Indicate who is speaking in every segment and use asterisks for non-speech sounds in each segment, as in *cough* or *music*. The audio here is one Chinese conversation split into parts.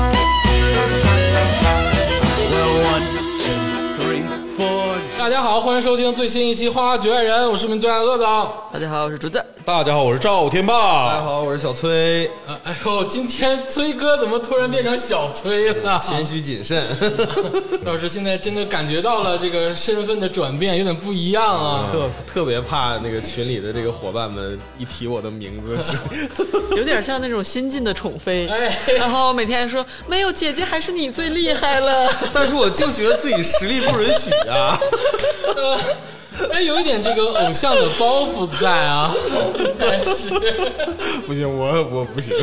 Speaker 1: *laughs*
Speaker 2: 迎收听最新一期《花花局外人》，我是你们最爱的恶总。
Speaker 3: 大家好，我是竹子。
Speaker 4: 大家好，我是赵天
Speaker 5: 大家
Speaker 4: 霸。
Speaker 5: 好，我是小崔，
Speaker 2: 啊哎呦，今天崔哥怎么突然变成小崔了？
Speaker 5: 谦虚谨慎。
Speaker 4: *laughs*
Speaker 2: 老师现在真的感觉到了这个身份的转变，有点不一样啊。
Speaker 5: 特特别怕那个群里的这个伙伴们一提我的名字，就 *laughs*
Speaker 3: *laughs* 有点像那种新晋的宠妃，
Speaker 2: 哎
Speaker 3: 然后每天说没有姐姐还是你最厉害了。
Speaker 5: 但是我就觉得自己实力不允许
Speaker 4: *laughs*
Speaker 5: 啊。
Speaker 2: 哎，有一点这个偶像的包袱在
Speaker 5: *laughs*
Speaker 2: 啊。但是，
Speaker 5: 不行，我我不
Speaker 4: *laughs*
Speaker 5: 行，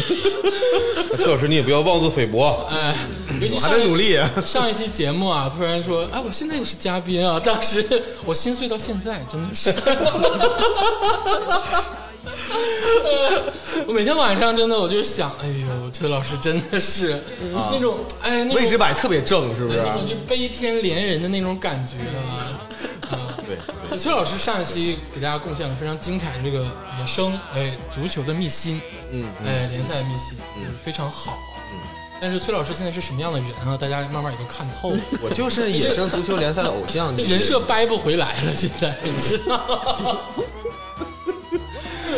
Speaker 4: 崔老师，你也不要妄自菲薄。
Speaker 2: 哎，尤其
Speaker 5: 我
Speaker 2: 上
Speaker 5: 还在努力。啊
Speaker 2: *laughs* 上一期节目啊，突然说，哎，我现在又是嘉宾啊，当时 *laughs* 我心碎到现在，真的是。 *laughs* 呃我每天晚上真的，我就是想，哎呦，崔老师真的是、
Speaker 5: 啊
Speaker 2: 那种，哎，那
Speaker 5: *laughs*
Speaker 2: 种
Speaker 5: 位置摆特别正，是不是？啊
Speaker 2: 那种就悲天怜人的那种感觉
Speaker 5: *laughs*
Speaker 2: 啊。
Speaker 5: 对，
Speaker 2: 呃崔老师上一期给大家贡献了非常精彩的这个野生哎足球的秘辛，
Speaker 5: 嗯
Speaker 2: 哎联赛的秘辛，就是非常好。嗯，但是崔老师现在是什么样的人啊？大家慢慢也都看
Speaker 5: *laughs*
Speaker 2: 透了。
Speaker 5: 我就是野生足球联赛的偶像，你
Speaker 2: 人设掰不回来了，现在 *laughs* 你知道吗？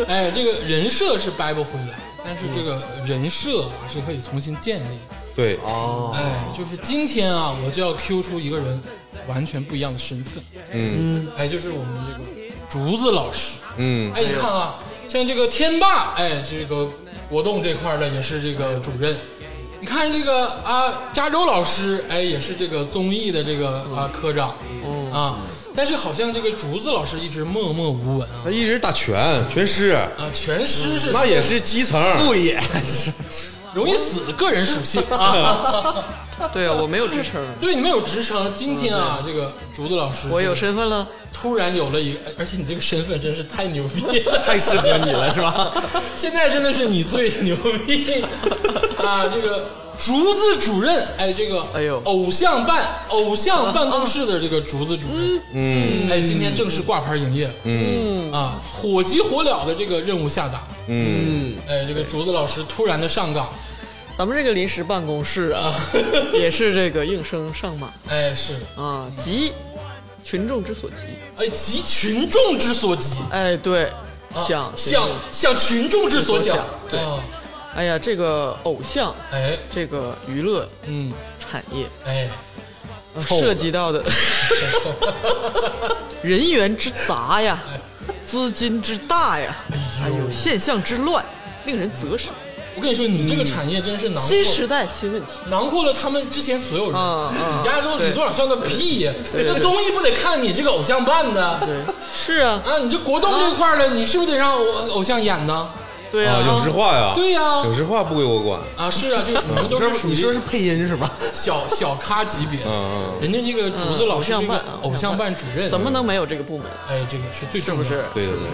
Speaker 2: 哎，这个人设是掰不回来，但是这个人设啊是可以重新建立。
Speaker 4: 对，
Speaker 5: 哦，
Speaker 2: 哎，就是今天啊，我就要 Q 出一个人完全不一样的身份。嗯，哎，就是我们这个竹子老师。
Speaker 4: 嗯，
Speaker 2: 哎，你看啊，像这个天霸，哎，这个活动这块儿的也是这个主任。你看这个啊，加州老师，哎，也是这个综艺的这个
Speaker 4: 嗯
Speaker 2: 啊科长，啊，但是好像这个竹子老师一直默默无闻啊
Speaker 4: 他一直打拳，全师，
Speaker 2: 啊，全师是
Speaker 4: 哎嗯那也是基层。
Speaker 5: 不也
Speaker 2: 容易死个人属
Speaker 4: *laughs*
Speaker 2: 性啊。
Speaker 3: *laughs* 对啊，我没有支撑，
Speaker 2: 对，你们有职称，今天啊，这个竹子老师，
Speaker 3: 我有身份了。
Speaker 2: 突然有了一个，哎而且你这个身份真是太牛逼了， *laughs*
Speaker 5: 太适合你了，是吧？
Speaker 2: 现在真的是你最牛逼 *laughs* 啊！这个竹子主任，哎，这个
Speaker 3: 哎呦
Speaker 2: 偶像办偶像办公室的这个竹子主任，嗯，哎，今天正式挂牌营业，嗯啊，火急火燎的这个任务下达，嗯，哎，这个竹子老师突然的上岗，
Speaker 3: 咱们这个临时办公室 *laughs* 啊，也是这个应声上马
Speaker 2: 哎，是，
Speaker 3: 啊，急群众之所急。
Speaker 2: 哎，急群众之所急，
Speaker 3: 哎，对，
Speaker 2: 啊
Speaker 3: 想
Speaker 2: 想想群众之所想
Speaker 3: 想，对
Speaker 2: 啊
Speaker 3: 哎呀，这个偶像，
Speaker 2: 哎，
Speaker 3: 这个娱乐
Speaker 2: 嗯，
Speaker 3: 产业
Speaker 2: 哎，
Speaker 3: 呃涉及到的人员之杂呀，资金之大呀，哎呦，现象之乱，令人啧舌。
Speaker 2: 我跟你说，你这个产业真是囊括
Speaker 3: 新时代新问题
Speaker 2: 囊括了他们之前所有人。
Speaker 3: 啊
Speaker 2: 你
Speaker 3: 啊！
Speaker 2: 加州，你多少算个屁呀！
Speaker 3: 对对
Speaker 2: 那综艺不得看你这个偶像办的
Speaker 3: 对，是啊，
Speaker 2: 啊？你这国动这块儿
Speaker 3: 嗯
Speaker 2: 的，你是不是得让偶偶像演呢？
Speaker 3: 对
Speaker 4: 啊，
Speaker 3: 啊，
Speaker 4: 影视化呀，
Speaker 2: 对呀，
Speaker 4: 影视化不归我管。
Speaker 2: 啊是
Speaker 3: *laughs*
Speaker 2: 啊，就你们都
Speaker 5: 这
Speaker 2: 是
Speaker 5: 不
Speaker 2: 属
Speaker 5: 你
Speaker 2: 于
Speaker 5: 说是配音是吧？
Speaker 2: 小小咖级别的，
Speaker 4: 嗯嗯，
Speaker 2: 人家这个竹子老师
Speaker 3: 嗯偶像
Speaker 2: 这个
Speaker 3: 办啊
Speaker 2: 偶像办主任，
Speaker 3: 怎么能没有这个部门？
Speaker 2: 哎，这个是最
Speaker 3: 是
Speaker 2: 重要的
Speaker 3: 不是？
Speaker 4: 对
Speaker 3: 是
Speaker 4: 对
Speaker 3: 不是？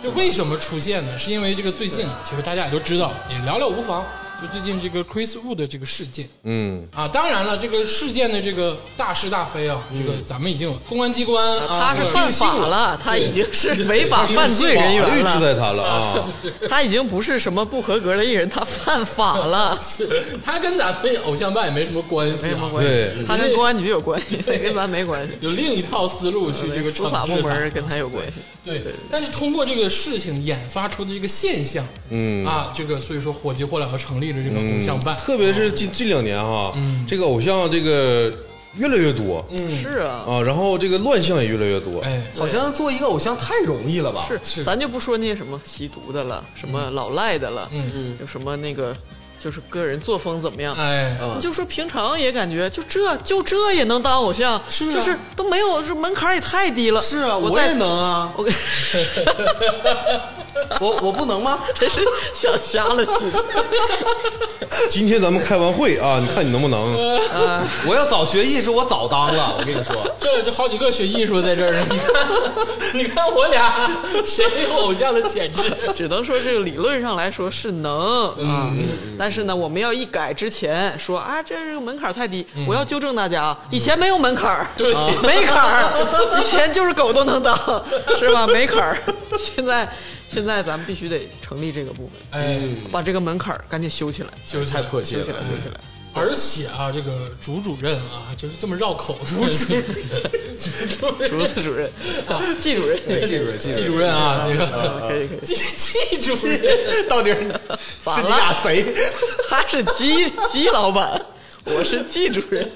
Speaker 2: 就为什么出现呢？是因为这个最近啊，其实大家也都知道，也聊聊无妨。就最近这个 Chris Wood 的这个事件
Speaker 4: 嗯，
Speaker 2: 啊，当然了，这个事件的这个大是大非啊，这个咱们已经有公安机关啊，
Speaker 3: 嗯他是
Speaker 2: 或者
Speaker 3: 犯法了，他已经是违法犯罪人
Speaker 4: 法律
Speaker 3: 员
Speaker 4: 制
Speaker 3: 了，
Speaker 4: 裁他了啊。
Speaker 3: 他已经不是什么不合格的艺人，他犯法了，
Speaker 2: *laughs* 他跟咱们偶像办也没什么关系、啊，
Speaker 3: 没什么关系。
Speaker 4: 对，
Speaker 3: 他跟公安局有关系，跟咱没关系。
Speaker 2: 有另一套思路去这个
Speaker 3: 司法
Speaker 2: 惩治
Speaker 3: 部
Speaker 2: 他。
Speaker 3: 门跟他有关系。
Speaker 2: 对，但是通过这个事情引发出的这个现象，嗯啊，这个所以说火急火燎地成立了这
Speaker 3: 嗯
Speaker 2: 个偶像办。
Speaker 4: 特别是近近两年哈，这个偶像这个越来越多，
Speaker 3: 是啊，
Speaker 4: 啊，然后这个乱象也越来越多。
Speaker 2: 哎，
Speaker 5: 好像做一个偶像太容易了吧？
Speaker 3: 是，咱就不说那些什么吸毒的了，什么老赖的了，
Speaker 2: 嗯
Speaker 3: 嗯，有什么那个就是个人作风怎么样？
Speaker 2: 哎，
Speaker 3: 你就说平常也感觉就这就这也能当偶像，
Speaker 2: 是啊
Speaker 3: 就是都没有，这门槛也太低了。
Speaker 5: 是啊，
Speaker 3: 我
Speaker 5: 我
Speaker 3: 再
Speaker 5: 也，能啊，
Speaker 3: 我
Speaker 5: 我我不能吗？
Speaker 3: *laughs* 真是想瞎了心。
Speaker 4: *laughs* 今天咱们开完会啊，你看你能不能？
Speaker 5: 啊我要早学艺术，我早当了。我跟
Speaker 4: *laughs*
Speaker 5: 你说，
Speaker 2: 这就好几个学艺术在这儿呢，你看， *laughs* 你看我俩谁有偶像的潜质？
Speaker 3: 只能说这个理论上来说是能啊，但是呢，我们要一改之前说啊，这是个门槛太低，我要纠正大家啊，以前没有门槛儿，
Speaker 2: 对
Speaker 3: 啊 *laughs* 没坎儿，以前就是狗都能当，是吧？没坎儿，现在现在咱们必须得成立这个部门，
Speaker 2: 哎，
Speaker 3: 把这个门槛儿赶紧嗯修起来，
Speaker 2: 就是
Speaker 5: 太迫切
Speaker 3: 修起来，
Speaker 5: 了。
Speaker 3: 修起来。
Speaker 2: 而且啊，这个朱主任啊，就是这么绕口。朱主任，朱主任，
Speaker 3: 主任主任，季主任，
Speaker 5: 对记住了，记住
Speaker 2: 季
Speaker 5: 了。
Speaker 2: 主任啊，这个
Speaker 3: 啊，可以可以，
Speaker 2: 季季主任，
Speaker 5: 到
Speaker 4: *laughs*
Speaker 5: 底是是
Speaker 3: 完
Speaker 5: 你俩
Speaker 3: 了，
Speaker 5: 谁？
Speaker 3: 他是季季老板，我是季主任，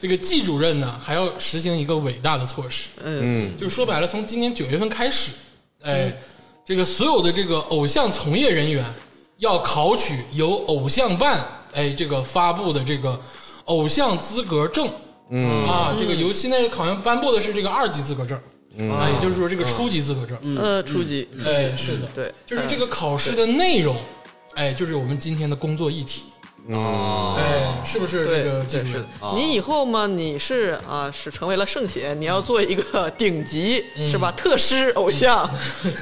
Speaker 2: 这个季主任呢，还要实行一个伟大的措施，
Speaker 3: 嗯，
Speaker 2: 就说白了，从今年九月份开始，哎，这个所有的这个偶像从业人员要考取由偶像办哎这个发布的这个偶像资格证，嗯啊，这个由现在好像颁布的是这个二级资格证，啊，也就是说这个初级资格证，
Speaker 3: 呃，初级，
Speaker 2: 哎，是的，
Speaker 3: 对
Speaker 2: 就是这个考试的内容，哎，就是我们今天的工作议题，
Speaker 4: 啊，
Speaker 2: 哎，是不是这
Speaker 3: 对，
Speaker 2: 个
Speaker 3: 对
Speaker 2: 技术
Speaker 3: 是的
Speaker 2: 人？
Speaker 3: 你以后嘛，你是啊，是成为了圣贤，你要做一个顶级是吧？特师偶像，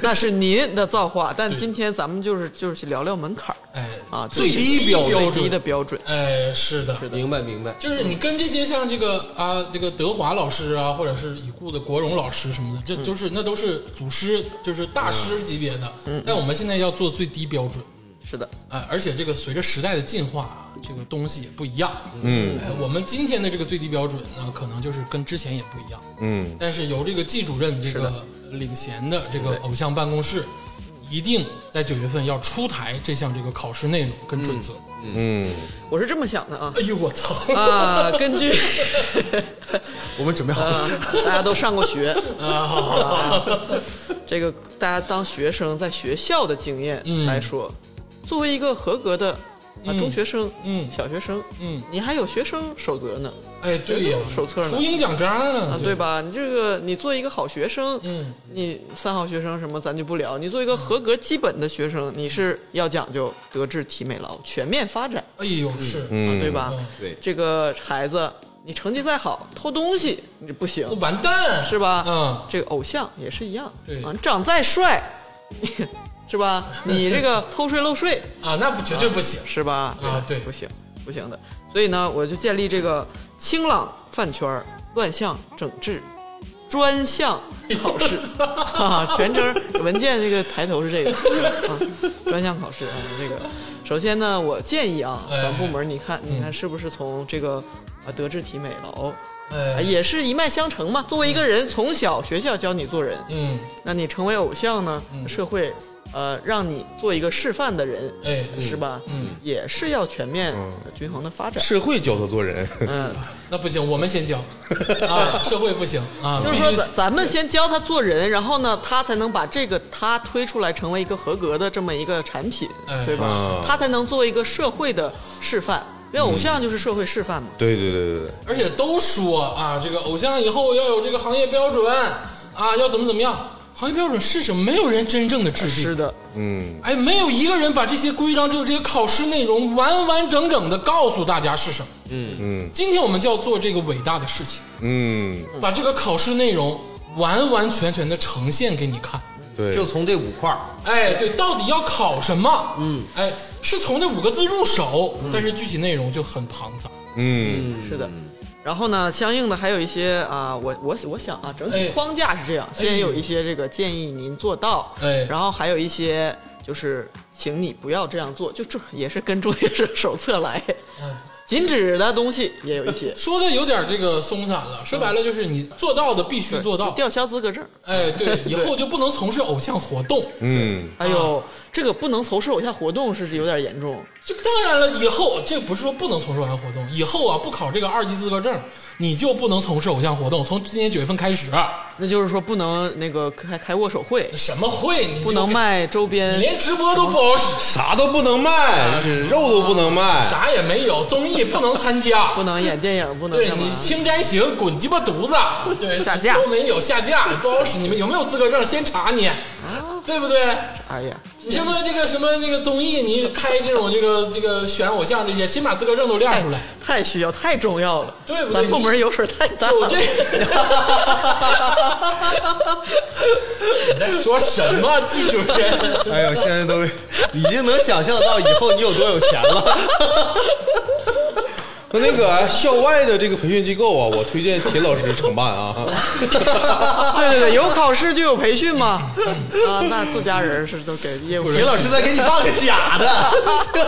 Speaker 3: 那是您的造化。但今天咱们就是就是去聊聊门槛儿
Speaker 2: 哎
Speaker 3: 啊，
Speaker 2: 最低
Speaker 3: 标
Speaker 2: 标
Speaker 3: 最
Speaker 2: 准
Speaker 3: 低的标准。
Speaker 2: 哎，是的，
Speaker 5: 明白明白，
Speaker 2: 就是你跟这些像这个啊，这个德华老师啊，或者是已故的国荣老师什么的，这就是那都是祖师，就是大师级别的。但我们现在要做最低标准，
Speaker 3: 是的，
Speaker 2: 啊，而且这个随着时代的进化啊，这个东西也不一样。
Speaker 4: 嗯
Speaker 2: 哎我们今天的这个最低标准呢，可能就是跟之前也不一样。
Speaker 4: 嗯，
Speaker 2: 但是由这个季主任这个领衔的这个偶像办公室，一定在九月份要出台这项这个考试内容跟准则。
Speaker 4: 嗯，
Speaker 3: 我是这么想的啊
Speaker 2: *laughs* 哎呦我
Speaker 3: *laughs*
Speaker 2: 操！
Speaker 3: 啊，根据
Speaker 5: 我们准备好了。
Speaker 3: 啊，大家都上过学啊，这个大家当学生在学校的经验
Speaker 2: 嗯
Speaker 3: 来说，作为一个合格的啊
Speaker 2: 嗯
Speaker 3: 中学生、
Speaker 2: 嗯
Speaker 3: 小学生，
Speaker 2: 嗯，
Speaker 3: 你还有学生守则呢，
Speaker 2: 哎，对呀，
Speaker 3: 手册呢
Speaker 2: 雏鹰奖章呢，
Speaker 3: 啊，对？吧？你这个你做一个好学生，
Speaker 2: 嗯，
Speaker 3: 你三好学生什么咱就不聊，你做一个合格基本的学
Speaker 2: 嗯
Speaker 3: 生，你是要讲究德智体美劳全面发展，
Speaker 2: 哎呦，是，
Speaker 3: 啊，对吧？
Speaker 2: 嗯
Speaker 5: 对
Speaker 3: 这个孩子你成绩再好，偷东西你不行
Speaker 2: 那，完蛋，
Speaker 3: 是吧？
Speaker 2: 嗯，
Speaker 3: 这个偶像也是一样，
Speaker 2: 对
Speaker 3: 啊，你长再帅， *laughs* 是吧？你这个偷税漏税，
Speaker 2: 啊，那不绝对不行。
Speaker 3: 是吧？
Speaker 2: 啊对
Speaker 3: 不行，不行的。所以呢，我就建立这个清朗饭圈儿乱象整治专项
Speaker 2: *laughs*
Speaker 3: 考试，啊，全称文件这个抬头是这个啊，专项考试啊，这个。首先呢，我建议啊，
Speaker 2: 哎
Speaker 3: 咱部门你看，你看是不是从这个啊德智体美劳啊
Speaker 2: 哎，
Speaker 3: 也是一脉相承嘛？作为一个人，从小学校教你做人，
Speaker 2: 嗯，
Speaker 3: 那你成为偶像呢，社会呃让你做一个示范的人，
Speaker 2: 哎，
Speaker 3: 是吧？
Speaker 2: 嗯，
Speaker 3: 也是要全面均衡的发展。
Speaker 4: 社会教他做人， *laughs*
Speaker 3: 嗯，
Speaker 2: 那不行，我们先教啊，社会不行啊，
Speaker 3: 就是
Speaker 2: 必
Speaker 3: 说
Speaker 2: 须
Speaker 3: 咱咱们先教他做人，然后呢，他才能把这个他推出来成为一个合格的这么一个产品，
Speaker 2: 哎
Speaker 3: 对吧？
Speaker 4: 啊
Speaker 3: 他才能作为一个社会的示范，因为偶像就是社会示范嘛。
Speaker 4: 对对对对对，
Speaker 2: 而且都说啊，这个偶像以后要有这个行业标准啊，要怎么怎么样。行业标准是什么？没有人真正的制定。
Speaker 3: 是的，
Speaker 4: 嗯
Speaker 2: 哎，没有一个人把这些规章制度、这些考试内容完完整整的告诉大家是什么。
Speaker 4: 嗯
Speaker 2: 今天我们就要做这个伟大的事情，
Speaker 4: 嗯，
Speaker 2: 把这个考试内容完完全全的呈现给你看。
Speaker 4: 对，
Speaker 1: 就从这五块儿，
Speaker 2: 哎，对，到底要考什么？嗯，哎，是从这五个字入手，但是具体内容就很庞杂。
Speaker 4: 嗯
Speaker 3: 是的。然后呢，相应的还有一些啊，我我我想啊，整
Speaker 2: 哎
Speaker 3: 体框架是这样，先有一些这个建议您做到，
Speaker 2: 哎
Speaker 3: 然后还有一些就是请你不要这样做，就这也是跟中学生手册来，
Speaker 2: 嗯，，
Speaker 3: 禁止的东西也有一些
Speaker 2: 说的有点这个松散了，说白了就是你做到的必须做到。
Speaker 3: 吊销资格证。
Speaker 2: 哎，对，以后就不能从事偶像活动。
Speaker 4: 嗯
Speaker 3: 哎呦，
Speaker 2: 啊
Speaker 3: 这个不能从事偶像活动是有点严重，
Speaker 2: 这个当然了，以后这不是说不能从事偶像活动，以后啊不考这个二级资格证，你就不能从事偶像活动。从今年九月份开始，啊
Speaker 3: 那就是说不能那个开开握手会，
Speaker 2: 什么会哎你就
Speaker 3: 不能，卖周
Speaker 2: 你
Speaker 3: 边，
Speaker 2: 连直播都不好使，
Speaker 4: 啥都不能卖，肉都不能卖，
Speaker 2: 啥也没有，综艺不能参加，
Speaker 3: *laughs* 不能演电影，不能
Speaker 2: 对
Speaker 3: 干嘛
Speaker 2: 你？清斋行，滚鸡巴犊
Speaker 3: *laughs*
Speaker 2: 子！对，
Speaker 3: 下架啊
Speaker 2: 都没有下架，不好使。你们有没有资格证？先查你，对不对？
Speaker 3: 哎呀，
Speaker 2: 你什么这个什么那个综艺，你开这种这个这个选偶像这些，先把资格证都亮
Speaker 3: 太
Speaker 2: 出来。
Speaker 3: 太需要，太重要了。
Speaker 2: 对不对
Speaker 3: 咱部门油水太大
Speaker 2: 有
Speaker 3: 了。
Speaker 2: 这， *laughs* 你在说什么，啊季主 *laughs* 任？
Speaker 5: 哎呦，现在
Speaker 1: *laughs*
Speaker 5: 都已经能想象到以后你有多有钱了。
Speaker 4: *laughs* 那那个校外的这个培训机构啊，我推荐秦老师承办啊。
Speaker 2: *laughs*
Speaker 3: 对对对，有考试就有培训嘛。 *laughs* 啊，那自家人是都给业务
Speaker 2: 不
Speaker 3: 提
Speaker 2: 是
Speaker 1: 田老师再给你办个假的，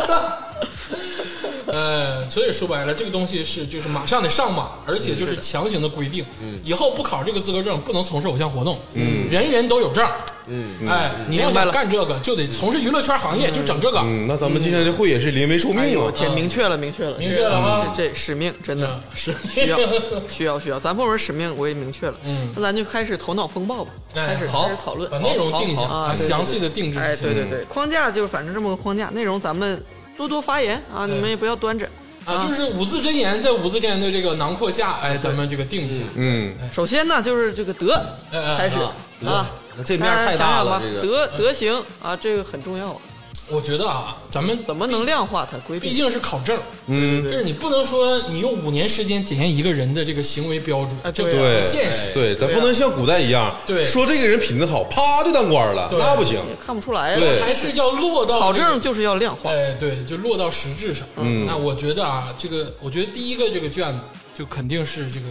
Speaker 2: 呃，所以说白了，这个东西是就是马上得上马，而且
Speaker 3: 嗯
Speaker 2: 就是强行的规定，以后不考这个资格证不能从事偶像活动，嗯，人人都有证，嗯，哎，你要
Speaker 3: 明白
Speaker 2: 想
Speaker 3: 了
Speaker 2: 干这个就得从事娱乐圈行业，就整这个，
Speaker 4: 嗯，那咱们今天这会也是临危受
Speaker 3: 哎
Speaker 4: 命
Speaker 3: 呦我
Speaker 4: 啊。
Speaker 3: 天，明确了，明确了，嗯
Speaker 2: 明确了嗯啊
Speaker 3: 这这使命真的
Speaker 2: 是
Speaker 3: 需要，需要，需要。咱部门使命我也明确了，
Speaker 2: 嗯
Speaker 3: 那咱就开始头脑风暴吧，
Speaker 2: *laughs* 哎
Speaker 3: 开始
Speaker 2: 好
Speaker 3: 开始讨论
Speaker 2: 把。内容定一下，
Speaker 3: 好好
Speaker 2: 啊
Speaker 3: 对对对
Speaker 2: 详细的嗯定制
Speaker 3: 哎，
Speaker 2: 一下
Speaker 3: 对，对对，框架就是反正这么个框架，内容咱们多多发言啊，
Speaker 2: 哎
Speaker 3: 你们也不要端着。
Speaker 2: 啊，就是五字真言，在五字真言的这个囊括下，哎，咱们这个定一下，
Speaker 4: 嗯，
Speaker 3: 首先呢，就是这个德
Speaker 2: 哎哎
Speaker 3: 开始
Speaker 2: 啊
Speaker 3: 啊，
Speaker 1: 那这面太大了
Speaker 3: 大家想想吧
Speaker 1: 这个
Speaker 3: 德
Speaker 2: 嗯
Speaker 3: 德行啊，这个很重要啊，
Speaker 2: 我觉得啊，咱们
Speaker 3: 怎么能量化它？规
Speaker 2: 毕
Speaker 3: 定
Speaker 2: 竟是考证，
Speaker 4: 嗯
Speaker 2: 就是你不能说你用五年时间检验一个人的这个行为标准，
Speaker 3: 啊
Speaker 2: 这
Speaker 3: 对
Speaker 2: 个
Speaker 3: 啊
Speaker 2: 不
Speaker 4: 对，
Speaker 2: 现实。
Speaker 4: 对，咱不能像古代一样，
Speaker 2: 对
Speaker 4: 说这个人品子好，啪就当官了，
Speaker 2: 对
Speaker 4: 那不行。
Speaker 3: 也看不出来
Speaker 4: 对
Speaker 3: 了。
Speaker 2: 还是要落到
Speaker 3: 考
Speaker 2: 这个
Speaker 3: 证就是要量化，
Speaker 2: 哎，对，就落到实质上。嗯，那我觉得啊，这个我觉得第一个这个卷子就肯定是这个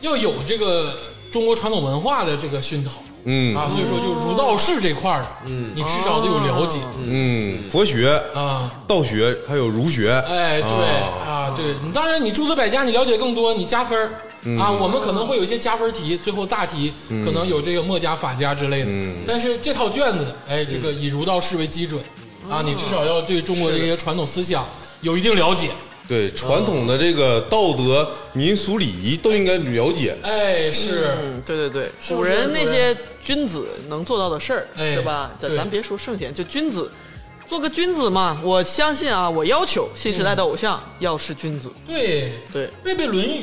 Speaker 2: 要有这个中国传统文化的这个熏陶。
Speaker 4: 嗯
Speaker 2: 啊，所以说就儒道释这块儿的，嗯，你至少得有了解
Speaker 4: 嗯，佛学、
Speaker 2: 啊。
Speaker 4: 道学还有儒学，
Speaker 2: 哎，对
Speaker 4: 啊
Speaker 2: 啊，对你当然你诸子百家，你了解更多，你加分儿啊。我们可能会有一些加分题，最后大题可能有这个墨家、法家之类的。但是这套卷子，哎，这个以儒道释为基准啊，你至少要对中国的这些传统思想有一定了解。
Speaker 4: 对传统的这个道德、民俗礼仪都应该
Speaker 3: *laughs*
Speaker 4: 了解。
Speaker 2: 哎，是，
Speaker 3: 嗯，对对对，
Speaker 2: 不
Speaker 3: 古
Speaker 2: 是
Speaker 3: 人
Speaker 2: 古
Speaker 3: 那
Speaker 2: 人
Speaker 3: 些君子能做到的事儿，
Speaker 2: 哎
Speaker 3: 是吧？咱
Speaker 2: 对
Speaker 3: 咱别说圣贤，就君子，做个君子嘛。我相信啊，我要求新时代的偶像
Speaker 2: 嗯
Speaker 3: 要是君子，
Speaker 2: 对，
Speaker 3: 对，
Speaker 2: 背背《论语》，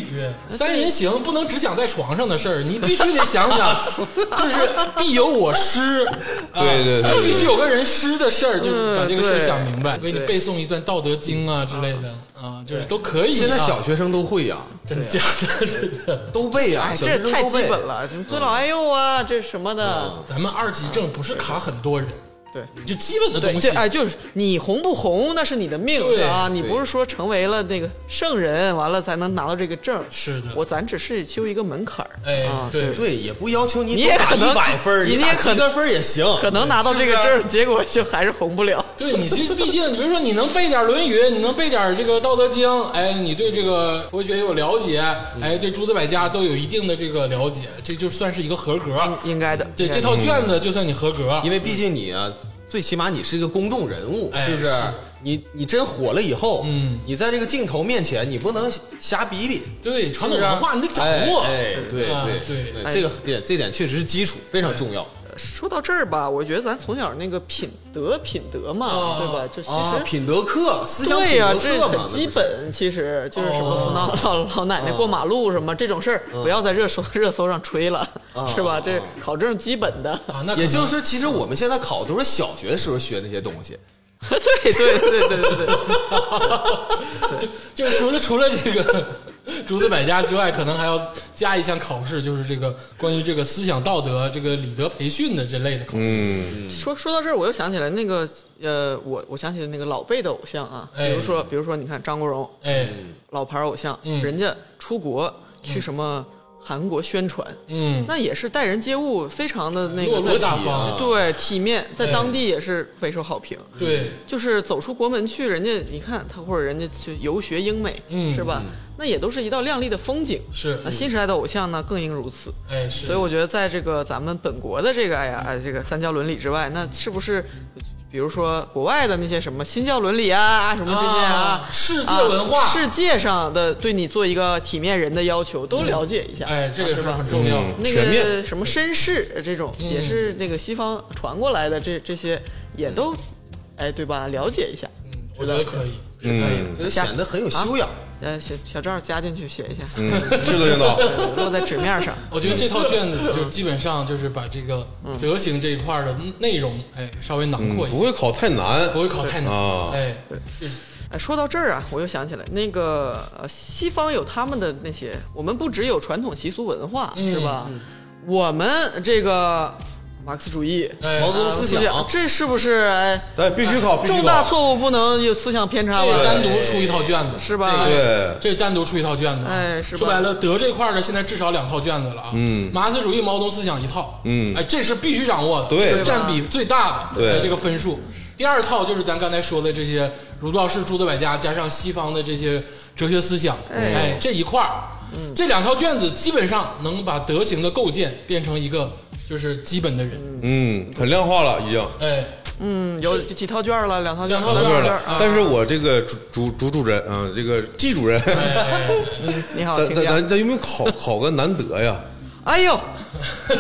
Speaker 3: 呃
Speaker 2: 三人行不能只想在床上的事儿，你必须得想想，
Speaker 3: *laughs*
Speaker 2: 就是必有我师，啊
Speaker 4: *laughs* 对对对
Speaker 2: 就必须有个人师的事儿，就把这个事儿
Speaker 3: 嗯对
Speaker 2: 想明白，给你
Speaker 3: 对
Speaker 2: 背诵一段《道德经》啊之类的啊，就是都可以啊。
Speaker 1: 现在 *laughs* 小学生都会呀、
Speaker 2: 真
Speaker 4: 啊
Speaker 2: 的假的？ *laughs* 真的，
Speaker 1: 都背呀、
Speaker 3: 哎，
Speaker 1: 小学
Speaker 3: 这
Speaker 1: 生
Speaker 3: 太
Speaker 1: 都
Speaker 3: 基
Speaker 1: 背。
Speaker 3: 本了，
Speaker 2: 嗯
Speaker 3: 什么尊老爱幼啊，这什么的，
Speaker 2: 咱们二级证不是卡很多人，
Speaker 3: 对。
Speaker 2: 就基本的
Speaker 3: 对，
Speaker 2: 东西
Speaker 3: 这。哎，就是你红不红，那是你的命
Speaker 2: 对
Speaker 3: 啊！你不是说成为了那个圣人，完了才能拿到这个证儿。
Speaker 2: 是的
Speaker 3: 我咱只是修一个门槛儿，
Speaker 2: 哎
Speaker 3: 啊，，
Speaker 2: 对，
Speaker 1: 对，也不要求你
Speaker 3: 你
Speaker 1: 多
Speaker 3: 也
Speaker 1: 打
Speaker 3: 可能
Speaker 1: 一百分儿，
Speaker 3: 你
Speaker 1: 你
Speaker 3: 也
Speaker 1: 打
Speaker 3: 可
Speaker 1: 及
Speaker 3: 能
Speaker 1: 格分儿也行。
Speaker 3: 可能拿到这个证儿，结果就还是红不了。
Speaker 2: 对你其实毕竟，比如说你能背点《论语》，你能背点这个《道德经》，哎，你对这个佛学有了解，
Speaker 1: 嗯
Speaker 2: 哎，对诸子百家都有一定的这个了解，这就算是一个合格。
Speaker 1: 嗯
Speaker 3: 应该的，
Speaker 2: 这
Speaker 3: 应该
Speaker 2: 这
Speaker 3: 的
Speaker 2: 套卷子就算你合格
Speaker 1: 因，为毕竟你啊，最起码你是一个公众人物，
Speaker 2: 哎
Speaker 1: 是不是？
Speaker 2: 是
Speaker 1: 你你真火了以后，
Speaker 2: 嗯
Speaker 1: 你在这个镜头面前，你不能瞎比比，
Speaker 2: 对传统文化你得掌握。
Speaker 1: 哎，哎对
Speaker 2: 啊
Speaker 1: 对
Speaker 2: 对
Speaker 3: 哎
Speaker 1: 这个点这点确实是基础，非常重要。
Speaker 3: 说到这儿吧，我觉得咱从小那个品德，品德嘛，
Speaker 2: 啊
Speaker 3: 对吧？就其实、
Speaker 1: 啊，品德课，思想
Speaker 3: 对
Speaker 1: 品
Speaker 3: 呀、
Speaker 1: 德
Speaker 3: 这
Speaker 1: 课嘛，
Speaker 3: 很基本。其实就是什么
Speaker 2: 哦
Speaker 3: 扶老老老奶奶过马路什么、这种事儿，不要在热搜 *laughs* 热搜上吹了，是吧？这考证基本的，
Speaker 2: 啊，
Speaker 1: 那
Speaker 2: 那
Speaker 1: 不是。也就是，其实我们现在考都是小学的时候学那些东西，
Speaker 3: 对对对对对对，
Speaker 2: 就就除了除了这个 *laughs* 诸子百家之外，可能还要加一项考试，就是这个关于这个思想道德、这个礼德培训的这类的考试。
Speaker 4: 嗯，
Speaker 3: *laughs* 说说到这儿，我又想起来那个呃，我我想起来那个老辈的偶像啊，
Speaker 2: 哎
Speaker 3: 比如说比如说你看张国荣，
Speaker 2: 哎，
Speaker 3: 老牌偶像，
Speaker 2: 嗯
Speaker 3: 人家出国去什么韩国宣传，
Speaker 2: 嗯，
Speaker 3: 那也是待人接物非常的那
Speaker 2: 落
Speaker 3: 个
Speaker 2: 落
Speaker 3: 在
Speaker 2: 大
Speaker 1: 体
Speaker 2: 方，
Speaker 1: 啊
Speaker 3: 对体面，在
Speaker 2: 哎
Speaker 3: 当地也是备受好评。
Speaker 2: 对，
Speaker 3: 就是走出国门去，人家你看他或者人家去游学英美，
Speaker 2: 嗯
Speaker 3: 是吧？那也都是一道亮丽的风景。
Speaker 2: 是
Speaker 3: 那新时代的偶像呢，更应如此。
Speaker 2: 哎是，嗯
Speaker 3: 所以我觉得，在这个咱们本国的这个哎呀哎这个三教伦理之外，那是不是比如说国外的那些什么新教伦理啊，什么这些啊，
Speaker 2: 啊世界文化
Speaker 3: 啊世界上的对你做一个体面人的要求都了解一下。啊
Speaker 2: 哎这个
Speaker 3: 是
Speaker 2: 是
Speaker 3: 吧
Speaker 2: 很重要。嗯
Speaker 4: 嗯
Speaker 3: 那
Speaker 4: 全
Speaker 3: 个
Speaker 4: 面
Speaker 3: 什么绅士这种，也是那个西方传过来的这这些，也都，哎，对吧？了解一下。
Speaker 2: 嗯，我觉得可以，是可以
Speaker 4: 嗯，
Speaker 1: 就显得很有修养。
Speaker 3: 呃，小小赵加进去写一下，
Speaker 4: 嗯，是的，领导。
Speaker 3: 落在纸
Speaker 2: *laughs*
Speaker 3: 面上。
Speaker 2: 我觉得这套卷子就基本上就是把这个
Speaker 3: 嗯
Speaker 2: 德行这一块儿的内容，哎，稍微囊括一
Speaker 4: 不
Speaker 2: 下，
Speaker 4: 嗯会考太难
Speaker 2: 不。会考太难
Speaker 4: 啊。
Speaker 2: 哎，
Speaker 3: 哎，说到这儿啊，我又想起来，那个呃西方有他们的那些，
Speaker 2: 嗯
Speaker 3: 我们不只有传统习俗文化，是吧？我们这个马克思主义、
Speaker 2: 哎
Speaker 1: 毛泽东思
Speaker 3: 思
Speaker 1: 想
Speaker 3: 想，这是不是哎
Speaker 4: 但必须考，必须
Speaker 3: 重大
Speaker 4: 考。
Speaker 3: 错误不能有思想偏差
Speaker 2: 这
Speaker 3: 吧？
Speaker 2: 单独出一套卷子，
Speaker 3: 是吧？
Speaker 4: 对，
Speaker 2: 这单独出一套卷子，
Speaker 3: 哎是吧
Speaker 2: 说白了，德这块儿呢，现在至少两套卷子了啊。
Speaker 4: 嗯
Speaker 2: 马克思主义、毛泽东思想一套，
Speaker 4: 嗯
Speaker 2: 哎，这是必须掌握的，
Speaker 4: 对
Speaker 2: 这个占比最大的，
Speaker 4: 对
Speaker 2: 哎这个分数。第二套就是咱刚才说的这些儒道释诸子百家，加上西方的这些哲学思想，哎，这一块儿，这两套卷子基本上能把德行的构建变成一个就是基本的人，
Speaker 4: 嗯，很量化了已经。
Speaker 2: 哎， *laughs*
Speaker 3: 嗯，有就几套卷儿了，两套卷儿，
Speaker 2: 两套
Speaker 4: 到
Speaker 2: 卷儿嗯
Speaker 4: 这儿
Speaker 3: 卷
Speaker 4: 了
Speaker 3: 儿。，啊
Speaker 4: 但是我这个主主主主任啊，这个季主任，
Speaker 2: 哎哎哎
Speaker 3: 啊你好，
Speaker 4: 咱
Speaker 3: 请
Speaker 4: 咱
Speaker 3: 讲。
Speaker 4: 咱咱有没有
Speaker 3: *laughs*
Speaker 4: 考考个难得呀？
Speaker 3: 哎呦，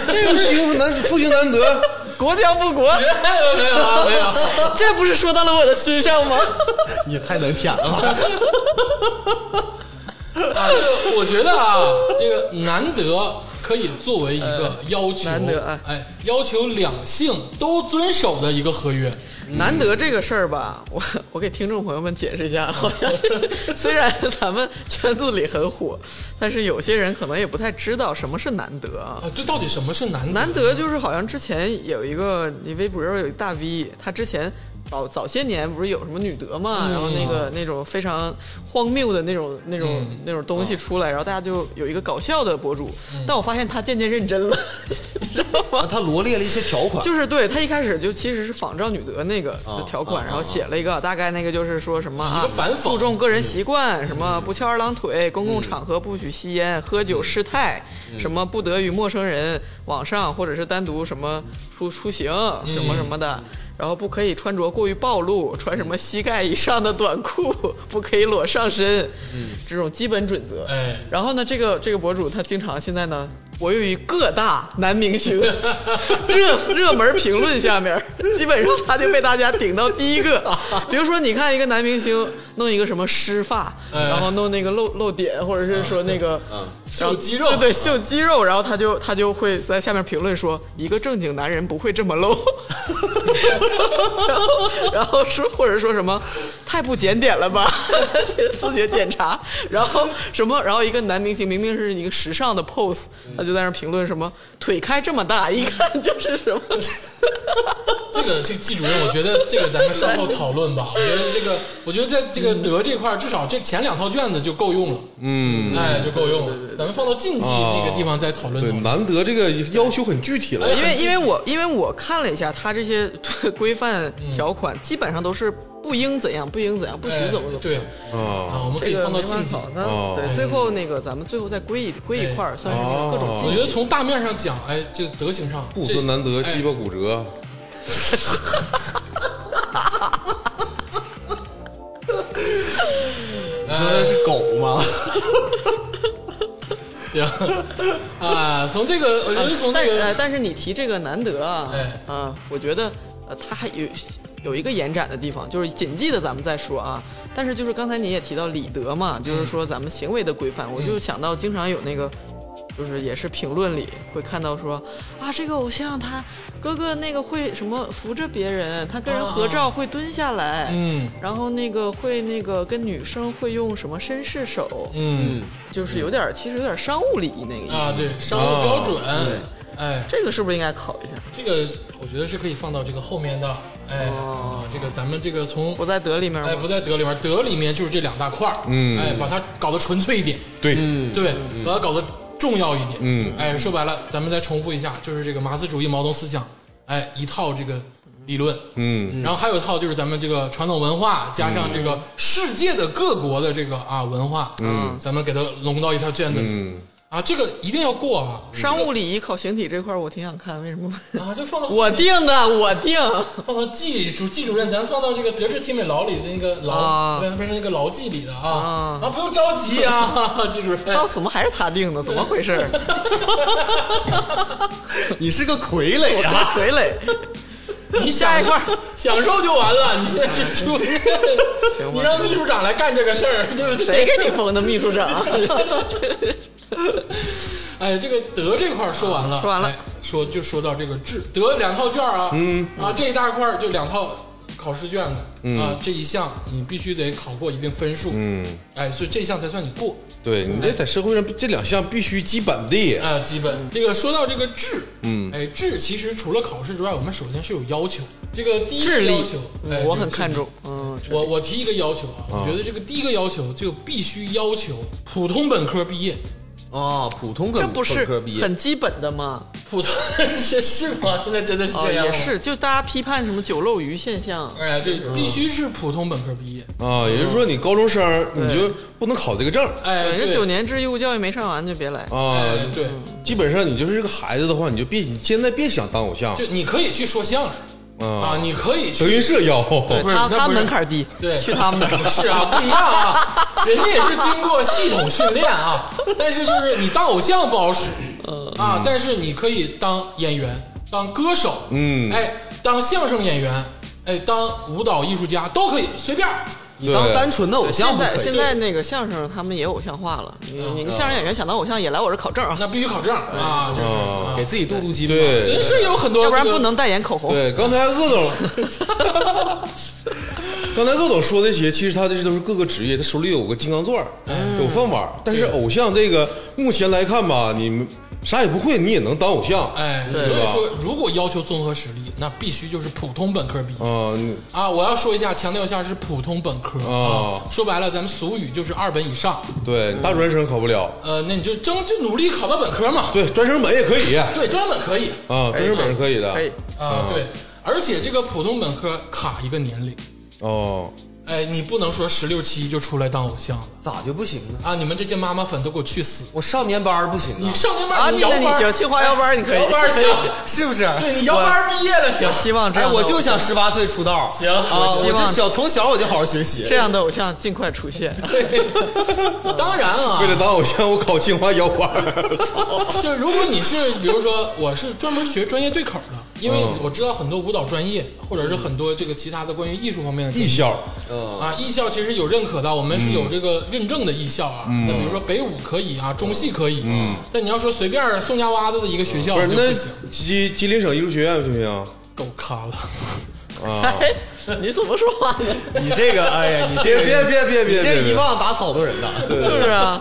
Speaker 4: 这个行难复兴
Speaker 3: *laughs*
Speaker 4: 难得，
Speaker 3: 国家不国，
Speaker 2: 哎没有没有啊没有，
Speaker 3: 这不是说到了我的心上吗？
Speaker 5: 你也太能舔
Speaker 1: *laughs*
Speaker 5: 了吧！
Speaker 2: 啊，这 *laughs* 个我觉得啊，这个难得可以作为一个要求，
Speaker 3: 呃难得哎
Speaker 2: 哎，要求两性都遵守的一个合约。啊
Speaker 3: 难得这个事儿吧，我我给听众朋友们解释一下，好
Speaker 2: *laughs*
Speaker 3: 像虽然咱们圈子里很火，但是有些人可能也不太知道什么是难得啊。
Speaker 2: 啊，这到底什么是难得？
Speaker 3: 难得就是好像之前有一个你微博上有一大 V，他之前早早些年不是有什么女德嘛，然后那个那种非常荒谬的那种那种、那种东西出来，然后大家就有一个搞笑的博主，但我发现他渐渐认真了， *laughs* 知道吗？
Speaker 1: 他罗列了一些条款，
Speaker 3: 就是对他一开始就其实是仿照女德那个
Speaker 2: 啊
Speaker 3: 的条款，然后写了一个大概那个就是说什么
Speaker 2: 一
Speaker 3: 啊
Speaker 2: 个反讽嗯
Speaker 3: 注重个人习惯，什么不翘二郎腿，公共场合不许吸烟、喝酒失态，
Speaker 2: 嗯
Speaker 3: 什么不得与陌生人网上或者是单独什么出出行
Speaker 2: 嗯
Speaker 3: 什么什么的。然后不可以穿着过于暴露， *laughs* 穿什么膝盖以上的短裤， *laughs* 不可以裸上身，这种基本准则。
Speaker 2: 嗯哎
Speaker 3: 然后呢，这个这个博主他经常现在呢活跃于各大男明星热热门评论下面，基本上他就被大家顶到第一个。比如说，你看一个男明星弄一个什么湿发，
Speaker 2: 哎
Speaker 3: 然后弄那个露露点，或者是说那个然
Speaker 2: 秀
Speaker 3: 后
Speaker 2: 肌肉
Speaker 3: 对对，秀肌肉，然后他就他就会在下面评论说，一个正经男人不会这么露。 *laughs* 然后，然后说，或者说什么，太不检点了吧？ *laughs* 自觉检查，然后什么，然后一个男明星明明是一个时尚的 pose，他就在那儿评论什么腿开这么大，一看就是什么， *laughs*
Speaker 2: 这个这个季主任，我觉得这个咱们稍后讨论
Speaker 3: *laughs*
Speaker 2: 吧。我觉得这个，我觉得在这个德这块儿，至少这前两套卷子就够用了。
Speaker 4: 嗯，
Speaker 2: 哎，就够用了。咱们放到近期那个地方再讨论
Speaker 4: 对，
Speaker 2: 讨论。
Speaker 4: 难得这个要求很具体了。
Speaker 3: 因为因为我因为我看了一下他这些 *laughs* 规范条款，基本上都是不应怎样，不应怎样，不许
Speaker 2: 哎
Speaker 3: 怎么怎么。
Speaker 2: 对啊，
Speaker 4: 啊，
Speaker 2: 我们可
Speaker 3: 这
Speaker 2: 以
Speaker 3: 个
Speaker 2: 放到
Speaker 3: 没办
Speaker 2: 近期
Speaker 3: 法。那
Speaker 4: 哦
Speaker 3: 对，最后那个咱们最后再归一归一块儿，算是各种
Speaker 4: 哦
Speaker 2: 哎我
Speaker 3: 禁
Speaker 2: 觉得
Speaker 3: 忌。
Speaker 2: 从大面上讲，哎，这德行上，
Speaker 4: 不
Speaker 2: 这
Speaker 4: 尊难得，
Speaker 2: 哎
Speaker 4: 鸡巴骨折。
Speaker 1: 你说的是狗
Speaker 3: *laughs*
Speaker 1: 吗？
Speaker 2: 行 *laughs* 啊，从这个，我觉得从
Speaker 3: 但
Speaker 2: 这
Speaker 3: 是
Speaker 2: 个
Speaker 3: 呃但是你提这个难得啊，
Speaker 2: 哎
Speaker 3: 啊，我觉得呃，它还有有一个延展的地方，就是谨记的咱们再说啊。但是就是刚才你也提到礼德嘛，
Speaker 2: 嗯
Speaker 3: 就是说咱们行为的规范，我就想到经常有那个。就是也是评论里会看到说啊，这个偶像他哥哥那个会什么扶着别人，他跟人合照会蹲下来，
Speaker 2: 啊嗯
Speaker 3: 然后那个会那个跟女生会用什么绅士手，
Speaker 2: 嗯
Speaker 3: 就是有点儿其实有点儿商务礼仪那个意思。
Speaker 2: 啊，对，商务标准，
Speaker 3: 哦
Speaker 2: 哎，
Speaker 3: 这个是不是应该考一下？
Speaker 2: 这个我觉得是可以放到这个后面的，哎，
Speaker 3: 哦
Speaker 2: 啊这个咱们这个从
Speaker 3: 不在德里面吗？
Speaker 2: 哎不在德里面，德里面就是这两大块儿，
Speaker 4: 嗯
Speaker 2: 哎，把它搞得纯粹一点，
Speaker 4: 对，
Speaker 3: 嗯
Speaker 2: 对，把它搞得重要一点，
Speaker 4: 嗯
Speaker 2: 哎，说白了，咱们再重复一下，就是这个马克思主义、毛泽东思想，哎，一套这个理论，
Speaker 4: 嗯，
Speaker 2: 然后还有一套就是咱们这个传统文化，加上这个世界的各国的这个啊文化，嗯，咱们给它笼到一套卷子里，
Speaker 4: 嗯
Speaker 2: 啊，这个一定要过啊
Speaker 3: 商务礼仪考形体这块儿我挺想看，为
Speaker 2: *laughs*
Speaker 3: 什么？
Speaker 2: 啊，就放到
Speaker 3: 我定的，我定。
Speaker 2: 放到纪主纪主任，咱放到这个德智体美劳里的那个劳，
Speaker 3: 啊
Speaker 2: 不是不是那个劳纪里的啊
Speaker 3: 啊
Speaker 2: 啊，不用着急啊， *laughs* 纪主
Speaker 3: *laughs*
Speaker 2: 任
Speaker 3: 哦到怎么还是他定的？怎么回事
Speaker 2: *laughs*
Speaker 3: 儿？
Speaker 5: 你是个傀儡
Speaker 3: 我
Speaker 5: 呀、
Speaker 1: 啊
Speaker 3: 是傀儡。你下一块儿，
Speaker 2: 享受就完了，你现在是主任，
Speaker 3: *laughs* 行吧
Speaker 2: 你让秘书长来干这个事儿，对不对？
Speaker 3: 谁给你封的秘书长？
Speaker 2: 哎，这个德这块儿说完了，
Speaker 3: 说完了
Speaker 2: 哎说就说到这个智德两套卷儿啊，嗯啊这一大块儿就两套考试卷子啊、
Speaker 4: 嗯
Speaker 2: 这一项你必须得考过一定分数，
Speaker 4: 嗯，
Speaker 2: 哎，所以这项才算你过。
Speaker 4: 对你这在社会上这两项必须基本的，
Speaker 2: 啊，基本这个说到这个智，
Speaker 4: 嗯
Speaker 2: 哎，智其实除了考试之外，我们首先是有要求。这个第一
Speaker 3: 智
Speaker 2: 个
Speaker 3: 力
Speaker 2: 要求，哎，
Speaker 3: 我
Speaker 2: 这个
Speaker 3: 很看
Speaker 2: 智力。
Speaker 3: 重，嗯，
Speaker 2: 我我提一个要求啊，我觉得这个第一个要求就必须要求普通本科毕业，
Speaker 1: 哦，普通本
Speaker 3: 这不是
Speaker 1: 本科毕业，
Speaker 3: 很基本的吗？
Speaker 2: 普通 *laughs* 是是吗？现在真的是
Speaker 3: 哦，
Speaker 2: 这样吗
Speaker 3: 也是，就大家批判什么酒漏鱼现象，
Speaker 2: 哎，对，必须是普通本科毕业。
Speaker 4: 啊，也就是说你高中生你
Speaker 3: 对
Speaker 4: 就不能考这个证
Speaker 2: 嗯哎，
Speaker 3: 反
Speaker 2: 对
Speaker 3: 正九年制义务教育没上完就别来。
Speaker 4: 啊
Speaker 2: 哎，，对，
Speaker 4: 基本上你就是这个孩子的话，你就别你现在别想当偶像
Speaker 2: 就你可以去说相声啊，
Speaker 4: 啊，
Speaker 2: 你可以
Speaker 4: 德
Speaker 2: 去
Speaker 4: 云社要 *laughs*
Speaker 3: 对
Speaker 2: 不是
Speaker 3: 他
Speaker 2: 那
Speaker 3: 他
Speaker 2: 不是
Speaker 3: 门槛低，
Speaker 2: 对
Speaker 3: 去他们那儿
Speaker 2: *laughs* 是啊，不一样
Speaker 3: *laughs*
Speaker 2: 啊，人家也是经过系统训练啊，但是就是你当偶像不好使
Speaker 3: 嗯
Speaker 2: 啊，但是你可以当演员、当歌手，
Speaker 4: 嗯
Speaker 2: 哎，当相声演员，哎，当舞蹈艺术家都可以，随便儿。
Speaker 1: 你当
Speaker 4: 对
Speaker 1: 单纯的偶像
Speaker 3: 现
Speaker 1: 不
Speaker 3: 在
Speaker 1: 可以
Speaker 3: 现在那个相声他们也偶像化了，你你个相声演员想当偶像也来我这儿考证啊，
Speaker 2: 那必须考证啊，就是啊
Speaker 1: 给自己镀镀金嘛。
Speaker 2: 人
Speaker 4: 对
Speaker 2: 是有很多，
Speaker 3: 要不然不。能代言口红。
Speaker 4: 对，刚才鄂总，刚才鄂总说这些，其实他这都是各个职业，他手里有个金刚钻儿，有饭碗儿。但是
Speaker 2: 嗯对
Speaker 4: 偶像这个目前来看吧，你们啥也不会，你也能当偶像，
Speaker 2: 哎，所
Speaker 4: 对吧
Speaker 2: 以说，如果要求综合实力，那必须就是普通本科毕业。
Speaker 4: 啊，你
Speaker 2: 啊，我要说一下，强调一下是普通本科、
Speaker 4: 哦
Speaker 2: 啊。说白了，咱们俗语就是二本以上，
Speaker 4: 对，你大专生考不了，
Speaker 2: 呃，那你就争就努力考到本科嘛。
Speaker 4: 对，专升本也可以啊，啊
Speaker 2: 对，专本可以
Speaker 4: 专升本是可以的，
Speaker 3: 可以，
Speaker 2: 啊、对，而且这个普通本科卡一个年龄，
Speaker 4: 哦，
Speaker 2: 哎，你不能说十六七就出来当偶像了
Speaker 1: 咋就不行呢？
Speaker 2: 啊！你们这些妈妈粉都给我去死！
Speaker 1: 我少年班儿不行啊
Speaker 2: 你，少年班
Speaker 3: 啊
Speaker 2: 儿，
Speaker 3: 你
Speaker 2: 摇
Speaker 3: 那
Speaker 2: 班
Speaker 3: 你
Speaker 2: 儿哎
Speaker 3: 行，清华摇班儿你可以
Speaker 2: 摇。班儿行，
Speaker 1: *laughs* 是不是？
Speaker 2: *laughs* 对你摇班儿毕业了 *laughs* 行，
Speaker 3: 希望这
Speaker 1: 哎，
Speaker 3: 样的
Speaker 1: 我就
Speaker 3: 偶
Speaker 1: 想十八岁出道。
Speaker 2: 行
Speaker 1: 啊，
Speaker 3: 我
Speaker 1: 我
Speaker 3: 希望
Speaker 1: 就小从小我就好好学习。
Speaker 3: 这样的偶像尽快出现。
Speaker 2: 当然啊
Speaker 4: 为，了当偶像，我考清华摇花儿，
Speaker 1: *laughs*
Speaker 2: *laughs* 就是如果你是比如说我是专门学专业对口的，因为我知道很多舞蹈专业，或者是很多这个其他的关于艺术方面的专
Speaker 4: 艺
Speaker 2: 业
Speaker 4: 校，
Speaker 2: 啊，艺校其实有认可的，我们是有这个认证的艺校啊。那比如说北舞可以啊，中戏可以。嗯，但你要说随便宋家洼子的一个学校
Speaker 4: 不是
Speaker 2: 就
Speaker 4: 那
Speaker 2: 不行，
Speaker 4: 吉吉林省艺术学院行不行？
Speaker 2: 够咖了。
Speaker 4: 啊，
Speaker 3: *laughs* 哎，你怎么说话呢？
Speaker 1: 你这个，哎呀，你
Speaker 4: 别
Speaker 1: 这
Speaker 4: 别
Speaker 1: 个
Speaker 4: 别别别，
Speaker 1: 你这
Speaker 4: 别
Speaker 1: 一棒打死好多人呐。
Speaker 3: *laughs* 就是啊，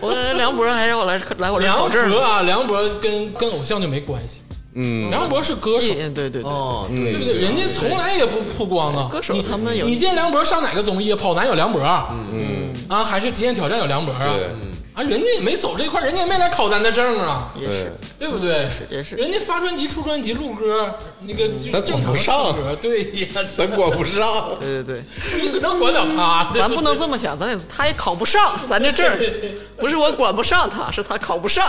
Speaker 3: 我感觉梁博还让我来来我这儿
Speaker 2: 梁
Speaker 3: 考证
Speaker 2: 博啊，梁博跟跟偶像就没关系，
Speaker 4: 嗯，
Speaker 2: 梁博是歌手，
Speaker 3: 艺哎对对对，
Speaker 1: 哦，
Speaker 2: 对不
Speaker 1: 对
Speaker 2: 对？人家从来也不曝光啊。
Speaker 3: 歌手他们有
Speaker 2: 你见梁博上哪个综艺啊？跑男有梁博，嗯啊，还是极限挑战有梁博啊
Speaker 4: 对？
Speaker 2: 啊，人家也没走这块，人家也没来考咱的证啊，
Speaker 3: 也
Speaker 4: 对
Speaker 3: 是。
Speaker 2: 对不对？
Speaker 3: 也是
Speaker 2: 人家发专辑、出专辑、录歌，那个就
Speaker 4: 咱
Speaker 2: 正
Speaker 4: 嗯
Speaker 2: 常
Speaker 4: 管不
Speaker 2: 的
Speaker 4: 上
Speaker 2: 唱歌，对呀，
Speaker 4: 咱管不上。
Speaker 3: 对对对，
Speaker 2: 你可能管了他，
Speaker 3: *laughs*
Speaker 2: 对
Speaker 3: 咱
Speaker 2: 对
Speaker 3: 不能这么想，咱也他也考不上，咱这证儿
Speaker 2: *laughs*
Speaker 3: 不是我管不上他，是他考不上。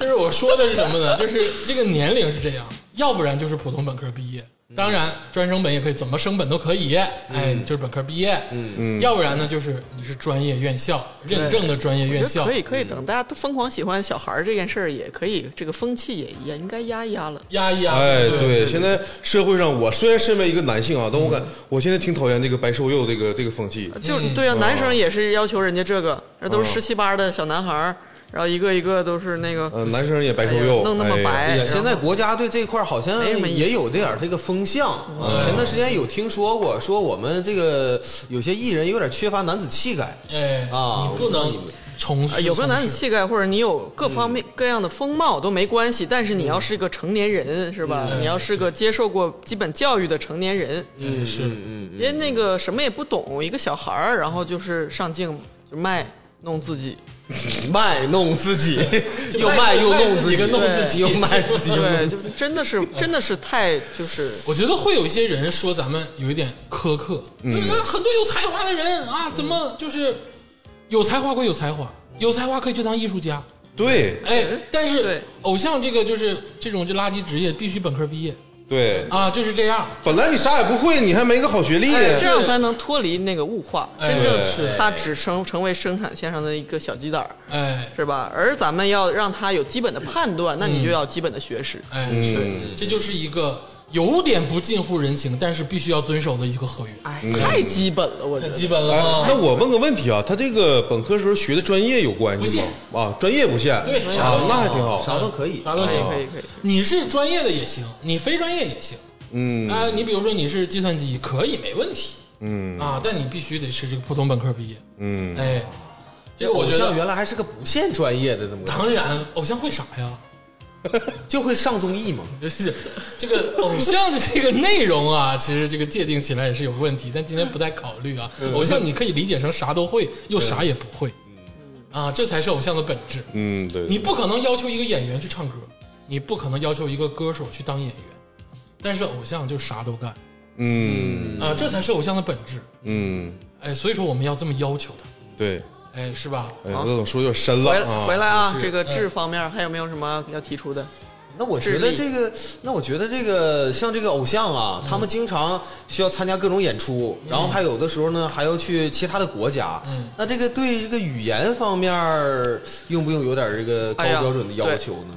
Speaker 2: 就是我说的是什么呢？就是这个年龄是这样，要不然就是普通本科毕业，
Speaker 4: 嗯
Speaker 2: 当然专升本也可以，怎么升本都可以，哎，就是本科毕业，嗯，要不然呢就是你是专业院校认证的专业院校
Speaker 3: 可，以可以，等大家都疯狂喜欢小孩儿这件事儿，也可以这个风气也也应该压一压了。
Speaker 2: 压一压，
Speaker 4: 哎，
Speaker 2: 对，
Speaker 4: 对，现在社会上，我虽然身为一个男性啊，但我感我现在挺讨厌这个白瘦幼这个这个风气。
Speaker 3: 就对啊，男生也是要求人家这个，那都是十七八的小男孩儿，然后一个一个都是那个
Speaker 4: 呃，男生也白
Speaker 3: 哎
Speaker 4: 瘦
Speaker 3: 呀
Speaker 4: 幼，
Speaker 3: 弄那么
Speaker 4: 哎呀
Speaker 3: 白
Speaker 1: 哎呀，
Speaker 3: 然后
Speaker 1: 现在国家对这块儿好像
Speaker 3: 没什么意思嗯
Speaker 1: 也有点儿这个风向。啊前段时间有听说过，说我们这个有些艺人有点缺乏男子气概。
Speaker 2: 哎，
Speaker 1: 啊
Speaker 2: 你不能从
Speaker 3: 啊
Speaker 2: 事
Speaker 3: 有没有男子
Speaker 2: 从事
Speaker 3: 气概，或者你有各方面各样的风貌都没关系，但是你要是个成年人，是吧？你要是个接受过基本教育的成年人，
Speaker 2: 嗯是
Speaker 1: 嗯嗯，
Speaker 3: 人家那个什么也不懂，一个小孩儿，然后就是上镜就卖弄自己，
Speaker 1: 嗯卖弄自己，
Speaker 2: 就
Speaker 1: *laughs* 又
Speaker 2: 卖
Speaker 1: 卖又弄
Speaker 2: 自己跟弄
Speaker 3: 自
Speaker 2: 己
Speaker 1: 又卖自己，又
Speaker 3: *laughs* 对，
Speaker 2: *laughs*
Speaker 1: 弄
Speaker 3: 就是真的是真的是太就是
Speaker 2: 我觉得会有一些人说咱们有一点苛刻，就是啊很多有才华的人啊，怎么就是有才华归有才华，有才华可以去当艺术家，
Speaker 4: 对
Speaker 2: 哎，但是
Speaker 3: 对
Speaker 2: 偶像这个就是这种这垃圾职业必须本科毕业
Speaker 4: 对，
Speaker 2: 啊，就是这样，
Speaker 4: 本来你啥也不会，你还没个好学历
Speaker 2: 哎
Speaker 4: 呢
Speaker 3: 这。样才能脱离那个物化，
Speaker 2: 哎
Speaker 3: 真正
Speaker 2: 是
Speaker 3: 他只成成为生产线上的一个小鸡蛋儿，
Speaker 2: 哎
Speaker 3: 是吧？而咱们要让他有基本的判断，那你
Speaker 2: 嗯
Speaker 3: 就要基本的学识。
Speaker 2: 哎，
Speaker 4: 嗯
Speaker 2: 是，这就是一个有点不近乎人情，但是必须要遵守的一个合约，
Speaker 3: 哎，太基本了，我觉
Speaker 2: 很
Speaker 3: 得
Speaker 2: 嗯基本了
Speaker 4: 哎
Speaker 2: 吗？
Speaker 4: 那我问个问题啊，他这个本科时候学的专业有关系吗？啊，专业不限，
Speaker 2: 对啥
Speaker 4: 啊
Speaker 2: 都，行
Speaker 4: 那还挺好。
Speaker 1: 啥都可以。
Speaker 2: 啥都行，
Speaker 3: 可以可以可以。
Speaker 2: 你是专业的也行，你非专业也行，嗯啊、你比如说你是计算机，可以没问题，嗯啊，但你必须得是这个普通本科毕业，
Speaker 4: 嗯，
Speaker 2: 哎，这个我觉
Speaker 1: 偶像
Speaker 2: 得
Speaker 1: 原来还是个不限专业的，这么个
Speaker 2: 当然，偶像会啥呀？ *laughs*
Speaker 1: 就会上综艺嘛？
Speaker 2: 就是这个偶像的这个内容啊， *laughs* 其实这个界定起来也是有问题，但今天不太考虑 *laughs* 啊。偶像你可以理解成啥都会，又啥也不会，啊，这才是偶像的本质。
Speaker 4: 嗯，对，
Speaker 2: 你不可能要求一个演员去唱歌，你不可能要求一个歌手去当演员，但是偶像就啥都干
Speaker 4: 嗯
Speaker 2: 啊，这才是偶像的本质。
Speaker 4: 嗯，
Speaker 2: 哎，所以说我们要这么要求他，
Speaker 4: 对，
Speaker 2: 哎，是吧？
Speaker 4: 哎，乐总说有点深了
Speaker 3: 回
Speaker 4: 啊，
Speaker 3: 回来啊，
Speaker 2: 哦是嗯
Speaker 3: 这个质方面还有没有什么要提出的？
Speaker 1: 那我觉得
Speaker 3: 智
Speaker 1: 这个，那我觉得这个像这个偶像啊，他们经常需要参加各种演出，然后还有的时候呢还要去其他的国家。
Speaker 2: 嗯，
Speaker 1: 那这个对这个语言方面儿用不用有点儿这个高
Speaker 3: 哎呀
Speaker 1: 标准的要
Speaker 3: 对
Speaker 1: 求呢？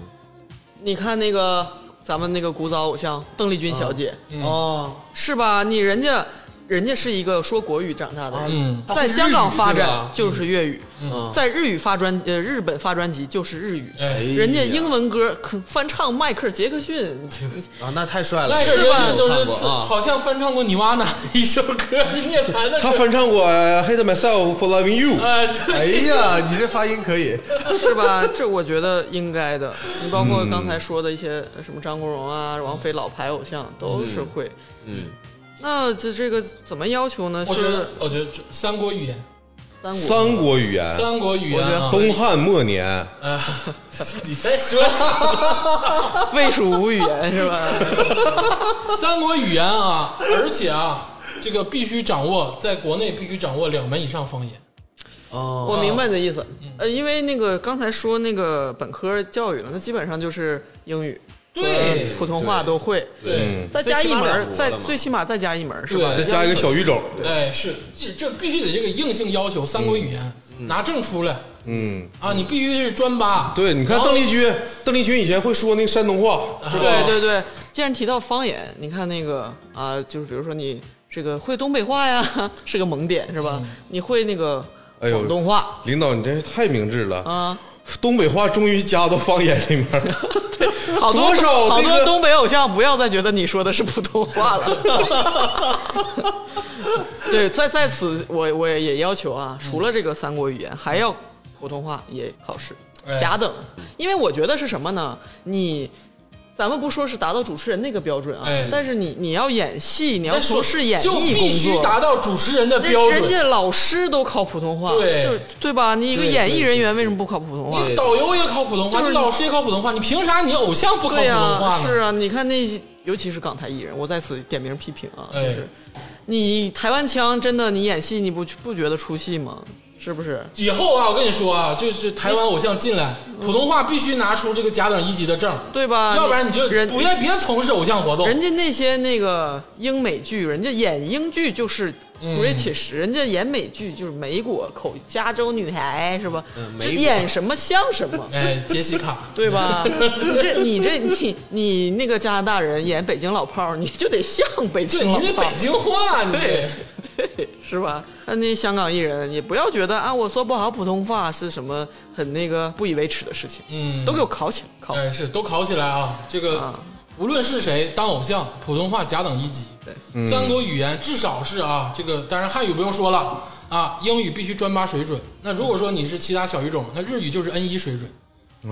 Speaker 3: 你看那个咱们那个古早偶像邓丽君小姐，
Speaker 1: 哦，
Speaker 3: 是吧？你人家人家是一个说国语长大的人，
Speaker 2: 嗯
Speaker 3: 在香港发
Speaker 1: 她会日语对
Speaker 3: 展
Speaker 1: 吧
Speaker 3: 就是粤语，
Speaker 1: 嗯
Speaker 3: 在日语发专呃日本发专辑就是日语，
Speaker 2: 哎
Speaker 3: 人家英文歌可翻唱迈克尔杰克逊， *laughs*
Speaker 1: 啊，那太帅了，
Speaker 2: 赖着
Speaker 1: 吧？
Speaker 2: 人都是
Speaker 1: 我看
Speaker 2: 自
Speaker 1: 过啊，
Speaker 2: 好像翻唱过尼瓦娜的一首歌，涅槃的歌
Speaker 4: 他翻唱过《I Hate Myself for Loving You》，
Speaker 2: 呃，对，
Speaker 1: 哎呀，你这发音可以，
Speaker 3: 是吧？这我觉得应该的。你包括刚才说的一些什么张国荣啊、王菲老牌偶像都是会。
Speaker 1: 嗯，
Speaker 3: 那这这个怎么要求呢？
Speaker 2: 我觉
Speaker 3: 是
Speaker 2: 得，我觉得这三国语言，
Speaker 3: 三国
Speaker 4: 三国语言，
Speaker 2: 三国语言
Speaker 3: 我觉
Speaker 2: 啊
Speaker 3: 得，
Speaker 4: 东汉末年，
Speaker 2: 你再说
Speaker 3: 魏蜀吴语言是吧？
Speaker 2: 三国语言啊，而且啊，这个必须掌握，在国内必须掌握两门以上方言。
Speaker 1: 哦，
Speaker 3: 我明白你的意思。呃，因为那个刚才说那个本科教育了，那基本上就是英语、
Speaker 2: 对
Speaker 3: 普通话都会，
Speaker 2: 对，
Speaker 3: 再加一
Speaker 1: 最起
Speaker 3: 门
Speaker 1: 码两
Speaker 3: 儿，
Speaker 1: 个
Speaker 3: 再
Speaker 1: 了嘛
Speaker 3: 最起码再加一门儿是吧？
Speaker 2: 对
Speaker 4: 再加一个小语种，
Speaker 2: 哎，是这这必须得这个硬性要求，三国语言拿证出来
Speaker 4: 嗯，
Speaker 2: 啊，你必须是专八。
Speaker 4: 对，你看
Speaker 2: 然后
Speaker 4: 邓丽君，邓丽君以前会说那山东话，
Speaker 2: 啊
Speaker 3: 对对对，既然提到方言，你看那个啊、就是比如说你这个会东北话呀， *laughs* 是个萌点是
Speaker 1: 嗯
Speaker 3: 吧？你会那个
Speaker 4: 哎呦
Speaker 3: 广东话、
Speaker 4: 领导你真是太明智了，
Speaker 3: 啊，
Speaker 4: 东北话终于加到方言里面了，
Speaker 3: *laughs* 好多
Speaker 4: 多少
Speaker 3: 好
Speaker 4: 这
Speaker 3: 多
Speaker 4: 个
Speaker 3: 东北偶像不要再觉得你说的是普通
Speaker 2: *laughs*
Speaker 3: 话了。对，在在此我我也要求啊，除了这个三国语言，还要普通话也考试
Speaker 2: 哎
Speaker 3: 甲等，因为我觉得是什么呢？你。咱们不说是达到主持人那个标准啊，
Speaker 2: 哎
Speaker 3: 但是你你要演戏，你要
Speaker 2: 再说
Speaker 3: 从事演
Speaker 2: 就
Speaker 3: 艺
Speaker 2: 必
Speaker 3: 工
Speaker 2: 须
Speaker 3: 作，
Speaker 2: 达到主持人的
Speaker 3: 人
Speaker 2: 标
Speaker 3: 人
Speaker 2: 准。
Speaker 3: 家老师都考普通话，
Speaker 2: 对
Speaker 3: 就是对吧？你一个
Speaker 2: 对
Speaker 3: 演艺人员为什么不考普通话？
Speaker 2: 你导游也考普通话，
Speaker 3: 就是
Speaker 2: 你老师也考普通话，你凭啥你偶像不考普
Speaker 3: 对呀、
Speaker 2: 通话呢？
Speaker 3: 是啊，你看那些，尤其是港台艺人，我在此点名批评啊，就
Speaker 2: 哎
Speaker 3: 是、你台湾腔真的，你演戏你不不觉得出戏吗？是不是？
Speaker 2: 以后啊，我跟你说啊，就是台湾偶像进来，普通话必须拿出这个甲等一级的证，
Speaker 3: 对吧？
Speaker 2: 要不然你就
Speaker 3: 啊人
Speaker 2: 不愿别从事偶像活动。
Speaker 3: 人家那些那个英美剧，人家演英剧就是
Speaker 2: 嗯
Speaker 3: British，、人家演美剧就是美国口，加州女孩是吧？
Speaker 2: 嗯
Speaker 3: 这演什么像
Speaker 2: *laughs*
Speaker 3: 什么。
Speaker 2: 哎，杰西卡，
Speaker 3: 对吧？你这你这你你那个加拿大人演北京老炮儿，你就得像北
Speaker 2: 对，
Speaker 3: 京
Speaker 2: 你这
Speaker 3: *laughs* 老炮
Speaker 2: 北
Speaker 3: 儿，
Speaker 2: 京话，你
Speaker 3: 对
Speaker 2: 这
Speaker 3: 对，是吧？那那香港艺人也不要觉得啊，我说不好普通话是什么很那个不以为耻的事情，
Speaker 2: 嗯
Speaker 3: 都给我考起来，考。
Speaker 2: 哎是都考起来啊。这个
Speaker 3: 啊
Speaker 2: 无论是谁当偶像，普通话甲等一级，
Speaker 4: 嗯
Speaker 2: 三国语言至少是啊，这个当然汉语不用说了啊，英语必须专八水准。那如果说你是其他小语种，那日语就是 N 一水准。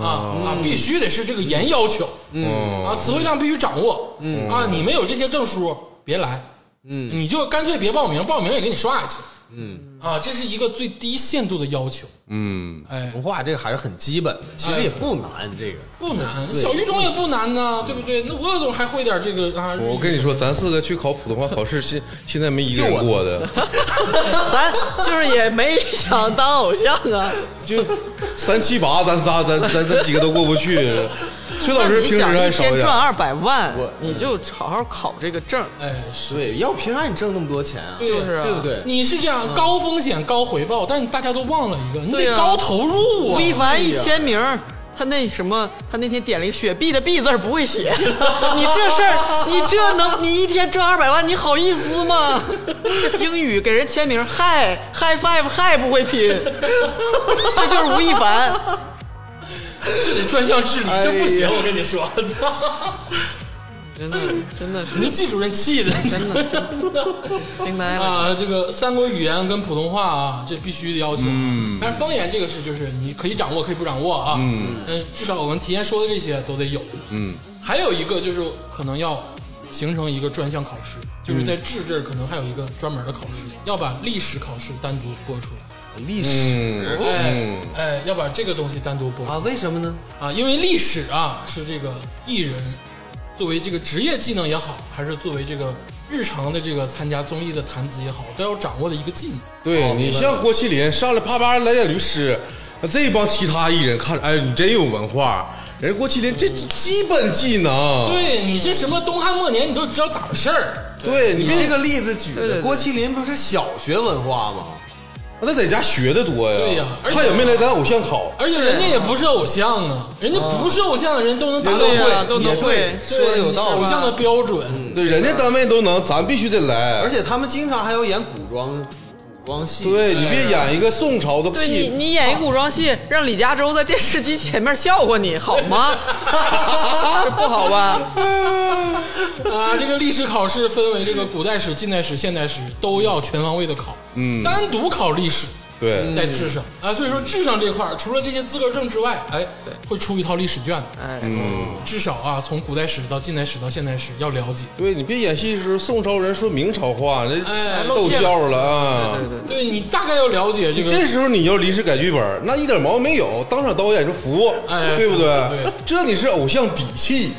Speaker 2: 啊啊！必须得是这个严要求，
Speaker 4: 哦嗯
Speaker 2: 啊，词汇量必须掌握。嗯啊，你没有这些证书，别来。嗯，你就干脆别报名，报名也给你刷下去。嗯啊，这是一个最低限度的要求。
Speaker 4: 嗯，
Speaker 2: 哎，
Speaker 1: 文化这个还是很基本的，其实也不难，这个
Speaker 2: 不难，小语种也不难呢，对不对？那我总还会点这个啊。
Speaker 4: 我跟你说，咱四个去考普通话考试，现现在没一个人过的，
Speaker 3: 咱就是也没想当偶像啊，
Speaker 4: 就三七八，咱仨，咱咱咱几个都过不
Speaker 3: *laughs*
Speaker 4: 去。崔 *laughs* 老
Speaker 3: 那
Speaker 4: 师
Speaker 3: 你
Speaker 4: 平时
Speaker 3: 想
Speaker 4: 还
Speaker 3: 一
Speaker 4: 少
Speaker 3: 天
Speaker 4: 点
Speaker 3: 赚，二百万，你就好好考这个证儿，
Speaker 2: 哎，是
Speaker 1: 对，要凭啥你挣那么多钱啊？
Speaker 2: 对
Speaker 3: 就是啊
Speaker 1: 对不对？
Speaker 2: 你是这样，高风险高回报，但是大家都忘了一个，你
Speaker 3: 对
Speaker 2: 得
Speaker 3: 啊
Speaker 2: 高投入
Speaker 3: 吴
Speaker 2: 啊。
Speaker 3: 亦凡一签名儿，他那什么，他那天点了一个雪碧的碧字儿不会写， *laughs* 你这事儿，你这能，你一天挣二百万，你好意思吗？这英语给人签名嗨嗨 five 嗨不会拼，这就是吴亦凡。
Speaker 2: 哎这得专项治理，这不行，我跟你说。
Speaker 3: 真的真的是
Speaker 2: *laughs* 你季主任气的，
Speaker 3: 真的真的惊呆了。
Speaker 2: 啊，这个三国语言跟普通话啊，这必须的要求。嗯，但是方言这个是就是你可以掌握，可以不掌握啊。嗯，但是至少我们提前说的这些都得有。
Speaker 4: 嗯，
Speaker 2: 还有一个就是可能要形成一个专项考试，就是在智这儿可能还有一个专门的考试，要把历史考试单独播出来。
Speaker 1: 历史
Speaker 4: 嗯，
Speaker 2: 哎哎，要把这个东西单独播出来
Speaker 1: 啊，为什么呢？
Speaker 2: 啊，因为历史啊是这个艺人作为这个职业技能也好，还是作为这个日常的这个参加综艺的谈资也好，都要掌握的一个技能。
Speaker 4: 对你像郭麒麟上来啪啪来点律师，那这帮其他艺人看着，哎，你真有文化，人家郭麒麟这基本技能，
Speaker 2: 对你这什么东汉末年，你都知道咋回事儿。
Speaker 4: 对你
Speaker 1: 你
Speaker 4: 别
Speaker 1: 这个例子举
Speaker 3: 对对
Speaker 1: 的，
Speaker 3: 对
Speaker 1: 郭麒麟不是小学文化吗？
Speaker 4: 那在家学的多呀，
Speaker 2: 对呀而且
Speaker 4: 他也没来咱偶像考，
Speaker 2: 而且人家也不是偶像啊，人家不是偶像的人都能达到
Speaker 3: 对呀、
Speaker 2: 会
Speaker 3: 都能
Speaker 1: 也
Speaker 3: 会
Speaker 1: 对，说的有道理啊
Speaker 2: 偶。像的标准。
Speaker 4: 对，人家单位都能，咱必须得来，
Speaker 1: 而且他们经常还有演古装古装戏，
Speaker 4: 对你别演一个宋朝的
Speaker 3: 对你，
Speaker 4: 戏，
Speaker 3: 你演一古装戏，让李嘉洲在电视机前面笑话你好吗？ *laughs* 这不好吧？
Speaker 2: 啊，这个历史考试分为这个古代史、近代史、现代史，都要全方位的考。
Speaker 4: 嗯
Speaker 2: 单独考历史
Speaker 4: 对，
Speaker 3: 嗯
Speaker 2: 在智商啊，所以说智商这块儿，除了这些资格证之外，哎，会出一套历史卷子。
Speaker 3: 哎，
Speaker 2: 至少啊，从古代史到近代史到现代史要了解。
Speaker 4: 对你别演戏的时候宋朝人说明朝话，
Speaker 2: 哎
Speaker 4: 那逗笑了啊。
Speaker 3: 对对对，
Speaker 2: 对你大概要了解这个，
Speaker 4: 这时候你要临时改剧本，那一点毛病没有，当场导演说服，
Speaker 2: 哎
Speaker 4: 对不
Speaker 2: 对
Speaker 4: 这你是偶像底气，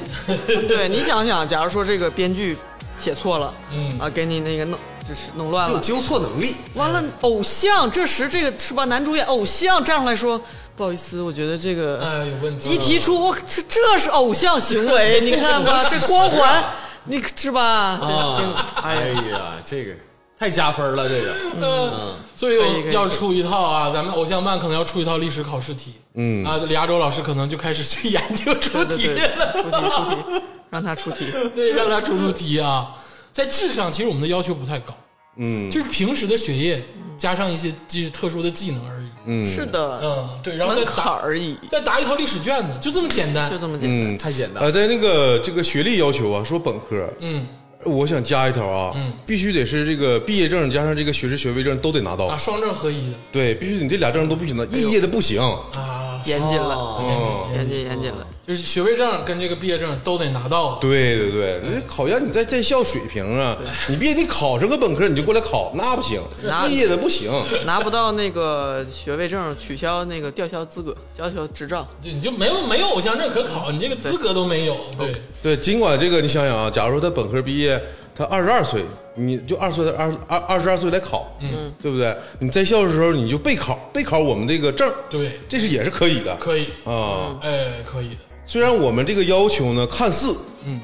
Speaker 3: 对你想想，假如说这个编剧写错了，
Speaker 2: 嗯
Speaker 3: 啊，给你那个弄就是弄乱
Speaker 1: 有
Speaker 3: 了，
Speaker 1: 纠错
Speaker 2: *laughs*
Speaker 1: 能力。
Speaker 3: 完了偶像，这时这个是吧？男主演偶像站上来说，不好意思，我觉得这个
Speaker 2: 哎有问题。
Speaker 3: 一提出我这这是偶像行为，你
Speaker 2: *laughs*
Speaker 3: 看吧，这光环，你是吧？
Speaker 1: 啊，哎呀，这个太加分了，这个
Speaker 2: 嗯，所以
Speaker 3: 可以可以
Speaker 2: 要出一套啊，咱们偶像办可能要出一套历史考试题。嗯啊，李亚洲老师可能就开始去研究出
Speaker 3: 对对
Speaker 2: 题
Speaker 3: 对，
Speaker 2: 了，
Speaker 3: 出题出题，让他出题。
Speaker 2: 对，让他出出题啊。在智上，其实我们的要求不太高，
Speaker 4: 嗯
Speaker 2: 就是平时的学业加上一些就是特殊的技能而已。
Speaker 4: 嗯，
Speaker 3: 是的，
Speaker 2: 嗯，对，然后再
Speaker 3: 门槛
Speaker 2: 答
Speaker 3: 而已，
Speaker 2: 再答一套历史卷子，就这么简单
Speaker 3: 就。这么简单。
Speaker 4: 嗯，
Speaker 1: 太简单了。
Speaker 4: 呃，在那个这个学历要求啊，说本科，
Speaker 2: 嗯
Speaker 4: 我想加一条啊，
Speaker 2: 嗯
Speaker 4: 必须得是这个毕业证加上这个学士学位证都得拿到
Speaker 2: 啊，，哎双证合一的
Speaker 4: 对，必须你这俩证都不行的，肄业的不行，
Speaker 2: 啊，
Speaker 3: 严谨了，
Speaker 2: 哦
Speaker 4: 嗯，
Speaker 3: 严谨严谨了。
Speaker 2: 就是学位证跟这个毕业证都得拿到。
Speaker 4: 对对
Speaker 2: 哎
Speaker 4: 对，你考研你在在校水平啊，你别你考上个本科你就过来考，那不行，
Speaker 3: 那
Speaker 4: 肄业的不行，
Speaker 3: 拿不到那个学位证，取消那个吊销资格、吊销执照。
Speaker 2: 就你就没有没有偶像证可考，你这个资格都没有。对，
Speaker 4: 对，尽管这个你想想啊，假如他本科毕业，他二十二岁，你就二十岁二二二十二岁来考，嗯，对不对？你在校的时候你就备考，备考我们这个证，
Speaker 2: 对
Speaker 4: 这是也是可以的，
Speaker 2: 可以，
Speaker 4: 啊。
Speaker 2: 哎，可以的，
Speaker 4: 虽然我们这个要求呢，看似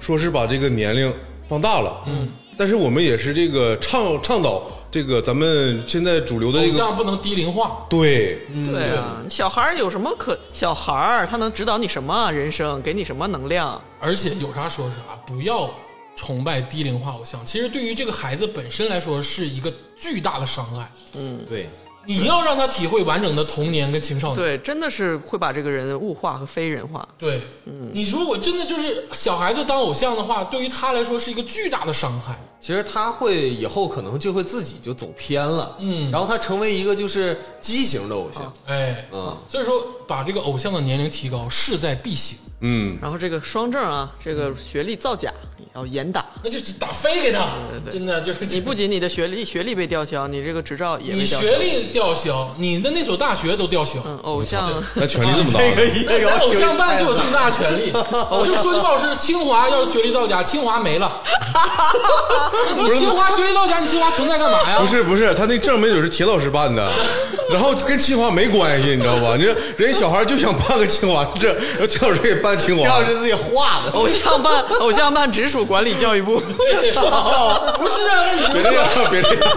Speaker 4: 说是把这个年龄放大了，嗯，但是我们也是这个倡倡导这个咱们现在主流的
Speaker 2: 偶
Speaker 4: 这个
Speaker 2: 像不能低龄化。
Speaker 4: 对，嗯
Speaker 3: 对啊，
Speaker 2: 嗯
Speaker 3: 你小孩儿有什么可？小孩儿他能指导你什么人生，给你什么能量？
Speaker 2: 而且有啥说啥，不要崇拜低龄化偶像。其实对于这个孩子本身来说，是一个巨大的伤害。
Speaker 1: 对，
Speaker 2: 你要让他体会完整的童年跟青少年。
Speaker 3: 对，真的是会把这个人物化和非人化。
Speaker 2: 对，你如果真的就是小孩子当偶像的话，对于他来说是一个巨大的伤害。
Speaker 1: 其实他会以后可能就会自己就走偏了，
Speaker 2: 嗯
Speaker 1: 然后他成为一个就是畸形的偶像，
Speaker 2: 哎，
Speaker 1: 嗯，
Speaker 2: 所以说把这个偶像的年龄提高势在必行，
Speaker 4: 嗯，
Speaker 3: 然后这个双证啊，这个学历造假也要严打。
Speaker 2: 那就打飞给他，真的就是
Speaker 3: 你不仅你的学历学历被吊销，你这个执照也被
Speaker 2: 你
Speaker 3: 吊销。
Speaker 2: 学历吊销，你的那所大学都吊销。
Speaker 3: 嗯，偶像
Speaker 4: 那权力这么 *laughs* 大呢，
Speaker 2: 啊那咱偶像
Speaker 4: 哎
Speaker 2: 办就有这么大权
Speaker 4: *laughs*
Speaker 2: 利，我就说句不好听，清华要是学历造假，清华没
Speaker 4: *laughs*
Speaker 2: 了。你清华学历造假，你清华存在干嘛呀？
Speaker 4: 不是不是，他那证没准是铁老师办的，然后跟清华没关系，你知道吧？你说人家小孩就想办个清华证，然后铁老师给办清华，
Speaker 1: *laughs* 要是自己画的，
Speaker 3: 偶像办 *laughs* 偶像办直属管理教育部。
Speaker 2: *laughs*
Speaker 3: *laughs*
Speaker 2: 不是啊，那你
Speaker 4: 别
Speaker 2: 就
Speaker 4: 这
Speaker 2: 说
Speaker 4: 样，别
Speaker 2: *laughs*
Speaker 4: 这样，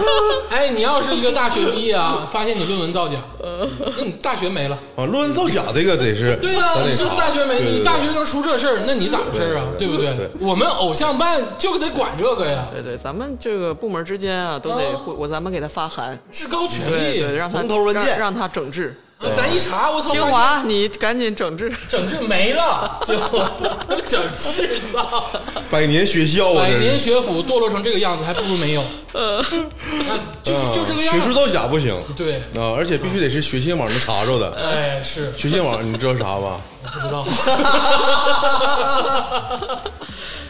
Speaker 2: 哎，你要是一个大学毕业啊，发现你论文造假，
Speaker 3: 嗯
Speaker 2: 那你大学没了。
Speaker 4: 啊，论文造假这个得是，
Speaker 2: 对呀、
Speaker 4: 咱得
Speaker 2: 你是
Speaker 4: 查
Speaker 2: 大学没，
Speaker 4: 对对
Speaker 2: 你
Speaker 4: 对
Speaker 2: 大学能出这事儿，那你咋回事儿啊？对
Speaker 4: 对
Speaker 2: 不
Speaker 4: 对
Speaker 2: 对
Speaker 4: 对对？
Speaker 2: 我们偶像办就得管这个呀，
Speaker 3: 对对，咱们这个部门之间啊，都得
Speaker 2: 啊哎
Speaker 3: 会我咱们给他发函，
Speaker 2: 至高权
Speaker 3: 对
Speaker 2: 力。
Speaker 3: 对，让他
Speaker 1: 红头文件
Speaker 3: 让让他整治。
Speaker 2: 呃咱一查，我操，
Speaker 3: 清
Speaker 2: 发现
Speaker 3: 华，你赶紧整治。
Speaker 2: 整治没了，就 *laughs* 整治操，
Speaker 4: 百年学校啊，
Speaker 2: 百
Speaker 4: 这
Speaker 2: 年
Speaker 4: 是
Speaker 2: 学府堕落成这个样子，还不如没有。那就是就这个样
Speaker 4: 啊学术
Speaker 2: 子。
Speaker 4: 造假不行
Speaker 2: 对，
Speaker 4: 啊，而且必须得是学信网能查
Speaker 2: *laughs*
Speaker 4: 着的。
Speaker 2: 哎，是
Speaker 4: 学信网你知道啥吧？
Speaker 2: 我不知道。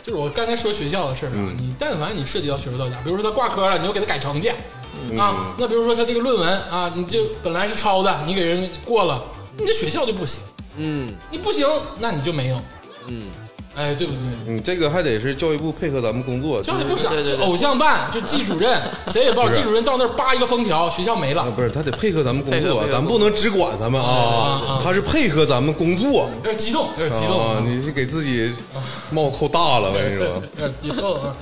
Speaker 2: 就是我刚才说学校的事儿啊，你但凡你涉及到学术造假，比如说他挂科了，你就给他改成绩啊。那比如说他这个论文啊，你就本来是抄的，你给人过了，你这学校就不行。
Speaker 5: 嗯，
Speaker 2: 你不行，那你就没有。嗯，哎，对不对？
Speaker 4: 嗯，这个还得是教育部配合咱们工作。
Speaker 2: 教育
Speaker 4: 就是
Speaker 2: 部傻，
Speaker 3: 对对对
Speaker 2: 就偶像办就季主任，谁也不知道，
Speaker 4: 是
Speaker 2: 季主任到那儿叭一个封条，学校没
Speaker 4: 啊，
Speaker 2: 了。
Speaker 4: 不是，他得配合咱们工
Speaker 3: 配合
Speaker 4: 作
Speaker 3: 配，合
Speaker 4: 咱不能只管他们啊，他是配合咱们工作。
Speaker 2: 有点激动，有点激动
Speaker 3: 哦
Speaker 4: 啊，
Speaker 2: 啊，
Speaker 4: 你是给自己帽扣
Speaker 3: *laughs*
Speaker 4: 大了，我跟你说。
Speaker 2: 有点激动啊。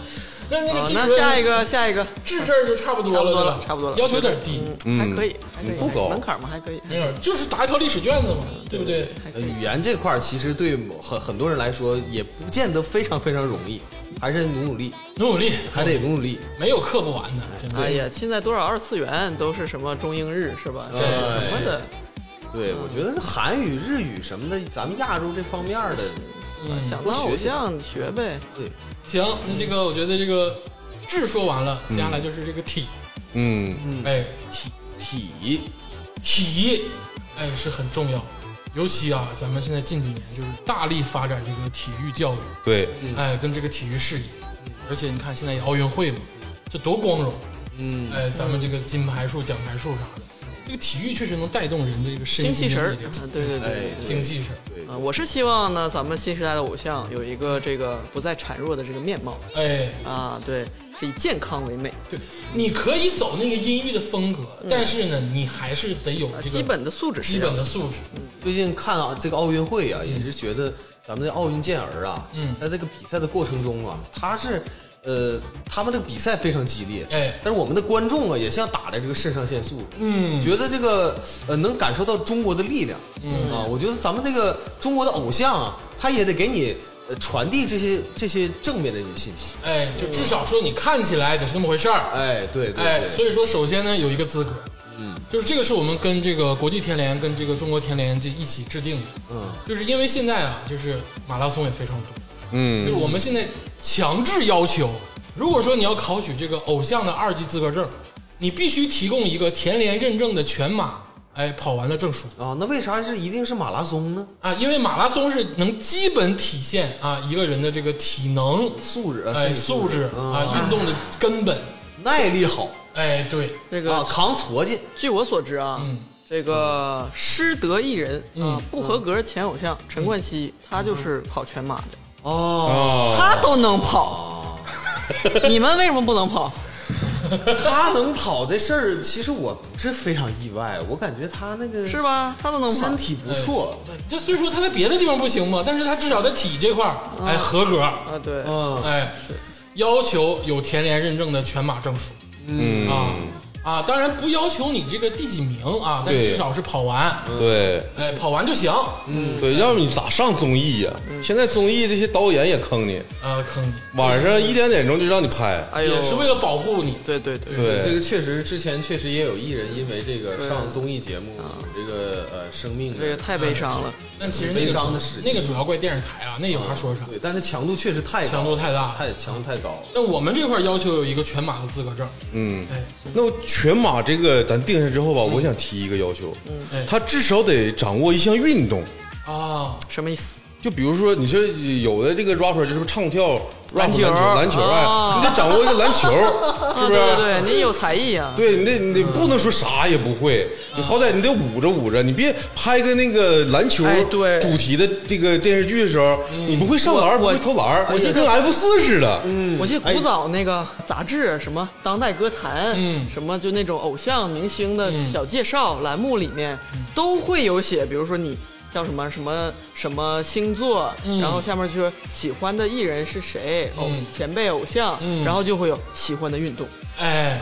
Speaker 2: 那那个
Speaker 3: 好
Speaker 2: 季，主任
Speaker 3: 哦那下一个，下一个，
Speaker 2: 至这儿就差不多了，
Speaker 3: 差不多了
Speaker 2: 对吧
Speaker 3: 差不多了
Speaker 2: 要求有点低，
Speaker 4: 嗯
Speaker 3: 还可以，还可以，
Speaker 4: 不高
Speaker 3: 门槛嘛，还可以。
Speaker 2: 没有，就是答一套历史卷子嘛，对不对？
Speaker 3: 还可
Speaker 1: 呃
Speaker 3: 以
Speaker 1: 语言这块儿其实对某很很多人来说也不见得非常非常容易，还是努努力，
Speaker 2: 努努力，
Speaker 1: 还得努努力。
Speaker 2: 没有刻不完的，真的。
Speaker 3: 哎呀，现在多少二次元都是什么中英日是吧？
Speaker 2: 对
Speaker 3: 什么的，
Speaker 1: 对，
Speaker 2: 嗯
Speaker 1: 我觉得韩语、日语什么的，咱们亚洲这方面的，
Speaker 2: 嗯
Speaker 3: 啊想当偶像学呗。
Speaker 1: 对，
Speaker 2: 行，那这个我觉得这个智说完了，接下来就是这个体，
Speaker 4: 嗯，
Speaker 2: 哎，体
Speaker 1: 体
Speaker 2: 体，哎是很重要，尤其啊，咱们现在近几年就是大力发展这个体育教育，
Speaker 4: 对，
Speaker 2: 哎，跟这个体育事业，而且你看现在也奥运会嘛，这多光荣，
Speaker 5: 嗯，
Speaker 2: 哎，咱们这个金牌数、奖牌数啥的，这个体育确实能带动人的这个身
Speaker 3: 精
Speaker 2: 心
Speaker 3: 气
Speaker 2: 的
Speaker 3: 神儿，
Speaker 2: 力量，哎
Speaker 3: 啊对
Speaker 1: 哎
Speaker 3: 对对对对。
Speaker 2: 精气神儿，
Speaker 3: 啊，我是希望呢，咱们新时代的偶像有一个这个不再孱弱的这个面貌
Speaker 2: 哎，
Speaker 3: 啊，对，是以健康为美，啊
Speaker 2: 对，你可以走那个阴郁的风格，但是呢，你还是得有
Speaker 3: 嗯啊
Speaker 2: 这个
Speaker 3: 基本的素质是
Speaker 2: 基
Speaker 3: 要
Speaker 2: 本的素质，
Speaker 1: 最近看啊这个奥运会啊，也是觉得咱们的奥运健儿啊，
Speaker 2: 嗯
Speaker 1: 在这个比赛的过程中啊，他是呃，他们这个比赛非常激烈，
Speaker 2: 哎
Speaker 1: 但是我们的观众啊，也像打的这个肾上腺素，
Speaker 2: 嗯
Speaker 1: 觉得这个呃能感受到中国的力量，嗯啊，我觉得咱们这个中国的偶像啊，他也得给你呃传递这些这些正面的信息，
Speaker 2: 哎，就至少说你看起来得是那么回事
Speaker 3: 啊
Speaker 2: 儿，
Speaker 1: 哎，对对
Speaker 2: 哎，
Speaker 1: 对，
Speaker 2: 所以说首先呢有一个资格，嗯，就是这个是我们跟这个国际田联跟这个中国田联这一起制定的，
Speaker 1: 嗯，
Speaker 2: 就是因为现在啊，就是马拉松也非常多，就
Speaker 4: 嗯
Speaker 2: 是我们现在强制要求，如果说你要考取这个偶像的二级资格证，你必须提供一个田联认证的全马，哎，跑完的证书。
Speaker 1: 啊，那为啥是一定是马拉松呢？
Speaker 2: 啊，因为马拉松是能基本体现啊一个人的这个体能、
Speaker 1: 素质啊，
Speaker 2: 哎
Speaker 1: 身体
Speaker 2: 素质
Speaker 1: 啊，
Speaker 2: 啊运动的根本，
Speaker 1: 耐力好
Speaker 2: 哎对，
Speaker 3: 这
Speaker 1: 啊，
Speaker 3: 个
Speaker 1: 扛矬劲，
Speaker 3: 据我所知啊，
Speaker 2: 嗯
Speaker 3: 这个师德艺人啊，不合格前偶像陈冠希，
Speaker 2: 嗯
Speaker 3: 他就是跑全马的，
Speaker 4: 啊，
Speaker 3: 他都能跑，你们为什么不能跑？
Speaker 1: 他能跑这事儿，其实我不是非常意外，我感觉他那个
Speaker 3: *laughs* 是？吧？他都能跑
Speaker 1: 身，体不错，
Speaker 2: 这虽说他在别的地方不行嘛，但是他至少在体这块儿哎合格，
Speaker 3: 啊，对，
Speaker 1: 嗯，
Speaker 2: 哎，要求有田联认证的全马证书
Speaker 4: 嗯，
Speaker 2: 啊啊，当然不要求你这个第几名啊，但
Speaker 4: 对
Speaker 2: 至少是跑完，
Speaker 1: 嗯
Speaker 4: 对，嗯
Speaker 2: 哎跑完就行，
Speaker 3: 嗯
Speaker 4: 对，要不你咋上综艺呀？现在综艺这些导演也坑你，
Speaker 2: 呃坑你，
Speaker 4: 晚上一两点钟就让你拍，
Speaker 3: 哎呦
Speaker 2: 也，是为了保护你，
Speaker 3: 对对对，
Speaker 1: 这
Speaker 4: 对
Speaker 1: 个确实之前确实也有艺人因为这个上综艺节目，这个呃生命
Speaker 3: 这个太悲伤了，
Speaker 2: 但其实那个
Speaker 1: 悲伤的
Speaker 2: 主
Speaker 1: 事情
Speaker 2: 那个主要怪电视台啊，那有啥说啥，
Speaker 1: 对，但是强度确实太高
Speaker 2: 强度太大了。
Speaker 1: 太强度太高了。
Speaker 2: 那我们这块儿要求有一个全马的资格证，
Speaker 4: 嗯。
Speaker 2: 哎，
Speaker 4: 那我全马这个咱定下之后吧，
Speaker 3: 嗯
Speaker 4: 我想提一个要求，
Speaker 2: 哎
Speaker 4: 他至少得掌握一项运动，
Speaker 2: 啊，
Speaker 3: 什么意思？
Speaker 4: 就比如说，你说有的这个 rapper 就是唱跳 rap
Speaker 3: 篮球
Speaker 4: 篮球
Speaker 3: 啊
Speaker 4: 哎，你得掌握一个篮球，
Speaker 3: 啊， *laughs*
Speaker 4: 是不
Speaker 3: 对对
Speaker 4: 是？
Speaker 3: 对，嗯你有才艺啊，
Speaker 4: 对，你得你得不能说啥也不会，你好歹你得捂着捂着，你别拍个那个篮球
Speaker 3: 哎对嗯
Speaker 4: 主题的这个电视剧的时候，你不会上篮，不
Speaker 3: 我
Speaker 4: 会投篮，
Speaker 3: 我记
Speaker 4: 就
Speaker 3: 得嗯
Speaker 4: 跟 F 四似的。
Speaker 2: 嗯
Speaker 3: 我
Speaker 2: 哎
Speaker 3: 记得古早那个杂志，什么当代歌坛，
Speaker 2: 嗯
Speaker 3: 什么就那种偶像明星的小介绍栏目里面，
Speaker 2: 嗯
Speaker 3: 都会有写，比如说你叫什么什么什么星座，
Speaker 2: 嗯
Speaker 3: 然后下面就说喜欢的艺人是谁，偶前辈偶像，
Speaker 2: 嗯
Speaker 3: 然后就会有喜欢的运动，
Speaker 2: 哎，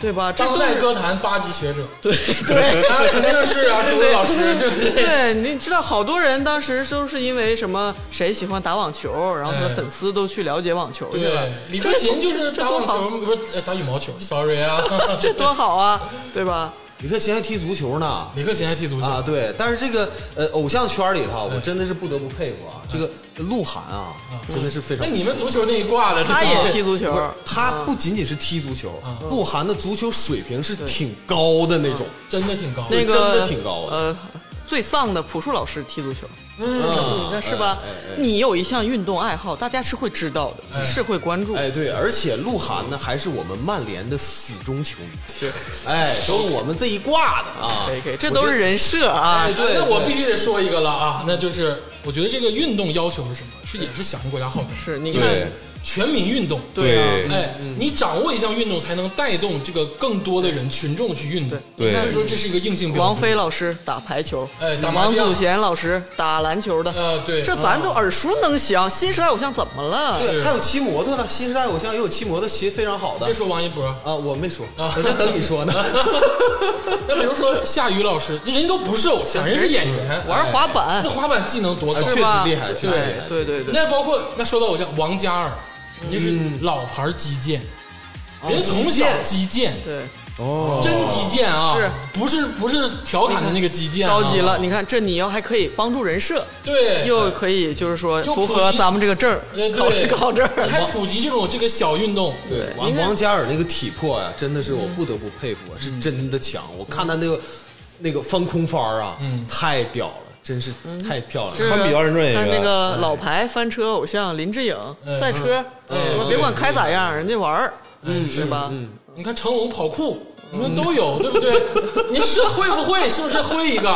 Speaker 3: 对吧？这
Speaker 2: 当
Speaker 3: 都
Speaker 2: 代
Speaker 3: 是
Speaker 2: 歌坛八级学者，
Speaker 3: *laughs* 对
Speaker 2: *laughs*
Speaker 3: 对。
Speaker 2: 啊，肯定是啊，朱子老师，对不对？
Speaker 3: 对，你知道好多人当时都是因为什么谁喜欢打网球，然后他的
Speaker 2: 哎
Speaker 3: 粉丝都去了解网球去了
Speaker 2: 对。，李克勤就是
Speaker 3: 这
Speaker 2: 打
Speaker 3: 多
Speaker 2: 网
Speaker 3: 好
Speaker 2: 球，不是呃打羽毛球，sorry 啊， *laughs*
Speaker 1: *laughs*
Speaker 3: 这多好啊，对吧？
Speaker 1: 李克勤还踢足球呢，
Speaker 2: 李克勤还踢足球
Speaker 1: 啊，对，但是这个呃偶像圈里头，我真的是不得不佩服啊，这个鹿晗啊，真的是非常
Speaker 2: 那。你们足球那一挂的，*laughs*
Speaker 3: 他也踢
Speaker 2: 足
Speaker 3: 足球
Speaker 1: 啊不是，，他不仅仅是踢足球
Speaker 2: 啊，
Speaker 1: 鹿晗的足球水平是挺高的那种。
Speaker 2: 真的挺高。
Speaker 3: 那个
Speaker 1: 真的挺高啊的
Speaker 3: 呃，最丧的朴树老师踢足球，
Speaker 1: 嗯
Speaker 3: 那是吧？你有一项运动爱好，大家是会知道
Speaker 2: 哎
Speaker 3: 的，是会关注。
Speaker 1: 哎，对，而且鹿晗呢，还是我们曼联的死忠球迷，哎，都是我们这一挂的啊
Speaker 3: 可。以可以，这都是人设啊
Speaker 1: 哎，。对，
Speaker 2: 那我
Speaker 1: 对
Speaker 2: 必须得说一个了啊，那就是我觉得这个运动要求是什么？是也是响应国家号召，
Speaker 3: 是你看
Speaker 4: 对
Speaker 2: 全民运动。
Speaker 3: 对啊
Speaker 2: 哎，你掌握一项运动，才能带动这个更多的人群众去运动。
Speaker 4: 对
Speaker 2: 所以说这是一个硬性标准。
Speaker 3: 王菲老师打排球，
Speaker 2: 哎打麻
Speaker 3: 王
Speaker 2: 将
Speaker 3: 祖贤老师打篮球的，
Speaker 2: 呃对
Speaker 3: 这咱都耳熟能详。新时代偶像怎么了？
Speaker 1: 对
Speaker 2: 是
Speaker 1: 还有骑摩托呢，新时代偶像也有骑摩托骑得非常好的
Speaker 2: 别说王一博，
Speaker 1: 啊，我没说，我在等你说呢。
Speaker 2: *laughs* 那比如说夏雨老师，这人都不是偶像，人是演员，
Speaker 3: 玩滑板
Speaker 2: 那滑板技能多高
Speaker 1: 哎？
Speaker 3: 是
Speaker 1: 确
Speaker 3: 吧？
Speaker 1: 实厉害确实厉
Speaker 3: 对
Speaker 1: 害
Speaker 3: 对对对，
Speaker 2: 那包括那说到偶像王嘉尔，人家
Speaker 3: 嗯
Speaker 2: 是老牌击剑，
Speaker 3: 哦
Speaker 2: 人家从小击剑，
Speaker 3: 对
Speaker 1: 哦
Speaker 2: 真击剑啊，
Speaker 3: 哦是
Speaker 2: 不是不是调侃的那个击剑、啊？
Speaker 3: 高级了。，你看这你要还可以帮助人设，
Speaker 2: 对，
Speaker 3: 又可以就是说
Speaker 2: 又
Speaker 3: 符
Speaker 2: 普
Speaker 3: 合
Speaker 2: 及
Speaker 3: 咱们这个证儿
Speaker 2: 呃，
Speaker 3: 考
Speaker 2: 对，
Speaker 3: 考证
Speaker 2: 你还
Speaker 3: 儿。
Speaker 2: 普及这种这个小运动，
Speaker 1: 对，
Speaker 3: 您
Speaker 1: 王
Speaker 3: 看
Speaker 1: 王嘉尔那个体魄呀、真的是我不得不佩服啊，是真的强。我看他那个那个翻空翻儿啊，太屌了，真是太漂亮了。
Speaker 4: 堪比二人转演员
Speaker 3: 啊看那个老牌翻车偶像林志颖，
Speaker 2: 哎
Speaker 3: 赛车，
Speaker 2: 嗯
Speaker 3: 我
Speaker 2: 哎
Speaker 3: 别管开咋样，人家玩儿，
Speaker 2: 嗯
Speaker 3: 是吧？
Speaker 2: 你看成龙跑酷。你
Speaker 3: 嗯
Speaker 2: 们都有对不
Speaker 3: *laughs*
Speaker 2: 对？你是会不会？是不是会一个？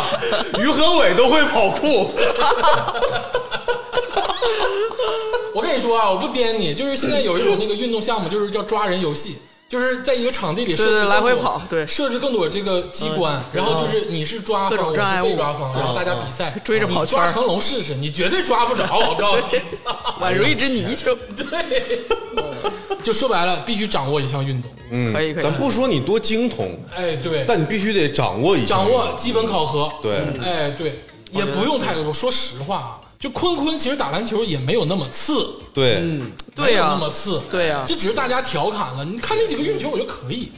Speaker 3: 嗯
Speaker 4: 于和伟都会跑酷，
Speaker 2: 我跟你说啊，我不颠你，就是现在有一种那个运动项目，就是叫抓人游戏，就是在一个场地里设置
Speaker 3: 对对
Speaker 2: 更多
Speaker 3: 来回跑对嗯
Speaker 2: 设置更多这个机关，然后就是你是抓
Speaker 3: 各
Speaker 2: 方，
Speaker 3: 种
Speaker 2: 我
Speaker 3: 障
Speaker 2: 是
Speaker 3: 碍
Speaker 2: 被
Speaker 3: 物
Speaker 2: 抓方，然后大家比赛
Speaker 3: 哦追着跑
Speaker 2: 你
Speaker 3: 圈儿
Speaker 2: 抓成龙试试，你绝对抓不着，我
Speaker 3: *laughs*
Speaker 2: 告诉你，
Speaker 3: 宛如一只泥鳅，
Speaker 2: 对，就说白了，必须掌握一项运动，
Speaker 4: 嗯
Speaker 3: *laughs* 可以可以
Speaker 4: 咱不说你多精通，
Speaker 2: 哎，对，
Speaker 4: 但你必须得掌握一下
Speaker 2: 掌握基本考核，
Speaker 4: 对
Speaker 2: 哎，对，
Speaker 3: 哦
Speaker 2: 也不用太多。说实话啊，就坤坤其实打篮球也没有那么次，
Speaker 4: 对，
Speaker 2: 没
Speaker 3: 对呀
Speaker 2: 有那么次，
Speaker 3: 对呀
Speaker 2: 这只是大家调侃了。你看那几个运球，我觉得可以，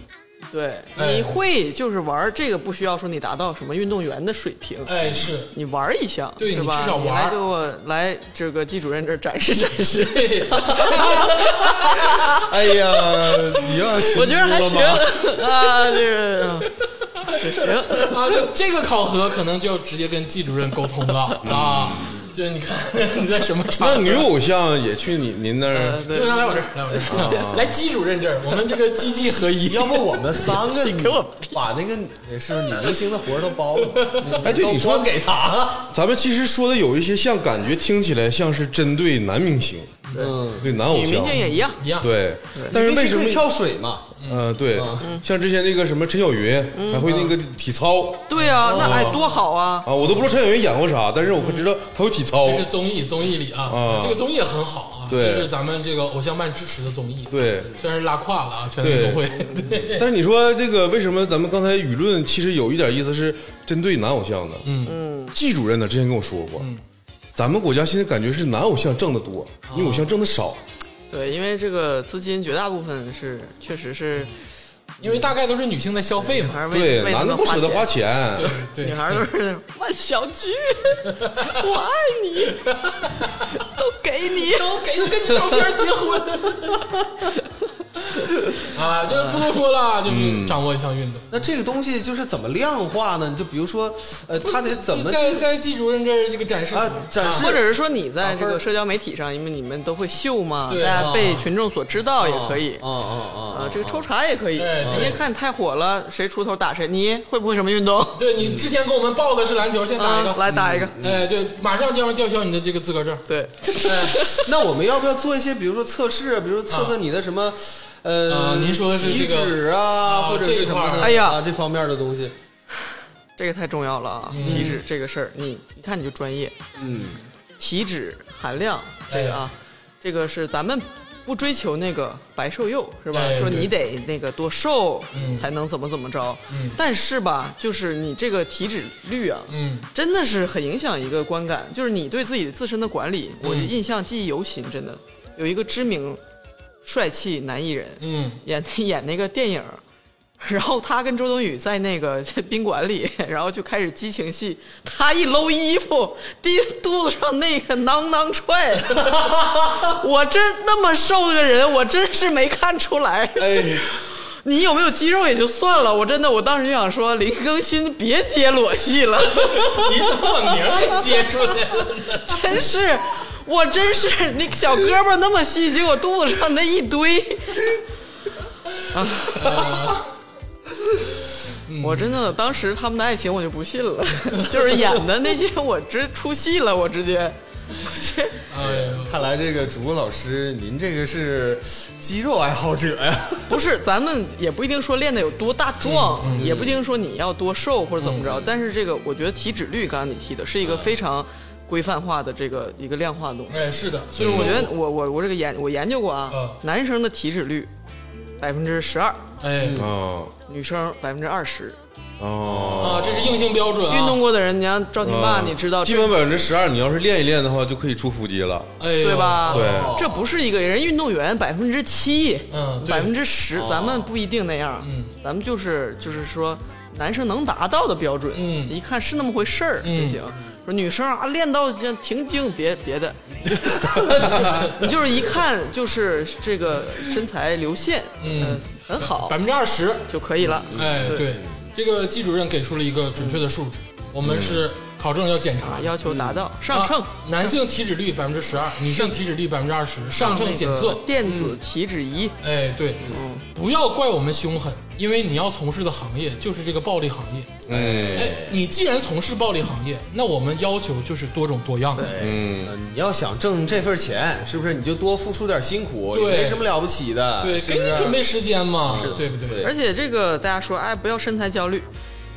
Speaker 3: 对，
Speaker 2: 哎
Speaker 3: 你会就是玩儿这个，不需要说你达到什么运动员的水平，
Speaker 2: 哎，是， *laughs*
Speaker 3: 你玩儿一项，
Speaker 2: 对
Speaker 3: 是
Speaker 2: 你
Speaker 3: 吧？
Speaker 2: 至少玩儿
Speaker 3: 来给我来这个季主任这儿展示展
Speaker 4: *laughs*
Speaker 3: 示，
Speaker 1: 哎呀，你要
Speaker 3: *laughs* 我觉得还行 *laughs* 啊，这个嗯这行。
Speaker 4: *laughs*
Speaker 2: 啊，就这个考核可能就要直接跟季主任沟通了啊。就是你看你在什么场合
Speaker 4: 那女偶像也去你您那儿
Speaker 3: 呃，对
Speaker 2: 对，来我这儿，来我这儿，来季主任这儿，我们这个基技合一。
Speaker 1: *laughs* 要不我们三 *laughs* 个
Speaker 3: 你给我
Speaker 1: 把那个呃是不是女明星的活儿都包了？
Speaker 4: 哎对
Speaker 1: 都
Speaker 4: 你说
Speaker 1: 光给他了。 *laughs*
Speaker 4: 咱们其实说的有一些像，感觉听起来像是针对男明星，
Speaker 1: 嗯，
Speaker 4: 对男偶
Speaker 3: 女明
Speaker 4: 像
Speaker 3: 星，也一样，
Speaker 2: 一样，
Speaker 4: 对，但是为
Speaker 1: 你必须
Speaker 4: 什么
Speaker 1: 可以？跳水嘛？
Speaker 4: 嗯，对，像之前那个什么陈小云，还会那个体操
Speaker 3: 对
Speaker 4: 哦
Speaker 3: 啊，那哎多好啊！
Speaker 4: 啊，我都不知道陈小云演过啥，但是我可知道她会体操
Speaker 2: 这。是综艺综艺里啊
Speaker 4: 啊，
Speaker 2: 这个综艺也很好啊，
Speaker 4: 对
Speaker 2: 这是咱们这个偶像办支持的综艺，
Speaker 4: 对，
Speaker 2: 虽然是拉胯了啊，全运都会，对，
Speaker 4: 但是你说这个为什么咱们刚才舆论其实有一点意思是针对男偶像的？嗯嗯，季主任呢之前跟我说过，咱们国家现在感觉是男偶像挣得多，女偶像挣得少。
Speaker 3: 对，因为这个资金绝大部分是确实是
Speaker 2: 因为大概都是女性在消费
Speaker 3: 还
Speaker 2: 嘛，
Speaker 3: 是为
Speaker 4: 对，
Speaker 3: 为他
Speaker 4: 男的
Speaker 3: 们
Speaker 4: 不舍得花
Speaker 3: 花，
Speaker 4: 钱。
Speaker 2: 对
Speaker 3: 女
Speaker 2: 对，
Speaker 3: 孩都
Speaker 4: *laughs*
Speaker 3: 是万小菊， *laughs* 我爱你，都给你。
Speaker 2: *laughs* 都给都跟你照片结婚，啊，这不多说了啊，就是掌握一项运动。
Speaker 1: 那这个东西就是怎么量化呢？你就比如说，呃，他得怎么
Speaker 2: 在在季主任这儿这个展示
Speaker 1: 啊展示
Speaker 3: 或者是说你在这个社交媒体上，因为你们都会秀嘛，大
Speaker 2: 对
Speaker 3: 家
Speaker 4: 哦
Speaker 3: 被群众所知道也可以
Speaker 1: 啊啊
Speaker 3: 啊，这个抽查也可以。
Speaker 2: 对对
Speaker 3: 人家看你太火了，谁出头打谁。你会不会什么运动？
Speaker 2: 对你之前给我们报的是篮球，现在打一
Speaker 3: 啊，
Speaker 2: 个，
Speaker 3: 来打一个。
Speaker 2: 哎，对，马上就要吊销你的这个资格证。
Speaker 3: 对，
Speaker 1: 啊！ *laughs* 那我们要不要做一些，比如说测试，比如测测你的什么，
Speaker 2: 啊
Speaker 1: 呃，
Speaker 2: 您说的是
Speaker 1: 体
Speaker 2: 这个
Speaker 1: 脂
Speaker 2: 啊
Speaker 1: 啊，或者
Speaker 2: 这一
Speaker 1: 是什么
Speaker 2: 块
Speaker 1: 的？
Speaker 2: 儿
Speaker 3: 哎呀
Speaker 1: 啊这方面的东西，
Speaker 3: 这个太重要了啊！体脂这个事儿，你一看你就专业。
Speaker 1: 嗯，
Speaker 3: 体脂含量这个
Speaker 2: 哎
Speaker 3: 啊，这个是咱们不追求那个白瘦幼是吧
Speaker 2: 哎？
Speaker 3: 说
Speaker 2: 对
Speaker 3: 你得那个多瘦
Speaker 2: 嗯
Speaker 3: 才能怎么怎么着
Speaker 2: 嗯，
Speaker 3: 但是吧，就是你这个体脂率啊，
Speaker 2: 嗯，
Speaker 3: 真的是很影响一个观感，就是你对自己自身的管理，我就印象记忆犹新。真的有一个知名帅气男艺人
Speaker 2: 嗯
Speaker 3: 演演那个电影 *laughs* 然后他跟周冬雨在那个 *laughs* 在宾馆里，然后就开始激情戏。他一搂衣服，滴肚子上那个囊囊踹。 *laughs* 我真那么瘦的个人，我真是没看出来。 *laughs*
Speaker 4: 哎，
Speaker 3: 你有没有肌肉也就算了，我真的我当时就想说，林更新别接裸戏了，
Speaker 2: 你怎么把 *laughs* 名儿给接出来了呢？
Speaker 3: 真是，我真是那小胳膊那么细，结果肚子上那一堆，啊，我真的当时他们的爱情我就不信了，就是演的那些我直出戏了，我直接，我这
Speaker 2: 哎呦，
Speaker 1: 看来这个主播老师，您这个是肌肉爱好者呀、
Speaker 3: 不是，咱们也不一定说练的有多大壮，也不一定说你要多瘦或者怎么着，但是这个我觉得体脂率，刚刚你提的是一个非常规范化的这个一个量化的东西。
Speaker 2: 哎，是的，所以说
Speaker 3: 我觉得我我我这个研我研究过啊，
Speaker 2: 嗯
Speaker 3: 男生的体脂率百分之十二，
Speaker 2: 哎
Speaker 4: 啊
Speaker 3: 女生百分之二十。
Speaker 2: 啊，
Speaker 4: 哦，
Speaker 2: 这是硬性标准啊。
Speaker 3: 运动过的人，你像赵婷
Speaker 4: 啊
Speaker 3: 爸，你知道
Speaker 4: 基
Speaker 3: 这，
Speaker 4: 本百分之十二，你要是练一练的话，就可以出腹肌了。
Speaker 2: 哎呦，
Speaker 3: 对吧？
Speaker 4: 对
Speaker 3: 这不是一个人运动员百分之七，
Speaker 2: 嗯对
Speaker 3: 百分之十，咱们不一定那样，嗯，咱们就是就是说男生能达到的标准，
Speaker 2: 嗯
Speaker 3: 一看是那么回事儿就行。说女生啊，练到像停经，别
Speaker 2: *laughs*
Speaker 3: 别的，你就是一看就是这个身材流线，嗯、很好
Speaker 2: 百分之二十，
Speaker 3: 就可以了。
Speaker 2: 哎，
Speaker 3: 嗯对
Speaker 2: 对，这个季主任给出了一个准确的数值，我们是考证要检查
Speaker 3: 啊，。要求达到、上秤
Speaker 2: 啊。男性体脂率百分之十二，女性体脂率百分之二十，上
Speaker 3: 那
Speaker 2: 秤
Speaker 3: 个
Speaker 2: 检测。
Speaker 3: 呃电嗯子体脂仪，
Speaker 2: 哎，对，不要怪我们凶狠，因为你要从事的行业就是这个暴力行业。
Speaker 4: 哎，
Speaker 2: 哎，你既然从事暴力行业，那我们要求就是多种多样的。
Speaker 1: 呃你要想挣这份钱，是不是你就多付出点辛苦？
Speaker 2: 对
Speaker 1: 也没什么了不起的。
Speaker 2: 对，
Speaker 1: 是
Speaker 2: 给
Speaker 1: 不
Speaker 2: 你
Speaker 1: 是
Speaker 2: 准备时间嘛，对不对？
Speaker 1: 对
Speaker 3: 而且这个大家说，哎，不要身材焦虑，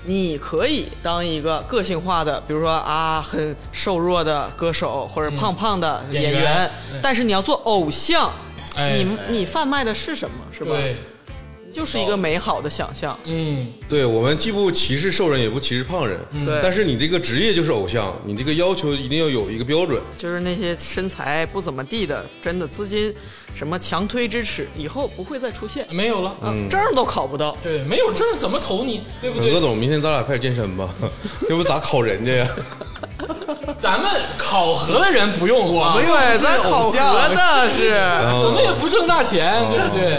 Speaker 3: 你可以当一个个性化的，比如说啊，很瘦弱的歌手或者胖胖的
Speaker 2: 演
Speaker 3: 演员，
Speaker 2: 员对
Speaker 3: 但是你要做偶像，
Speaker 2: 哎
Speaker 3: 你你贩卖的是什么？是吧？
Speaker 2: 对，
Speaker 3: 就是一个美好的想象。
Speaker 2: 嗯，
Speaker 4: 对我们既不歧视瘦人，也不歧视胖人，
Speaker 3: 对
Speaker 4: 但是你这个职业就是偶像，你这个要求一定要有一个标准。
Speaker 3: 就是那些身材不怎么地的，真的资金什么强推支持，以后不会再出现，
Speaker 2: 没有了。
Speaker 3: 啊证儿都考不到。
Speaker 2: 对，没有证儿怎么投你？对不
Speaker 3: 嗯
Speaker 4: 葛
Speaker 2: 对？
Speaker 4: 总，明天咱俩开始健身吧，要不咋考人家呀？
Speaker 2: 咱们考核的人不用，我
Speaker 1: 没有
Speaker 3: 对，咱
Speaker 1: 是
Speaker 3: 考
Speaker 1: 偶像
Speaker 3: *laughs* 核的
Speaker 4: 啊
Speaker 3: 是，
Speaker 2: 我们也不挣大钱，对啊不对？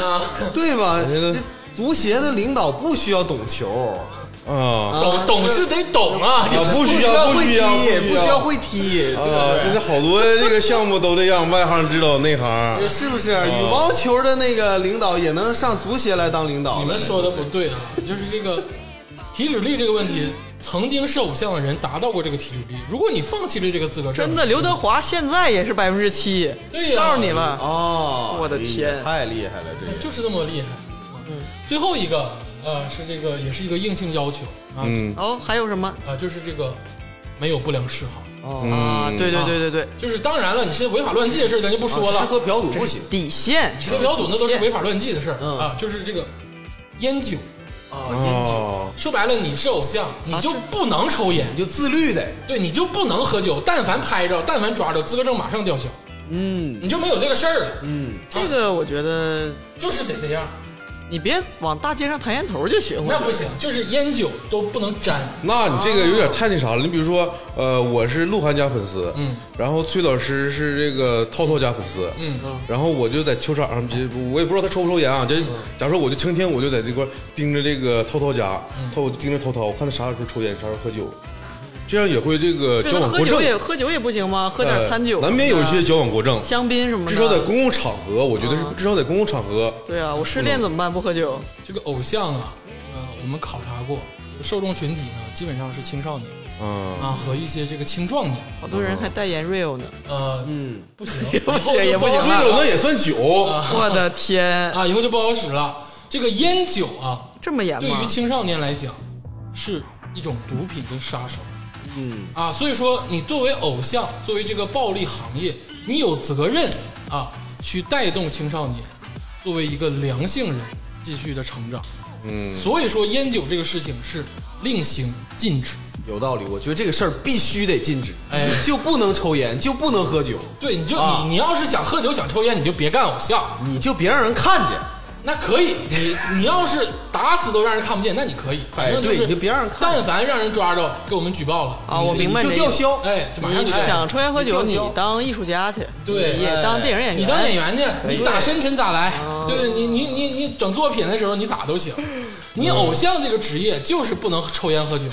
Speaker 3: 哦对，
Speaker 1: 对吧？
Speaker 4: 觉得
Speaker 1: 这足协的领导不需要懂球，
Speaker 4: 啊
Speaker 2: 懂懂是得懂啊，
Speaker 4: 啊，不需
Speaker 1: 要
Speaker 4: 要，不
Speaker 1: 会
Speaker 4: 需
Speaker 1: 踢
Speaker 4: 要，，
Speaker 1: 不需要会踢，
Speaker 4: 啊！
Speaker 1: 对
Speaker 4: 现在好多这个项目都这样，外行知道内行
Speaker 1: 不。对？是不是羽毛球的那个领导也能上足协来当领导
Speaker 2: 你
Speaker 1: 了
Speaker 2: 们？说的不对啊，就是这个体脂率这个问题，曾经是偶像的人达到过这个体脂率。如果你放弃了这个资格证，
Speaker 3: 真的，刘德华现在也是百分之七，
Speaker 2: 对呀
Speaker 3: 告诉你了，
Speaker 1: 哦，
Speaker 3: 我的天
Speaker 1: 太厉害了，这个
Speaker 2: 就是这么厉害。啊
Speaker 3: 嗯
Speaker 2: 最后一个，呃，是这个也是一个硬性要求啊，啊、
Speaker 4: 嗯
Speaker 3: 哦，还有什么？
Speaker 2: 就是这个没有不良嗜好，
Speaker 3: 哦啊，对对对对对，
Speaker 2: 就是当然了，你是违法乱纪的事儿，咱就不说了。
Speaker 3: 啊
Speaker 1: 吃喝嫖赌不行
Speaker 3: 底线
Speaker 2: 吃喝嫖赌那都是违法乱纪的事儿、
Speaker 3: 嗯
Speaker 2: 啊，就是这个烟酒，
Speaker 4: 啊，
Speaker 2: 说白了，你是偶像，你
Speaker 3: 啊
Speaker 2: 就
Speaker 3: 这
Speaker 2: 不能抽烟，
Speaker 1: 你就自律得。
Speaker 2: 对你就不能喝酒，但凡拍着，但凡抓着，资格证马上吊销，
Speaker 1: 嗯
Speaker 2: 你就没有这个事儿了。啊
Speaker 1: 嗯，
Speaker 3: 这个我觉得
Speaker 2: 就是得这样，
Speaker 3: 你别往大街上弹烟头就行
Speaker 2: 那
Speaker 3: 了。
Speaker 2: 不行，就是烟酒都不能沾。
Speaker 4: 那你这个有点太那啥了。你比如说，呃，我是鹿晗家粉丝，
Speaker 2: 嗯，
Speaker 4: 然后崔老师是这个涛涛家粉丝，
Speaker 2: 嗯，
Speaker 4: 然后我就在球场上，这我也不知道他抽不抽烟啊。这
Speaker 3: 嗯
Speaker 4: 假如说我就成天我就在这块盯着这个涛涛家，
Speaker 3: 嗯
Speaker 4: 涛我就盯着涛涛，我看他啥时候抽烟，啥时候喝酒，这样也会这个
Speaker 3: 这个
Speaker 4: 矫枉
Speaker 3: 喝
Speaker 4: 过
Speaker 3: 酒
Speaker 4: 正，
Speaker 3: 也喝酒也不行吗？喝点
Speaker 4: 呃
Speaker 3: 餐酒，
Speaker 4: 难免有一些矫枉过正。
Speaker 3: 香槟什么的。嗯
Speaker 4: 至少在公共场合，我觉得是至少在公共场合，
Speaker 3: 对啊，我失恋怎么办？不喝酒，
Speaker 2: 这个偶像啊，呃，我们考察过，受众群体呢，基本上是青少年
Speaker 4: 嗯，
Speaker 2: 啊和一些这个青壮年，
Speaker 3: 好多人还代言 real 呢。
Speaker 2: 呃，嗯，不行，以
Speaker 3: 不行
Speaker 2: 后就
Speaker 3: 也不行啊
Speaker 2: 好使
Speaker 4: 这种那也算酒，
Speaker 3: 我的天，
Speaker 2: 啊，以后就不好使了。这个烟酒啊，
Speaker 3: 这么严
Speaker 2: 对于
Speaker 3: 吗？
Speaker 2: 青少年来讲，是一种毒品跟杀手。嗯啊，所以说你作为偶像，作为这个暴力行业，你有责任啊，去带动青少年作为一个良性人继续的成长。
Speaker 4: 嗯，
Speaker 2: 所以说烟酒这个事情是令行禁止。
Speaker 1: 有道理，我觉得这个事儿必须得禁止，
Speaker 2: 哎
Speaker 1: 就不能抽烟，就不能喝酒，
Speaker 2: 对，你就、
Speaker 1: 啊
Speaker 2: 你你要是想喝酒想抽烟，你就别干偶像。
Speaker 1: 你就别让人看见。
Speaker 2: 那可以，你你要是打死都让人看不见，那你可以，反正
Speaker 1: 哎
Speaker 2: 是
Speaker 1: 对你就别让人看
Speaker 2: 但凡让人抓着，给我们举报了
Speaker 3: 啊，我明白
Speaker 1: 就
Speaker 3: 这
Speaker 1: 吊
Speaker 3: 意思。
Speaker 1: 销。
Speaker 2: 哎，就马上
Speaker 3: 你
Speaker 2: 就逮
Speaker 3: 想抽烟喝酒，
Speaker 1: 你吊
Speaker 3: 你
Speaker 1: 销
Speaker 3: 当艺术家去，
Speaker 2: 对呃
Speaker 3: 你也当电影演员，
Speaker 2: 你当演员去，你咋深沉咋来，
Speaker 3: 哦
Speaker 2: 对不对？你你你你整作品的时候，你咋都行。你偶像这个职业就是不能抽烟喝酒，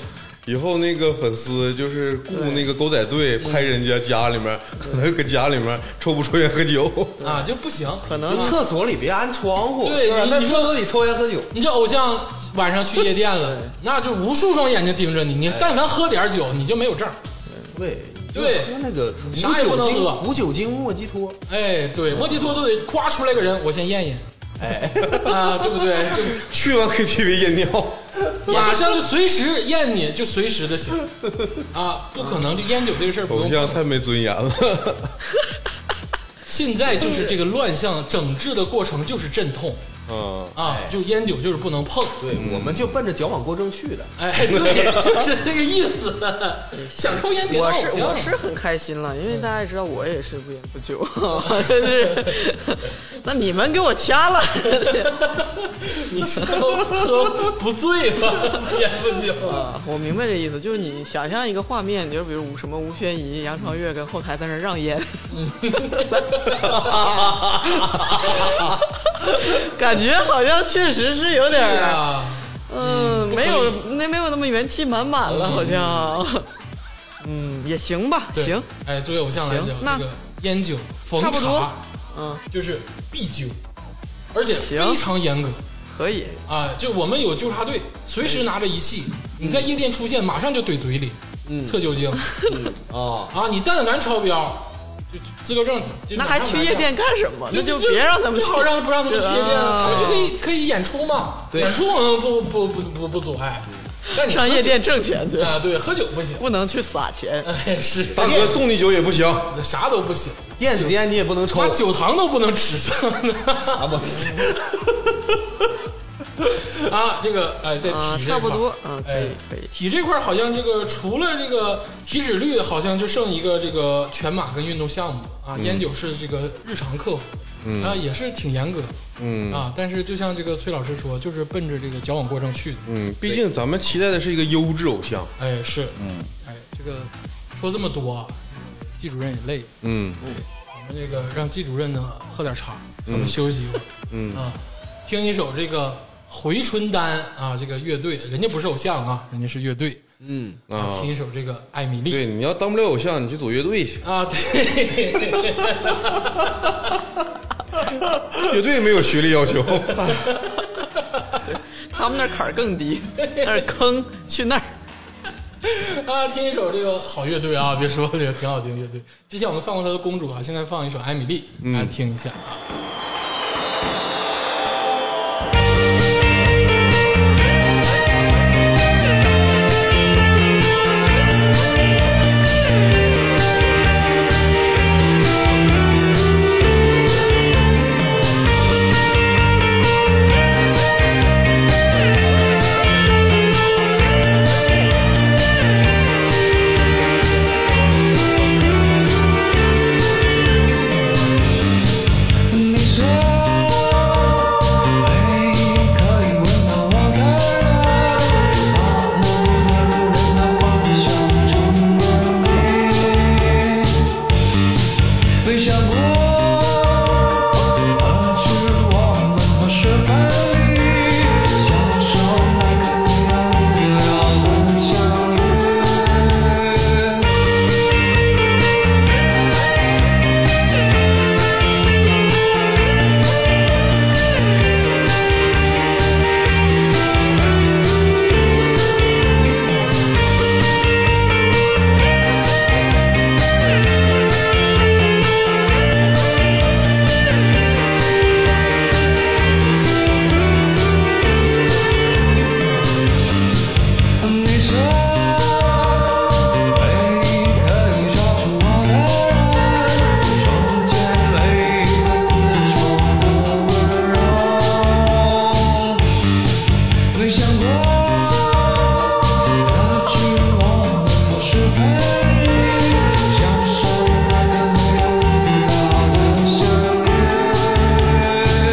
Speaker 4: 以后那个粉丝就是雇那个狗仔队拍人家家里面，
Speaker 3: 嗯
Speaker 4: 可能搁家里面抽不抽烟喝酒，
Speaker 2: 啊，就不行。
Speaker 3: 可能
Speaker 1: 就厕所里别安窗户，
Speaker 2: 对
Speaker 1: 是吧
Speaker 2: 你
Speaker 1: 在
Speaker 2: 你
Speaker 1: 厕所里抽烟喝酒，
Speaker 2: 你这偶像晚上去夜店了，那就无数双眼睛盯着你。你但凡喝点酒，你就没有证儿。
Speaker 1: 对
Speaker 2: 对
Speaker 1: 就喝那个
Speaker 2: 啥也不
Speaker 1: 无酒
Speaker 2: 能
Speaker 1: 精
Speaker 2: 喝
Speaker 1: 无酒精莫吉托，
Speaker 2: 哎，对，莫吉托都得夸出来个人，我先验验。哎，啊，对不对？
Speaker 4: 去完 KTV 验尿，
Speaker 3: 嗯
Speaker 2: 就马上就随时验你，就随时的行啊，不可能就烟酒这个事儿不
Speaker 4: 偶
Speaker 2: 用。
Speaker 4: 像太没尊严了。
Speaker 2: 现在就是这个乱象整治的过程就是阵痛
Speaker 4: 嗯，
Speaker 2: 啊，
Speaker 3: 哎
Speaker 2: 就烟酒就是不能碰。
Speaker 1: 对，我们就奔着矫枉过正去的。
Speaker 3: *laughs*
Speaker 2: 哎，对，就是这个意思。想抽烟别当
Speaker 3: 我
Speaker 2: 偶
Speaker 3: 是
Speaker 2: 像
Speaker 3: 我是很开心了，因为大家也知道我也是不烟不酒， *laughs* 就是那你们给我掐了，
Speaker 2: 你是都喝不醉
Speaker 3: *laughs*
Speaker 2: 吗？烟不酒。
Speaker 3: 啊我明白这意思，就是你想象一个画面，就是比如吴什么吴宣仪、杨超越跟后台在那儿让烟，感觉好像确实是有点
Speaker 2: 对
Speaker 3: 儿，
Speaker 2: 啊，
Speaker 3: 嗯，没有那没有那么元气满满了，好像，嗯，也行吧，
Speaker 2: 对
Speaker 3: 行，。
Speaker 2: 哎，作为偶像来
Speaker 3: 行
Speaker 2: 讲，
Speaker 3: 那
Speaker 2: 这个烟酒逢
Speaker 3: 差不多
Speaker 2: 茶
Speaker 3: 嗯，
Speaker 2: 就是必究，而且
Speaker 3: 行
Speaker 2: 非常严格
Speaker 3: 可以，
Speaker 2: 啊！就我们有纠察队，随时拿着仪器，
Speaker 3: 嗯
Speaker 2: 你在夜店出现，马上就怼嘴里，测酒精
Speaker 1: 啊，
Speaker 2: 啊！你但凡超标，就资格证就
Speaker 3: 那
Speaker 2: 马上
Speaker 3: 还去
Speaker 2: 拿
Speaker 3: 夜
Speaker 2: 下
Speaker 3: 店干什么？啊那
Speaker 2: 就
Speaker 3: 就别让他们去啊
Speaker 2: 正，好让不让他们去夜店了，他们去可以可以演出嘛，
Speaker 1: 对
Speaker 2: 演出我们不不不不不阻碍，但你
Speaker 3: 上
Speaker 2: 喝
Speaker 3: 夜
Speaker 2: 酒
Speaker 3: 店挣钱去，
Speaker 2: 啊，对，喝酒不行，
Speaker 3: 不能去撒钱。
Speaker 2: 哎是
Speaker 4: 大哥送你酒也不行，
Speaker 2: 啥都不行，
Speaker 1: 电子烟你也不能抽
Speaker 2: 妈酒糖都不能吃
Speaker 1: 啊！我操 *laughs*
Speaker 2: 啊，这个哎，在
Speaker 3: 啊，
Speaker 2: 体这块儿
Speaker 3: 差不多，嗯，可
Speaker 2: 哎
Speaker 3: 以，可以，
Speaker 2: 体这块儿好像这个除了这个体脂率，好像就剩一个这个全马跟运动项目啊，
Speaker 3: 嗯
Speaker 2: 烟酒是这个日常克服的，啊也是挺严格的，
Speaker 4: 嗯
Speaker 2: 啊，但是就像这个崔老师说，就是奔着这个矫枉过正去的，
Speaker 4: 嗯，毕竟咱们期待的是一个优质偶像，
Speaker 2: 哎，是，嗯，哎，这个说这么多啊，季主任也累，
Speaker 4: 嗯
Speaker 2: 咱们这个让季主任呢喝点茶，咱们休息一会儿、
Speaker 4: 嗯
Speaker 2: 啊，听一首这个回春丹啊，这个乐队，人家不是偶像啊，人家是乐队，
Speaker 1: 嗯，
Speaker 2: 啊
Speaker 4: 啊，
Speaker 2: 听一首这个《艾米丽
Speaker 4: 对，》你要当不了偶像，你去组乐
Speaker 3: *laughs*
Speaker 4: 队去，
Speaker 2: 啊，对，
Speaker 4: 乐队没有学历
Speaker 3: *laughs*
Speaker 4: 要求，
Speaker 3: 他们那儿坎儿更低，那儿坑去那儿，
Speaker 2: 啊，听一首这个好乐队啊，别说这个挺好听的乐队，之前我们放过他的《公主》啊，现在放一首《艾米丽》，大
Speaker 4: 嗯
Speaker 2: 家听一下啊。
Speaker 6: 你说嘿，可以吻到我的脸，把模糊的路人的幻想成了你。没想过何止我们何时分离，小手那个你很明了的相遇。你说，泪可以抓住我的手，手牵泪的丝绸的温柔。没想过，何止我们何时分离，享受那个没有预料的相遇。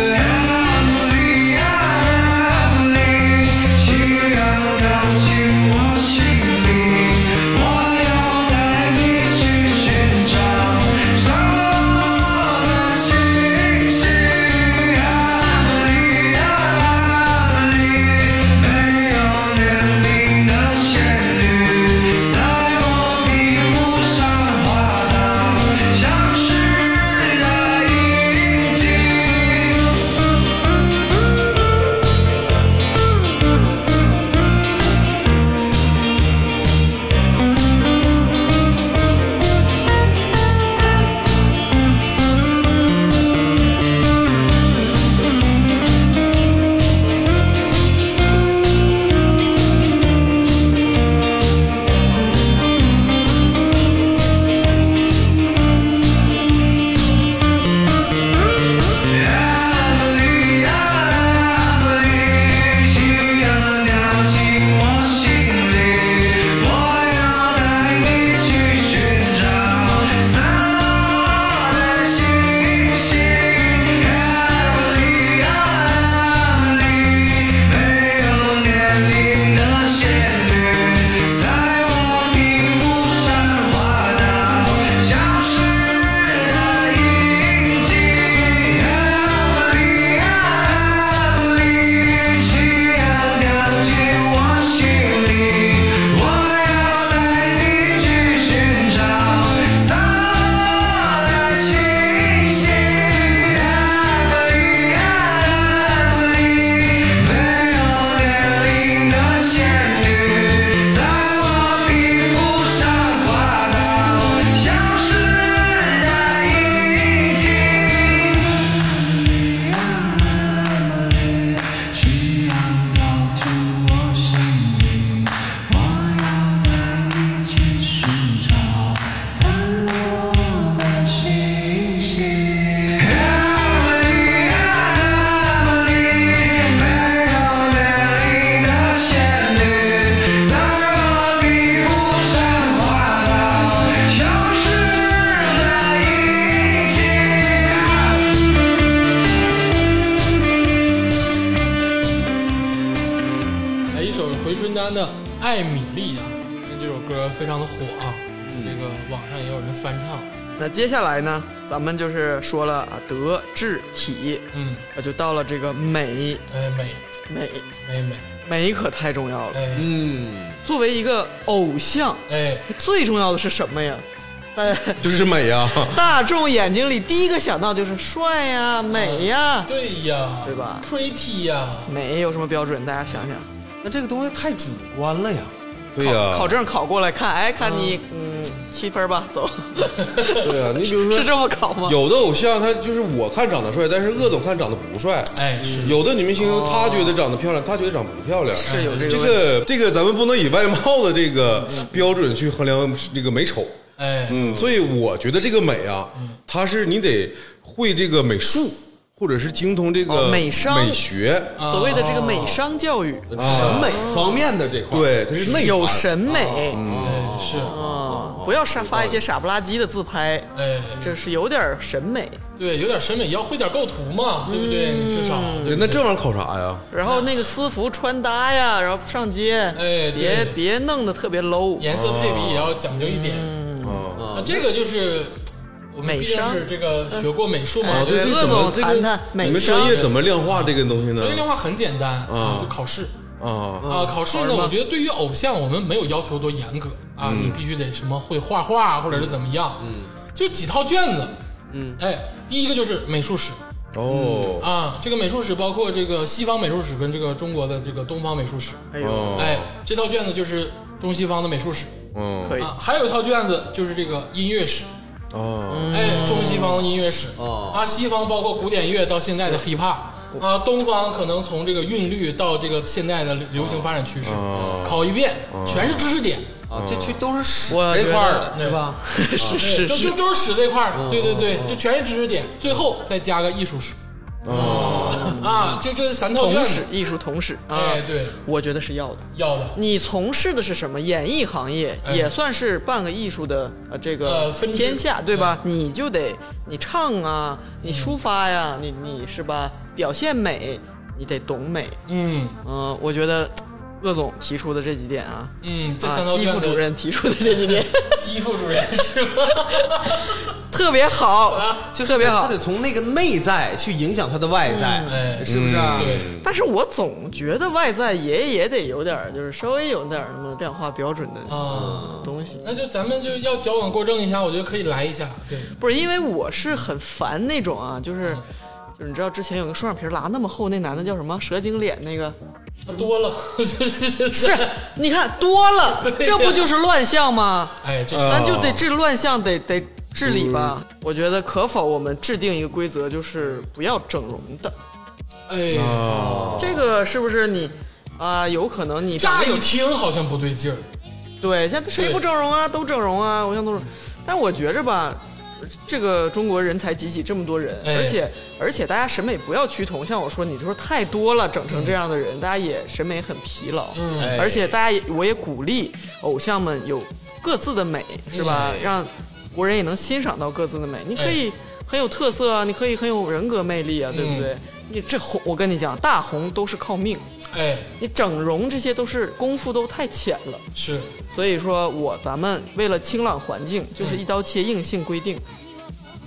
Speaker 2: 首回春丹的《艾米丽》啊，那这首歌非常的火啊，
Speaker 3: 嗯
Speaker 2: 这个网上也有人翻唱。
Speaker 3: 那接下来呢，咱们就是说了啊，德智体，
Speaker 2: 嗯，
Speaker 3: 啊，就到了这个美
Speaker 2: 哎，美
Speaker 3: 美
Speaker 2: 美美，
Speaker 3: 美可太重要了。
Speaker 2: 哎
Speaker 5: 嗯，
Speaker 3: 作为一个偶像，
Speaker 2: 哎，
Speaker 3: 最重要的是什么呀？ *laughs* 大家
Speaker 4: 就是美啊
Speaker 3: *laughs*
Speaker 4: 呀、
Speaker 3: 大众眼睛里第一个想到就是帅呀、美呀，
Speaker 2: 对呀，
Speaker 3: 对吧
Speaker 2: ？Pretty 呀，
Speaker 3: 美有什么标准？大家想想，
Speaker 1: 那这个东西太主观了呀。
Speaker 4: 对呀、
Speaker 3: 考考证考过来看，哎，看你嗯七分吧，走，
Speaker 4: 对呀、你比如
Speaker 3: 是
Speaker 4: 说，
Speaker 3: 这么考吗？
Speaker 4: 有的偶像他就是我看长得帅，但是鄂总看长得不帅。
Speaker 2: 哎，是
Speaker 4: 有的女明星她觉得长得漂亮，她觉得长得不漂亮。
Speaker 3: 哦是
Speaker 2: 嗯
Speaker 3: 有这
Speaker 4: 这
Speaker 3: 个问题。
Speaker 4: 个这个咱们不能以外貌的这个标准去衡量这个美丑。
Speaker 2: 哎，
Speaker 4: 嗯，所以我觉得这个美啊，它是你得会这个美术，或者是精通这个
Speaker 3: 哦美啊商
Speaker 4: 美学。
Speaker 2: 啊
Speaker 3: 所谓的这个美商教育，
Speaker 2: 哦嗯
Speaker 1: 审美方面的这块，
Speaker 4: 对，它是内涵
Speaker 3: 有审美，
Speaker 2: 哎是，
Speaker 3: 嗯，不要傻发一些傻不拉几的自拍，
Speaker 2: 哎，
Speaker 3: 这是有点审美。
Speaker 2: 对，有点审美，要会点构图嘛，
Speaker 3: 嗯
Speaker 2: 对不对？你至少对
Speaker 4: 对那这玩意儿考啥呀？
Speaker 3: 然后那个私服穿搭呀，然后上街，
Speaker 2: 哎对
Speaker 3: 别别弄得特别 low。
Speaker 2: 颜色配比也要讲究一点。
Speaker 3: 哦
Speaker 4: 啊，
Speaker 2: 那这个就是我们
Speaker 3: 美
Speaker 2: 毕竟
Speaker 3: 商
Speaker 2: 是这个学过美术嘛，
Speaker 3: 哎
Speaker 2: 对
Speaker 3: 对
Speaker 2: 吧，
Speaker 3: 鄂
Speaker 4: 怎么
Speaker 3: 总
Speaker 4: 这
Speaker 3: 谈谈
Speaker 4: 个
Speaker 3: 美
Speaker 4: 你们
Speaker 3: 商
Speaker 4: 专业怎么量化这个东西呢
Speaker 2: 所以？的话很简单
Speaker 4: 啊
Speaker 3: 嗯
Speaker 2: 就考试。
Speaker 4: 啊，
Speaker 2: 啊，考试呢，我觉得对于偶像，我们没有要求多严格啊，你必须得什么会画画或者是怎么样，嗯，就几套卷子，嗯，哎，第一个就是美术史
Speaker 4: 哦，
Speaker 2: 啊，这个美术史包括这个西方美术史跟这个中国的这个东方美术史，
Speaker 3: 哎呦，
Speaker 4: 哦
Speaker 2: 哎，这套卷子就是中西方的美术史
Speaker 4: 嗯，
Speaker 3: 可以，
Speaker 2: 啊，还有一套卷子就是这个音乐史，
Speaker 4: 啊，
Speaker 2: 哎，中西方的音乐史啊，西方包括古典乐到现在的 hiphop 啊，东方可能从这个韵律到这个现在的流行发展趋势，考一遍全是知识点，
Speaker 1: 啊，这区都是屎
Speaker 3: 我
Speaker 1: 这块儿的，
Speaker 2: 对
Speaker 1: 是吧？
Speaker 3: *laughs* 是
Speaker 2: 对嗯
Speaker 3: 是
Speaker 2: 哦就是就，都是史这块儿的，对对对，就全是知识点，最后再加个艺术史啊，就这三套卷
Speaker 3: 同史
Speaker 2: 子，
Speaker 3: 艺术同史啊，
Speaker 2: 哎，对，
Speaker 3: 我觉得是要的。
Speaker 2: 要的
Speaker 3: 你从事的是什么？演艺行业、
Speaker 2: 哎
Speaker 3: 也算是半个艺术的呃这个
Speaker 2: 呃分支嗯
Speaker 3: 天下，对吧？你就得你唱啊，你抒发呀、
Speaker 2: 嗯
Speaker 3: 你你是吧？表现美，你得懂美。
Speaker 2: 嗯
Speaker 3: 嗯、我觉得鄂总提出的这几点啊，
Speaker 2: 嗯，这
Speaker 3: 啊
Speaker 2: 三，套
Speaker 3: 姬
Speaker 2: 卷
Speaker 3: 副
Speaker 2: 子，
Speaker 3: 主任提出的这
Speaker 2: *laughs*
Speaker 3: 几点
Speaker 2: 姬副主任是吧？
Speaker 3: 特别好，
Speaker 1: 就是
Speaker 3: 特别好
Speaker 1: 他。得从那个内在去影响他的外在，
Speaker 2: 哎，
Speaker 1: 是不是啊？
Speaker 2: 对，
Speaker 3: 但是我总觉得外在也也得有点儿，就是稍微有点儿那么量化标准的呃
Speaker 2: 啊，
Speaker 3: 东西。
Speaker 2: *laughs* 那就咱们就要矫枉过正一下，我觉得可以来一下，对，
Speaker 3: 不是因为我是很烦那种啊，就是
Speaker 2: 嗯
Speaker 3: 就是你知道之前有个双眼皮儿拉那么厚，那男的叫什么蛇精脸
Speaker 2: *laughs*
Speaker 3: 那个，
Speaker 2: 多了，是
Speaker 3: 是你看多了，
Speaker 2: 对呀
Speaker 3: 这不就是乱象吗？
Speaker 2: 哎，这
Speaker 3: 咱就得这乱象得得治理吧。我觉得可否我们制定一个规则，就是不要整容的，
Speaker 4: 呃
Speaker 2: 哎，
Speaker 4: 哦
Speaker 3: 这个是不是你？啊、有可能你长
Speaker 2: 乍
Speaker 3: 得有
Speaker 2: 一听好像不对劲儿，
Speaker 3: 对，现在谁不整容啊？都整容啊！我想都整容，但我觉着吧，这个中国人才济济，这么多人，
Speaker 2: 哎
Speaker 3: 而且而且大家审美不要趋同。像我说，你就是太多了，整成这样的人，大家也审美很疲劳。
Speaker 2: 嗯
Speaker 1: 哎
Speaker 3: 而且大家也我也鼓励偶像们有各自的美，是吧？
Speaker 2: 哎
Speaker 3: 让国人也能欣赏到各自的美。你可以很有特色啊，你可以很有人格魅力啊，对
Speaker 2: 嗯
Speaker 3: 不对？你这红，我跟你讲，大红都是靠命，
Speaker 2: 哎，
Speaker 3: 你整容这些都是功夫都太浅了。
Speaker 2: 是，
Speaker 3: 所以说我咱们为了清朗环境，就是一刀切硬性规定，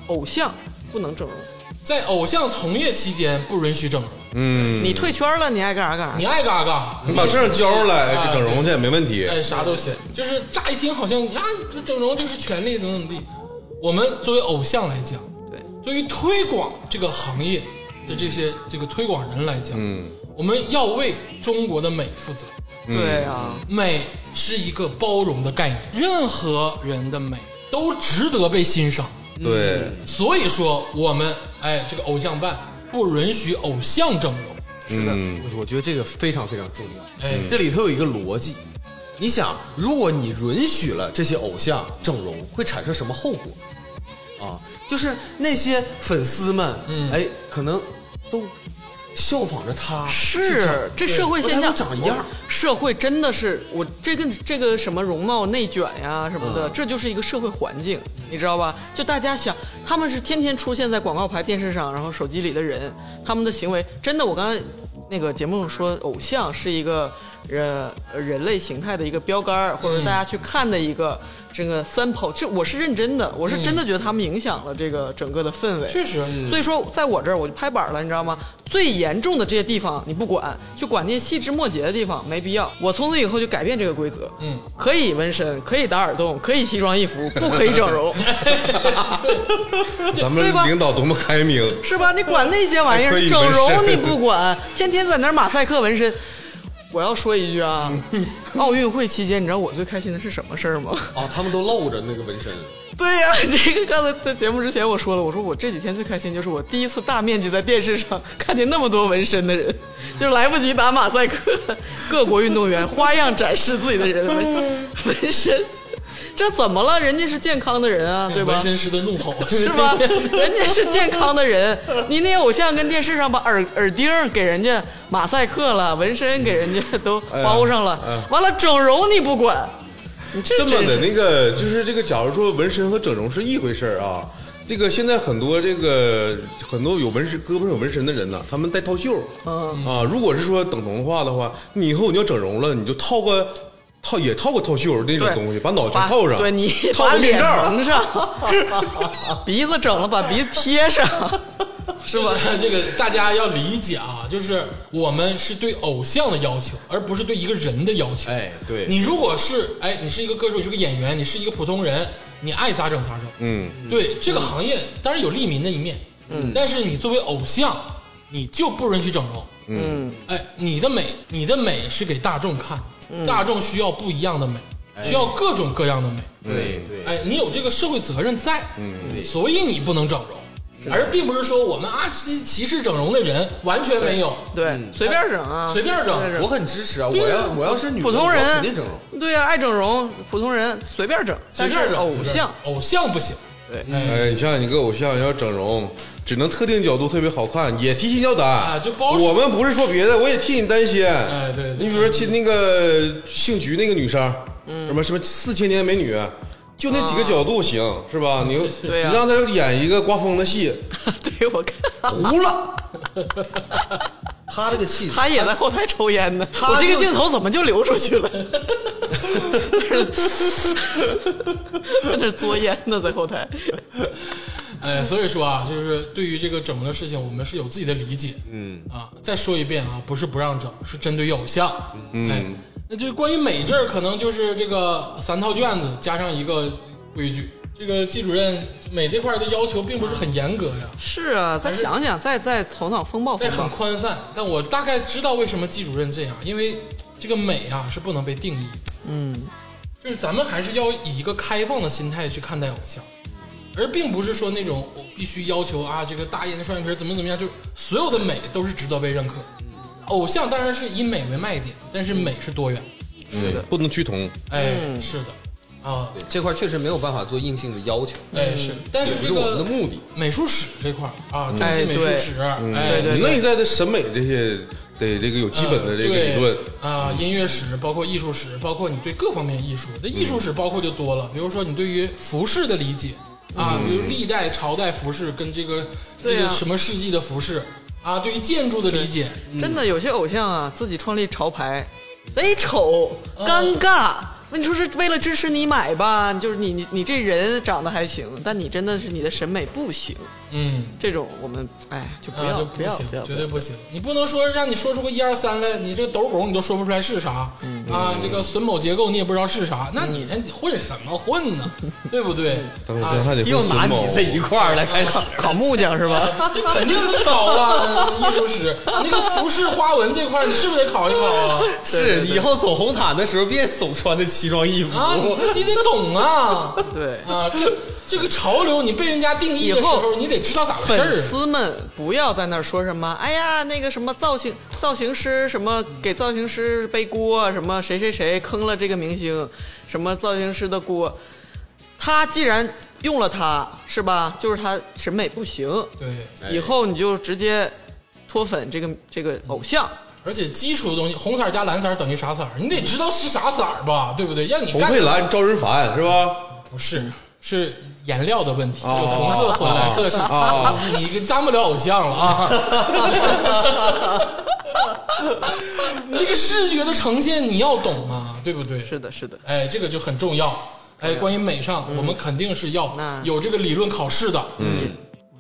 Speaker 3: 偶像不能整容。
Speaker 2: 在偶像从业期间不允许整容，
Speaker 4: 嗯，
Speaker 3: 你退圈了，你爱干啥干
Speaker 2: 你
Speaker 3: 啥。
Speaker 2: 爱嘎嘎，
Speaker 4: 你把证交出来
Speaker 2: 哎
Speaker 4: 整容去没问题。
Speaker 2: 哎，啥都行。就是乍一听好像呀，这整容这是权利，怎么怎么地。我们作为偶像来讲，
Speaker 3: 对，
Speaker 2: 对于推广这个行业的这些这个推广人来讲，嗯，我们要为中国的美负责。
Speaker 3: 对啊，
Speaker 2: 美是一个包容的概念，任何人的美都值得被欣赏。
Speaker 4: 对，
Speaker 2: 所以说，我们哎，这个偶像办不允许偶像整容。
Speaker 3: 嗯
Speaker 1: 是的，
Speaker 4: 嗯
Speaker 1: 我觉得这个非常非常重要。
Speaker 2: 哎，
Speaker 1: 这里头有一个逻辑，你想，如果你允许了这些偶像整容，会产生什么后果？啊，就是那些粉丝们，
Speaker 2: 嗯
Speaker 1: 哎，可能都效仿着他，去整
Speaker 3: 是这社会现
Speaker 1: 大家
Speaker 3: 象
Speaker 1: 都长一样。
Speaker 3: 社会真的是我这个这个什么容貌内卷呀什
Speaker 1: 嗯
Speaker 3: 么的，这就是一个社会环境，你知道吧？就大家想，他们是天天出现在广告牌、电视上，然后手机里的人，他们的行为真的，我刚才那个节目说，偶像是一个人呃人类形态的一个标杆儿，或
Speaker 1: 嗯
Speaker 3: 者大家去看的一个这个 sample。这我是认真的，我是真
Speaker 1: 嗯
Speaker 3: 的觉得他们影响了这个整个的氛围。
Speaker 2: 确实，
Speaker 3: 所以说，在我这儿我就拍板了，你知道吗？最严重的这些地方你不管，就管那些细枝末节的地方没必要。我从此以后就改变这个规则，
Speaker 2: 嗯，
Speaker 3: 可以纹身，可以打耳洞，可以奇装异服，不可以整
Speaker 4: *laughs*
Speaker 3: 容，
Speaker 4: 咱们
Speaker 3: 对吧
Speaker 4: 领导多么开明，
Speaker 3: 是吧？你管那些玩意
Speaker 4: 还
Speaker 3: 儿
Speaker 4: 可，以
Speaker 3: 整容
Speaker 4: 纹
Speaker 3: 你
Speaker 4: 身
Speaker 3: 不管，天天在那儿马赛克纹身。我要说一句啊，
Speaker 4: 嗯
Speaker 3: 奥运会期间，你知道我最开心的是什么事儿吗？
Speaker 1: 啊
Speaker 5: 哦，他们都露着那个纹身，
Speaker 3: 对呀、 *laughs* 这个刚才在节目之前我说了，我说我这几天最开心就是我第一次大面积在电视上看见那么多纹身的人，就是来不及打马赛克，各国运动员花样展示自己的人纹纹身，这怎么了？人家是健康的人啊，对吧？
Speaker 2: 哎纹身师的怒 *laughs* 吼
Speaker 3: *laughs* 是吧？人家是健康的人，你那偶像跟电视上把耳耳钉给人家马赛克了，纹身给人家都包上了，完了整容你不管，你这
Speaker 4: 这么
Speaker 3: 真
Speaker 4: 的
Speaker 3: 是
Speaker 4: 那个就是这个，假如说纹身和整容是一回事儿啊。这个现在很多这个很多有纹身胳膊上有纹身的人呢、他们戴套袖，嗯啊，如果是说整容的话的话，你以后你要整容了，你就套个套也套个套袖那种
Speaker 3: 对
Speaker 4: 东西，把脑全
Speaker 3: 把
Speaker 4: 套上，
Speaker 3: 对你
Speaker 4: 套
Speaker 3: 把
Speaker 4: 个面
Speaker 3: 脸
Speaker 4: 罩，嗯
Speaker 3: 蒙上，鼻子整了，把鼻子贴上，是
Speaker 2: 是
Speaker 3: 吧
Speaker 2: 吧？？这个大家要理解啊，就是我们是对偶像的要求，而不是对一个人的要求。
Speaker 5: 哎，对，
Speaker 2: 你如果是哎，你是一个歌手，你是个演员，你是一个普通人，你爱咋整咋整。
Speaker 4: 嗯，
Speaker 2: 对这个行业，当然有利民的一面，嗯，但是你作为偶像，你就不允许整容。
Speaker 3: 嗯，
Speaker 2: 哎，你的美，你的美是给大众看的，大众需要不一样的美，需要各种各样的美。
Speaker 4: 嗯
Speaker 5: 对对，
Speaker 2: 哎，你有这个社会责任在，嗯，所以你不能整容。而并不是说我们啊歧歧视整容的人，完全没有，
Speaker 3: 对，随便整啊，
Speaker 2: 随便整
Speaker 3: 随
Speaker 1: 我很支持啊！我
Speaker 2: 对啊
Speaker 1: 要我要是女的
Speaker 3: 普通
Speaker 1: 我
Speaker 3: 人
Speaker 1: 肯定整容。
Speaker 3: 对呀、爱整容，普通人随便整，
Speaker 2: 随
Speaker 3: 但
Speaker 2: 便
Speaker 3: 是
Speaker 2: 整。
Speaker 3: 偶
Speaker 2: 随便整
Speaker 3: 像，
Speaker 2: 偶像不行，
Speaker 4: 哎，你像你个偶像要整容，只能特定角度特别好看，也提心吊胆
Speaker 2: 啊就包
Speaker 4: 我们不是说别的，我也替你担心。哎
Speaker 2: 对对
Speaker 4: 你比如说亲那个姓菊那个女生，什么什么四千年美女。就那几个角度行、是吧？你
Speaker 3: 对呀
Speaker 4: 你让她演一个刮风的戏，
Speaker 3: 对我看
Speaker 4: 糊了。
Speaker 1: 他这个气质，
Speaker 3: 他也在后台抽烟呢，
Speaker 1: 他
Speaker 3: 我这个
Speaker 1: 就
Speaker 3: 镜头怎么就流出去了？ *laughs* 在那嘬烟呢，在后台。
Speaker 2: 哎，所以说啊，就是对于这个整容的事情，我们是有自己的理解。嗯啊，再说一遍啊，不是不让整，是针对于偶像。嗯，哎、那就是关于美这儿，可能就是这个三套卷子加上一个规矩。这个季主任美这块儿的要求并不是很严格呀，
Speaker 3: 是啊，再想想，再再头脑风暴风
Speaker 2: 但很
Speaker 3: 暴。
Speaker 2: 宽泛。但我大概知道为什么季主任这样，因为这个美啊是不能被定义的。嗯，就是咱们还是要以一个开放的心态去看待偶像，而并不是说那种我必须要求啊，这个大眼双眼皮儿怎么怎么样，就是所有的美都是值得被认可。偶像当然是以美为卖点，但是美是多元。
Speaker 4: 是的，不能趋同。
Speaker 3: 嗯
Speaker 2: 哎，是的，啊，
Speaker 1: 这块确实没有办法做硬性的要求，
Speaker 3: 嗯
Speaker 2: 哎是，但是
Speaker 1: 不
Speaker 2: 这
Speaker 1: 是我们的嗯
Speaker 2: 个
Speaker 1: 目的。
Speaker 2: 美术史这块儿啊，中
Speaker 3: 哎
Speaker 2: 心美术
Speaker 3: 对
Speaker 2: 史，哎，
Speaker 1: 嗯
Speaker 3: 对
Speaker 4: 你内在的审美这些得这个有基本的这个理论。
Speaker 2: 呃对啊，音乐史包括艺术史，包括你对各方面艺术，这艺术史包括就多了，比如说你对于服饰的理解啊，
Speaker 4: 嗯
Speaker 2: 比如历代朝代服饰跟这个这
Speaker 3: 对
Speaker 2: 个
Speaker 3: 啊
Speaker 2: 什么世纪的服饰啊，对于建筑的理解，
Speaker 3: 真的有些偶像啊，自己创立潮牌，嗯嗯贼丑，尴尬。那你说是为了支持你买吧？就是你你你这人长得还行，但你真的是你的审美不行，
Speaker 2: 嗯，
Speaker 3: 这种我们哎就不
Speaker 2: 啊
Speaker 3: 要、
Speaker 2: 就
Speaker 3: 不
Speaker 2: 不
Speaker 3: 要
Speaker 2: 行
Speaker 3: 不要，，
Speaker 2: 绝对不行。你不能说让你说出个一二三来，你这个斗拱你都说不出来是啥
Speaker 3: 嗯
Speaker 2: 啊，这个榫卯结构你也不知道是啥，那你这混什么混
Speaker 3: *laughs*
Speaker 2: 呢？对不对？啊
Speaker 4: 但是我现在还得
Speaker 1: 又
Speaker 4: 分
Speaker 1: 拿
Speaker 4: 榫
Speaker 1: 你
Speaker 4: 卯
Speaker 1: 这一块儿来开始，
Speaker 3: *laughs* 考木匠是吧？
Speaker 2: *laughs* 这肯定得考啊，艺术史，那个服饰花纹这块，你是不是得考一考啊？
Speaker 1: *laughs* 是以后走红毯的时候别总穿的奇装异服。
Speaker 2: 啊，你自己得懂啊！
Speaker 3: 对，
Speaker 2: 啊，这这个潮流，你被人家定义的时
Speaker 3: 以
Speaker 2: 候，
Speaker 3: 后
Speaker 2: 你得知道咋回事
Speaker 3: 粉
Speaker 2: 儿。
Speaker 3: 丝们不要在那儿说什么，哎呀，那个什么造型造型师什么给造型师背锅，什么谁谁谁坑了这个明星，什么造型师的锅。他既然用了他，是吧？就是他审美不行，
Speaker 2: 对，
Speaker 3: 以后你就直接脱粉这个这个偶像。
Speaker 2: 而且基础的东西，红色儿加蓝色儿等于啥色儿？你得知道是啥色儿吧，对不对？让你
Speaker 4: 红
Speaker 2: 干
Speaker 4: 配蓝招人烦是吧？
Speaker 2: 不是是颜料的问题，
Speaker 4: 哦
Speaker 2: 就红色混蓝色是，
Speaker 4: 哦
Speaker 2: 你当不了偶像了啊！ *laughs* 你这个视觉的呈现你要懂啊，对不对？
Speaker 3: 是的，是的，
Speaker 2: 哎，这个就很重要。哎，关于美上，我们肯定是要
Speaker 3: 嗯那
Speaker 2: 有这个理论考试的。嗯，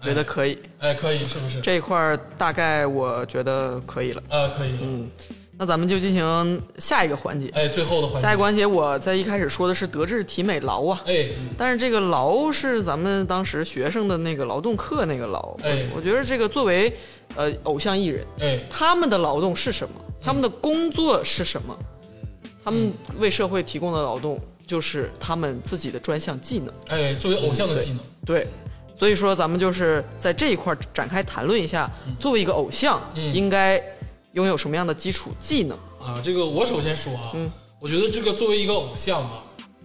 Speaker 3: 我觉得可以。
Speaker 2: 哎，可以，是不是？
Speaker 3: 这一块儿大概我觉得可以了。
Speaker 2: 呃，可以。
Speaker 3: 嗯那咱们就进行下一个环节。
Speaker 2: 哎，最后的环
Speaker 3: 下一
Speaker 2: 节，
Speaker 3: 个环节我在一开始说的是德智体美劳啊，
Speaker 2: 哎，
Speaker 3: 但是这个劳是咱们当时学生的那个劳动课那个劳。
Speaker 2: 哎
Speaker 3: 我觉得这个作为呃偶像艺人，
Speaker 2: 哎，
Speaker 3: 他们的劳动是什么？他们的工作是什么？他们为社会提供的劳动就是他们自己的专项技能。
Speaker 2: 哎，作为偶像的技能，
Speaker 3: 对，所以说咱们就是在这一块儿展开谈论一下，作为一个偶像，
Speaker 2: 嗯
Speaker 3: 应该拥有什么样的基础技能？
Speaker 2: 啊，这个我首先说啊，
Speaker 3: 嗯
Speaker 2: 我觉得这个作为一个偶像吧，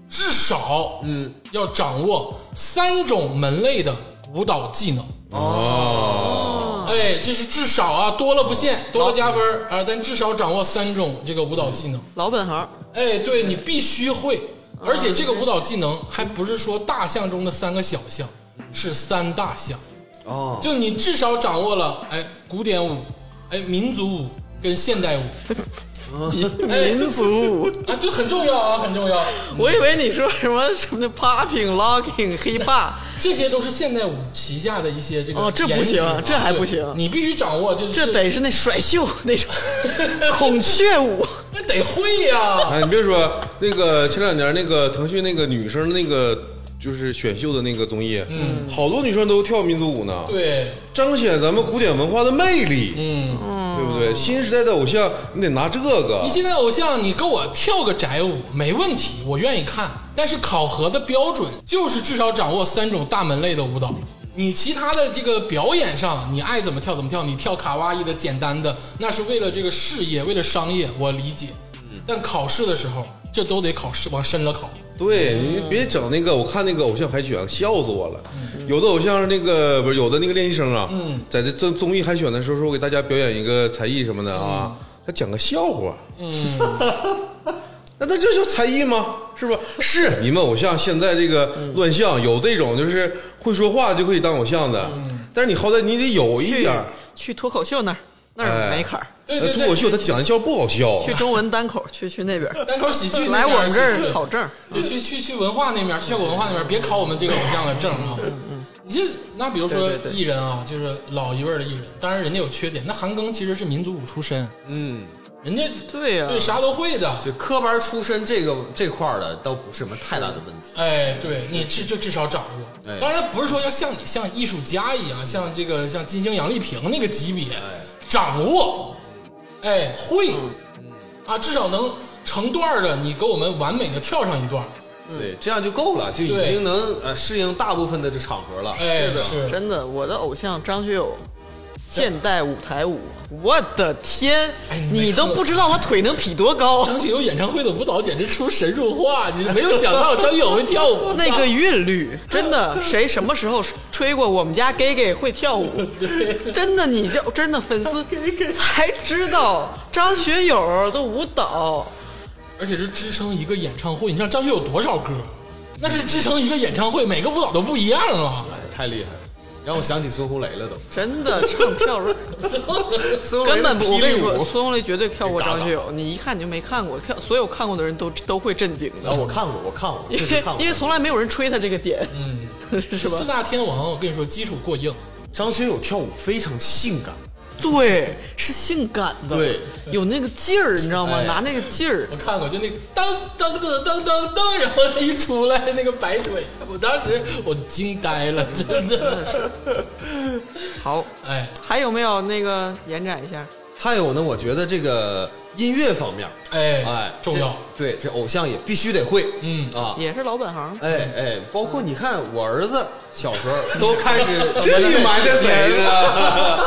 Speaker 2: 至少嗯要掌握三种门类的舞蹈技能。哦，哎，这是至少啊，多了不
Speaker 3: 哦
Speaker 2: 限，多了加分儿啊，但至少掌握三种这个舞蹈技能。
Speaker 3: 老本行，
Speaker 2: 哎，对你必须会，而且这个舞蹈技能还不是说大项中的三个小项，是三大项。哦，就你至少掌握了哎古典舞、哎民族舞跟现代舞。哎
Speaker 3: 民族舞。
Speaker 2: 啊，这很重要啊，很重要。
Speaker 3: *laughs* 我以为你说什么什么 popping、locking、hip hop，
Speaker 2: 这些都是现代舞旗下的一些这个
Speaker 3: 哦这不
Speaker 2: 延
Speaker 3: 行
Speaker 2: 伸啊
Speaker 3: 这还不
Speaker 2: 对
Speaker 3: 行
Speaker 2: 你必须掌握这
Speaker 3: 这得是那
Speaker 2: *laughs*
Speaker 3: 甩袖那种孔雀舞。
Speaker 2: 那得会呀、
Speaker 3: *laughs*
Speaker 4: 哎，你别说，那个前两年那个腾讯那个女生那个就是选秀的那个综艺，嗯，好多女生都跳民族舞呢，
Speaker 2: 对，
Speaker 4: 彰显咱们古典文化的魅力，
Speaker 2: 嗯，
Speaker 4: 对不对？新时代的偶像，你得拿这个
Speaker 2: 你。现在偶像，你给我跳个宅舞没问题，我愿意看。但是考核的标准就是至少掌握三种大门类的舞蹈。你其他的这个表演上，你爱怎么跳怎么跳，你跳卡哇伊的简单的，那是为了这个事业，为了商业，我理解。但考试的时候，这都得考试往深了考。
Speaker 4: 对你别整那个，我看那个偶像海选，笑死我了。
Speaker 2: 嗯
Speaker 4: 有的偶像那个不是有的那个练习生啊，在这综综艺海选的时候说我给大家表演一个才艺什么的啊，
Speaker 2: 嗯
Speaker 4: 他讲个笑话，嗯， *laughs* 那那这叫才艺吗？是不是？你们偶像现在这个
Speaker 3: 嗯
Speaker 4: 乱象有这种就是会说话就可以当偶像的，
Speaker 2: 嗯
Speaker 4: 但是你好歹你得有一
Speaker 3: 去
Speaker 4: 点儿。
Speaker 3: 去脱口秀那儿，那儿
Speaker 4: 哎
Speaker 3: 没坎儿。
Speaker 2: 对
Speaker 4: 那
Speaker 2: 对对，
Speaker 4: 脱口秀他讲的笑不好笑，啊
Speaker 3: 去中文单口，去去那边儿，
Speaker 2: 哎单口喜剧那边
Speaker 3: 来我们这
Speaker 2: 是
Speaker 3: 儿考证。
Speaker 2: 就去去去文化那面，去效果文化那边，别考我们这个偶像的证啊。你这那比如说
Speaker 3: 嗯对对对
Speaker 2: 艺人啊，就是老一辈儿的艺人，当然人家有缺点。那韩庚其实是民族舞出身，嗯，人家
Speaker 3: 对啊呀、
Speaker 2: 对啥都会的。
Speaker 1: 就科班出身这个这块儿的，倒不是什么太大的问题。
Speaker 2: 哎，对你至就至少掌
Speaker 3: 哎
Speaker 2: 握。当然不是说要像你像艺术家一样，像这个像金星、杨丽萍那个级别
Speaker 3: 哎
Speaker 2: 掌握，
Speaker 3: 嗯
Speaker 2: 哎，会啊，至少能成段儿的，你给我们完美的跳上一
Speaker 3: 嗯
Speaker 2: 段儿。
Speaker 1: 对，这样就够了，就已
Speaker 2: 对
Speaker 1: 经能呃适应大部分的这场合了。
Speaker 2: 哎，是
Speaker 3: 真的，我的偶像张学友，现代舞台舞，我的天，
Speaker 2: 哎你没
Speaker 3: 你都
Speaker 2: 看过
Speaker 3: 不知道他腿能劈多高，。
Speaker 2: *laughs* 张学友演唱会的舞蹈简直出神入化，你没有想到张学友会跳舞
Speaker 3: *laughs* 那个韵律，真的，谁什么时候吹过我们家 gay gay 会
Speaker 2: *laughs*
Speaker 3: 跳舞？真的，你就真的粉丝才知道张学友的舞蹈，
Speaker 2: 而且是支撑一个演唱会，你像张学友多少歌，那是支撑一个演唱会，每个舞蹈都不一样啊。
Speaker 1: 哎太厉害了，让我想起孙红雷了都。
Speaker 3: 真的唱跳入。
Speaker 1: 孙红雷
Speaker 3: 根本不，我跟你
Speaker 1: 霹雳
Speaker 3: 说， *laughs*
Speaker 1: 舞
Speaker 3: 孙红雷绝对跳过张学友，你一看你就没看过，跳所有看过的人都 *laughs* 都会震惊
Speaker 1: 然后
Speaker 3: 的，
Speaker 1: 我看过，我看过，我
Speaker 3: 因
Speaker 1: 确实
Speaker 3: 为
Speaker 1: 看过。
Speaker 3: 因为从来没有人吹他这个点， *laughs* 嗯，是吧
Speaker 2: 四？大天王，我跟你说，基础过硬。
Speaker 1: 张学友跳舞非常性感，
Speaker 3: 对，是性感的，
Speaker 1: 对，哎
Speaker 3: 有那个劲儿，你知道吗？拿那个劲儿，
Speaker 2: 我看过，就那个当当当当当当，然后一出来那个摆腿，我当时我惊呆了，真的。
Speaker 3: 好。
Speaker 2: 哎
Speaker 3: 还有没有那个延展一下？
Speaker 1: 还有呢，我觉得这个音乐方面，
Speaker 2: 哎
Speaker 1: 哎，这
Speaker 2: 重要。
Speaker 1: 对，这偶像也必须得会，
Speaker 2: 嗯
Speaker 1: 啊，
Speaker 3: 也是老本行，
Speaker 1: 哎哎，包括你看我儿子小时 *laughs* 候都开始
Speaker 4: 这你埋汰 *laughs* 谁
Speaker 3: 啊
Speaker 4: 呢？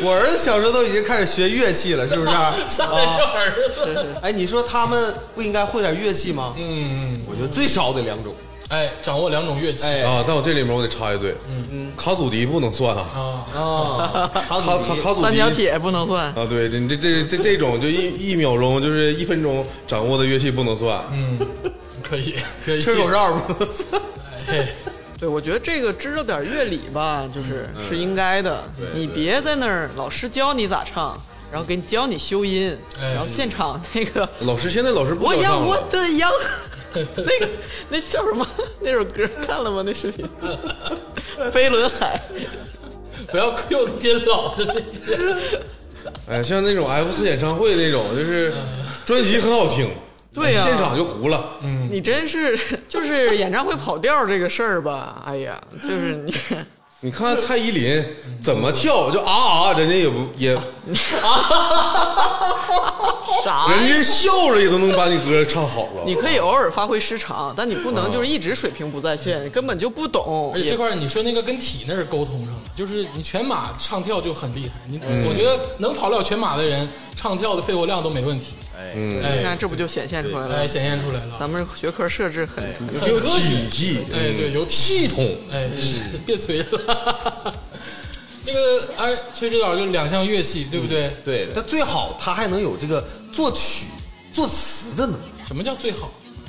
Speaker 1: 我儿子小时候都已经开始学乐器了，是不是？ *laughs*
Speaker 2: 上来
Speaker 1: 啊，
Speaker 2: 这儿子，
Speaker 1: *laughs* 哎，你说他们不应该会点乐器吗？
Speaker 2: 嗯，
Speaker 1: 我觉得最少得两种。
Speaker 2: 哎，掌握两种乐器。
Speaker 1: 哎
Speaker 4: 啊，但我这里面我得插一句，
Speaker 3: 嗯
Speaker 4: 卡祖笛不能算啊，
Speaker 2: 啊，
Speaker 1: 啊，卡
Speaker 4: 卡
Speaker 1: 祖
Speaker 4: 卡
Speaker 1: 笛
Speaker 4: 卡祖笛
Speaker 3: 三角铁不能算。
Speaker 4: 啊，对，你这这这这种
Speaker 3: *laughs*
Speaker 4: 就一一秒钟就是一分钟掌握的乐器不能算，
Speaker 3: 嗯
Speaker 2: 可以可以。
Speaker 1: 吹口哨不？
Speaker 2: 哎
Speaker 3: 对，我觉得这个知道点乐理吧，就是是应该的。你别在那儿老师教你咋唱，然后给你教你修音，
Speaker 2: 哎
Speaker 3: 然后现场那个
Speaker 4: 老师现在老师不
Speaker 3: 我
Speaker 4: 教
Speaker 3: 要
Speaker 4: 唱
Speaker 3: 我
Speaker 4: 了，
Speaker 3: 的羊，那个那叫什么？那首歌看了吗？那视频《飞轮海》
Speaker 2: 不要 Q 那些老的那些。
Speaker 4: 哎，像那种 F 四演唱会那种，就是专辑很好听，
Speaker 3: 嗯 *laughs* 对啊嗯呀
Speaker 4: 现场就糊了。
Speaker 3: 你真是就是演唱会跑调这个事儿吧？哎呀，就是你
Speaker 4: 你看蔡依林怎么跳，就啊啊，人家也不也，
Speaker 3: 啥呀？
Speaker 4: 人家笑着也都能把你歌唱好了。
Speaker 3: 啊你可以偶尔发挥失常，但你不能就是一直水平不在线，根本就不懂。
Speaker 2: 而且这块儿你说那个跟体那儿沟通上了，就是你全马唱跳就很厉害，你、我觉得能跑了全马的人，唱跳的肺活量都没问题。
Speaker 4: 嗯，
Speaker 3: 你看
Speaker 2: 哎，
Speaker 3: 这不就显现出来
Speaker 2: 哎，
Speaker 3: 了？
Speaker 2: 显现出来了，
Speaker 3: 咱们学科设置很
Speaker 2: 很
Speaker 4: 有
Speaker 2: 科学。
Speaker 4: 体系，
Speaker 2: 哎，对，有体
Speaker 4: 系统，
Speaker 2: 哎，是 *laughs* 别吹了。这个哎，崔指导就两项乐器，对不对？
Speaker 1: 对，但最好他还能有这个作曲、作词的能力，
Speaker 2: 什么叫最好？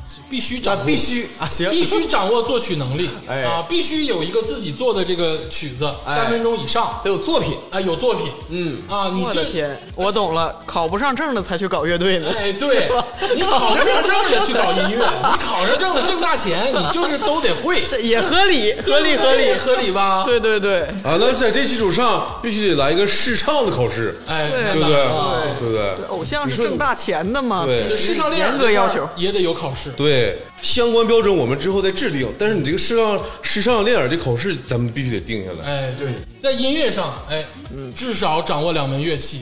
Speaker 2: 是必须
Speaker 1: 那
Speaker 2: 掌握，
Speaker 1: 必须啊，行，
Speaker 2: 必须掌握作曲能力，
Speaker 1: 哎
Speaker 2: 啊，必须有一个自己做的这个曲子，三分钟以上，
Speaker 1: 得有作品。
Speaker 2: 啊，有作品，嗯，啊，你
Speaker 3: 我
Speaker 2: 这
Speaker 3: 的天，我懂了，考不上证的才去搞乐队呢。
Speaker 2: 哎，对你考上证了去搞音乐，你考上证了挣大钱，你就是都得会，
Speaker 3: *laughs* 这也合理，合理，合理。
Speaker 2: 合理吧？
Speaker 3: 对对对，
Speaker 4: 啊，那在这基础上必须得来一个试唱的考试，
Speaker 2: 哎，
Speaker 3: 对
Speaker 4: 对
Speaker 2: 那
Speaker 4: 不
Speaker 2: 当
Speaker 4: 对
Speaker 2: 然了？
Speaker 4: 对不对？
Speaker 3: 偶像
Speaker 4: 你
Speaker 3: 是
Speaker 4: 说
Speaker 3: 挣大钱的嘛。
Speaker 4: 对
Speaker 2: 市场链
Speaker 3: 严格要求
Speaker 2: 也得有考试，
Speaker 4: 对相关标准我们之后再制定，但是你这个试唱试唱练耳这考试咱们必须得定下来。
Speaker 2: 哎，对，在音乐上，哎，至少掌握两门乐器，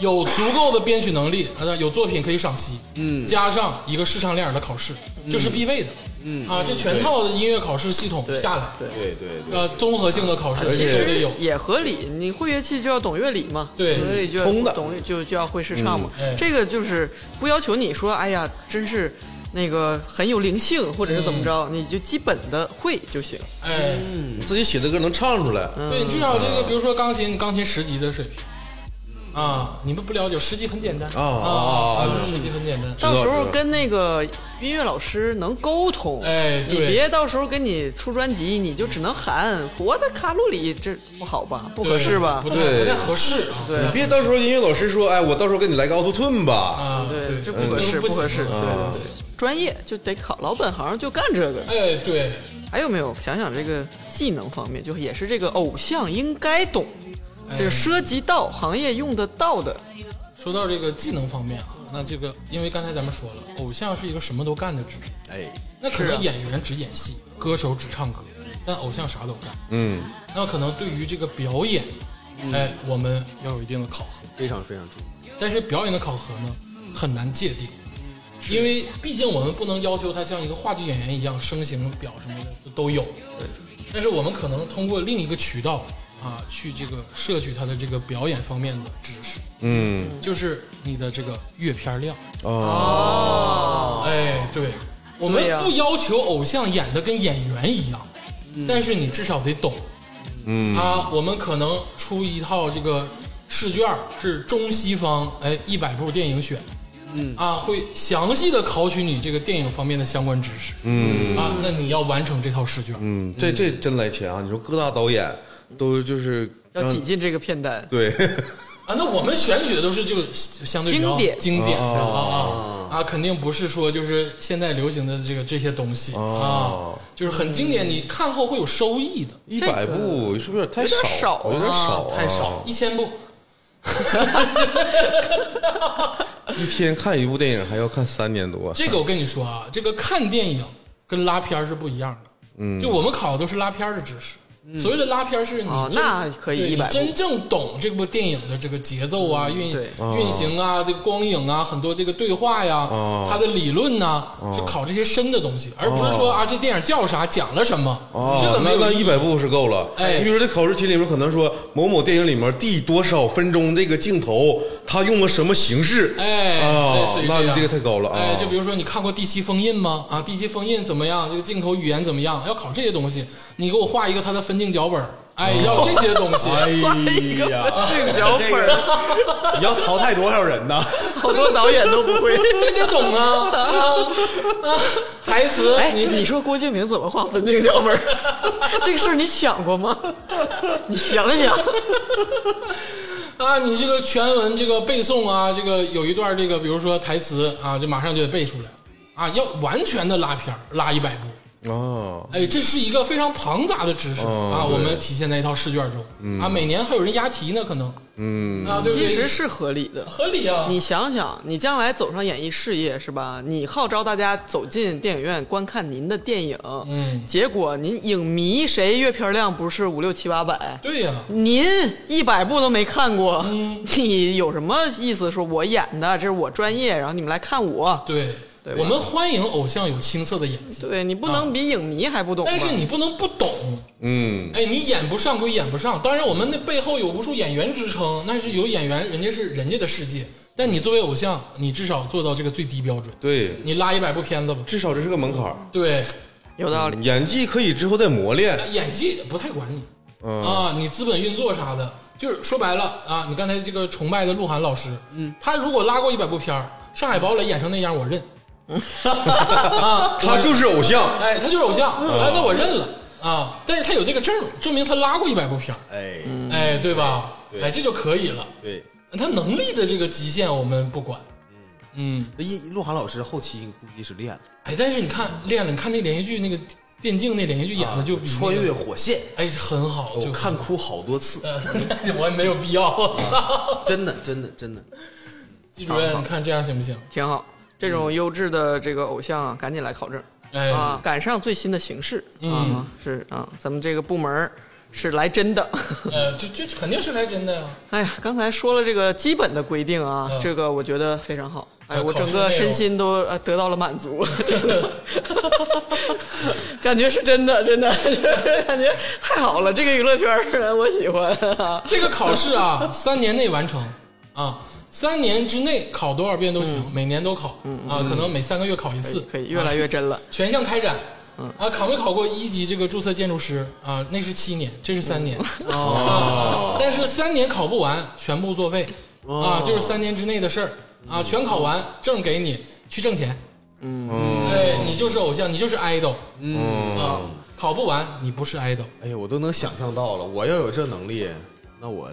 Speaker 2: 有足够的编曲能力，啊，有作品可以赏析，嗯，加上一个视唱练耳的考试，这是必备的，嗯啊，这全套的音乐考试系统下来，对
Speaker 5: 对对对，
Speaker 2: 呃，综合性的考试
Speaker 3: 其
Speaker 2: 其实得
Speaker 3: 实
Speaker 2: 有，
Speaker 3: 也合理，你会乐器就要懂乐理嘛，
Speaker 2: 对
Speaker 3: 懂乐理就要
Speaker 4: 通的
Speaker 3: 懂就就要会试唱嘛、
Speaker 2: 嗯哎
Speaker 3: 这个就是不要求你说，哎呀，真是那个很有灵性，或者是怎么着，
Speaker 4: 嗯
Speaker 3: 你就基本的会就行。
Speaker 2: 哎，
Speaker 4: 你自己写的歌能唱出来，
Speaker 2: 对你至少这个，比如说钢琴，钢琴十级的水平。啊，你们不了解，十级很简单啊
Speaker 4: 啊啊啊，
Speaker 2: 十级很简单。
Speaker 4: 道
Speaker 3: 到时
Speaker 4: 知
Speaker 3: 候
Speaker 4: 道
Speaker 3: 跟那个音乐老师能沟通，
Speaker 2: 哎
Speaker 3: 你
Speaker 2: 对
Speaker 3: 别到时候跟你出专辑，你就只能喊我的卡路里，这不好吧？不合适吧
Speaker 2: 不？太
Speaker 4: 对
Speaker 2: 不太合适啊！
Speaker 3: 对
Speaker 4: 你别到时候音乐老师说，哎，我到时候给你来个奥 u 顿吧，
Speaker 2: 啊，
Speaker 3: 对，这
Speaker 2: 这
Speaker 3: 不合
Speaker 2: 都
Speaker 3: 适，
Speaker 2: 不
Speaker 3: 不
Speaker 2: 行
Speaker 3: 合适。对
Speaker 2: 啊
Speaker 3: 对对，专业就得考，老本行就干这个。
Speaker 2: 哎，对，
Speaker 3: 还有没有想想这个技能方面，就也是这个偶像应该懂，
Speaker 4: 哎
Speaker 3: 这个涉及到行业用得到的，
Speaker 2: 说到这个技能方面啊，那这个因为刚才咱们说了，偶像是一个什么都干的职业，
Speaker 5: 哎，
Speaker 2: 那可
Speaker 3: 是啊
Speaker 2: 能演员只演戏，歌手只唱歌，但偶像啥都干。
Speaker 4: 嗯，
Speaker 2: 那可能对于这个表演，
Speaker 3: 嗯
Speaker 2: 哎，我们要有一定的考核。
Speaker 5: 非常非常注意，
Speaker 2: 但是表演的考核呢，很难界定，因为毕竟我们不能要求他像一个话剧演员一样声形表什么的都有。但是我们可能通过另一个渠道啊，去这个摄取他的这个表演方面的知识，
Speaker 4: 嗯
Speaker 2: 就是你的这个阅片量。
Speaker 4: 哦，
Speaker 2: 哎，对，我们
Speaker 3: 对呀
Speaker 2: 不要求偶像演的跟演员一样，
Speaker 3: 嗯
Speaker 2: 但是你至少得懂。
Speaker 4: 嗯
Speaker 2: 啊，我们可能出一套这个试卷儿，是中西方哎一百部电影选，嗯啊，会详细的考取你这个电影方面的相关知识。嗯啊，那你要完成这套试卷。
Speaker 4: 嗯，这这真来钱啊！你说各大导演都就是
Speaker 3: 要
Speaker 4: 让
Speaker 3: 挤进这个片单。
Speaker 4: 对，
Speaker 2: 啊，那我们选取的都是就相对比较
Speaker 3: 经典
Speaker 2: 经典的
Speaker 4: 哦
Speaker 2: 啊啊啊，肯定不是说就是现在流行的这个这些东西啊
Speaker 4: 哦，
Speaker 2: 就是很经典，你看后会有收益的。
Speaker 4: 一百部是不是有点太
Speaker 3: 有点
Speaker 4: 少
Speaker 3: 少
Speaker 4: 啊？有点
Speaker 3: 啊
Speaker 4: 少，
Speaker 5: 太少了，
Speaker 2: 一千部，
Speaker 4: 一天看一部电影还要看三年多，
Speaker 2: 这个我跟你说
Speaker 4: *laughs*
Speaker 2: 啊，这个看电影跟拉片儿是不一样的。嗯，就我们考的都是拉片儿的知识。
Speaker 4: 嗯
Speaker 2: 所谓的拉片儿是你
Speaker 3: 哦
Speaker 2: 真
Speaker 3: 那可以
Speaker 2: 对你
Speaker 3: 100部嗯
Speaker 2: 真正懂这部电影的这个节奏啊、运
Speaker 3: 对
Speaker 2: 运行啊、这个光影啊、很多这个对话呀、
Speaker 4: 哦
Speaker 2: 它的理论呐，是考这些深的东西，而不是说啊这电影叫啥、讲了什么，
Speaker 4: 哦，
Speaker 2: 这个没
Speaker 4: 那
Speaker 2: 有
Speaker 4: 那
Speaker 2: 意义
Speaker 4: 一百部是够了。
Speaker 2: 哎
Speaker 4: 你比如说这考试题里面可能说某某电影里面第多少分钟这个镜头，它用了什么形式？
Speaker 2: 哎，类
Speaker 4: 啊
Speaker 2: 似于，
Speaker 4: 那
Speaker 2: 样
Speaker 4: 你这个太高了啊！
Speaker 2: 哎，就比如说你看过《第七封印》吗？啊，《第七封印》怎么样？这个镜头语言怎么样？要考这些东西，你给我画一个它的分镜脚本儿，哎，
Speaker 4: 哦
Speaker 2: 要这些东
Speaker 4: *laughs*
Speaker 2: 西。
Speaker 5: 哎呀，
Speaker 3: 这个脚本儿
Speaker 5: 你要淘汰多少人呢？
Speaker 3: 好多导演都不会。
Speaker 2: 你得懂啊啊啊！台词，
Speaker 3: 哎，
Speaker 2: 你
Speaker 3: *laughs* 你说郭敬明怎么划分这个脚本儿？
Speaker 2: *laughs*
Speaker 3: 这个事儿你想过吗？你想想，
Speaker 2: 啊，你这个全文这个背诵啊，这个有一段这个，比如说台词啊，就马上就得背出来啊，要完全的拉片儿拉一百步。
Speaker 4: 哦，
Speaker 2: 哎，这是一个非常庞杂的知识、
Speaker 4: 哦
Speaker 2: 啊，
Speaker 4: 对嗯
Speaker 2: 我们体现在一套试卷中、啊，每年还有人押题呢，可能，嗯啊，对不对
Speaker 3: 其实是合理的。
Speaker 2: 合理啊，
Speaker 3: 你想想，你将来走上演艺事业是吧？你号召大家走进电影院观看您的电影，
Speaker 2: 嗯
Speaker 3: 结果您影迷谁阅片量不是五六七八百？
Speaker 2: 对呀、
Speaker 3: 您一百部都没看过，
Speaker 2: 嗯
Speaker 3: 你有什么意思？说我演的，这是我专业，然后你们来看我，
Speaker 2: 对，
Speaker 3: 对吧
Speaker 2: 我们欢迎偶像有青涩的演技，
Speaker 3: 对你不能比影迷还不懂吧。
Speaker 2: 啊但是你不能不懂，
Speaker 4: 嗯，
Speaker 2: 哎，你演不上归演不上，当然我们那背后有无数演员支撑，那是有演员，人家是人家的世界，但你作为偶像，你至少做到这个最低标准，
Speaker 4: 对，
Speaker 2: 你拉一百部片子吧，
Speaker 4: 至少这是个门槛儿。
Speaker 2: 对，
Speaker 3: 有道理，
Speaker 4: 演技可以之后再磨练，
Speaker 2: 演技不太管你，
Speaker 4: 嗯
Speaker 2: 啊，你资本运作啥的，就是说白了啊，你刚才这个崇拜的鹿晗老师，嗯，他如果拉过一百部片儿，上海堡垒演成那样，我认，啊，
Speaker 4: 他就是偶像，
Speaker 2: 哎，他就是偶像，哎，那我认了啊，但是他有这个证，证明他拉过一百部片儿，
Speaker 5: 哎，
Speaker 2: 哎，对吧？哎，这就可以了，
Speaker 5: 对，
Speaker 2: 他能力的这个极限我们不管，嗯
Speaker 1: 一鹿晗老师后期估计是练了，
Speaker 2: 哎，但是你看练了，你看那连续剧那个电竞那连续剧演的就比那个
Speaker 1: 穿越，火线，
Speaker 2: 哎，很好，就
Speaker 1: 我看哭好多次，
Speaker 5: 嗯
Speaker 2: 呃， *laughs* 我也没有必要。 *laughs*
Speaker 1: 真的，真的，真的。
Speaker 2: 季主任，你看这样行不行？
Speaker 3: 挺好。这
Speaker 2: 嗯
Speaker 3: 种优质的这个偶像啊，赶紧来考证
Speaker 2: 哎，
Speaker 3: 啊，赶上最新的形势啊
Speaker 2: 嗯，
Speaker 3: 是啊，咱们这个部门儿是来真的。 *laughs*
Speaker 2: 呃，就就肯定是来真的呀。
Speaker 3: 哎呀，刚才说了这个基本的规定啊，
Speaker 2: 嗯
Speaker 3: 这个我觉得非常好。哎，
Speaker 2: 呃
Speaker 3: 我
Speaker 2: 考
Speaker 3: 整
Speaker 2: 试
Speaker 3: 个
Speaker 2: 内
Speaker 3: 身
Speaker 2: 容
Speaker 3: 心都呃得到了
Speaker 2: *laughs*
Speaker 3: 满足，真的，感觉是真的，真的， *laughs* 感觉太好了。这个娱乐圈儿我喜欢、
Speaker 2: 这个考试啊，三年内完成啊，三年之内考多少遍都
Speaker 3: 嗯
Speaker 2: 行，每年都考啊，可能每三个月考一次，
Speaker 3: *laughs* 可以越来越
Speaker 2: 啊
Speaker 3: 真了。
Speaker 2: 全项开展。啊，考没考过一级这个注册建筑师啊？那是七年，这是三年。哦、啊，但是三年考不完，全部作废、啊，就是三年之内的事儿啊，全考完证给你去挣钱。嗯，哎，你就是偶像，你就是 idol。嗯啊，考不完你不是 idol
Speaker 5: 哎呀，我都能想象到了，我要有这能力，那我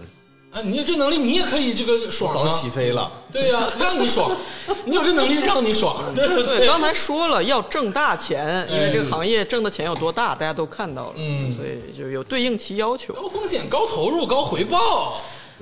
Speaker 2: 啊，你有这能力，你也可以这个爽
Speaker 5: 早
Speaker 2: 啊。
Speaker 5: 起飞了。
Speaker 2: 对呀、让你爽，你有这能力让你爽，对不 *laughs*
Speaker 3: 对，
Speaker 2: 对？
Speaker 3: 刚才说了要挣大钱，因为这个行业挣的钱有多大，大家都看到了，
Speaker 2: 嗯
Speaker 3: 所以就有对应其要求。
Speaker 2: 高风险、高投入、高回报，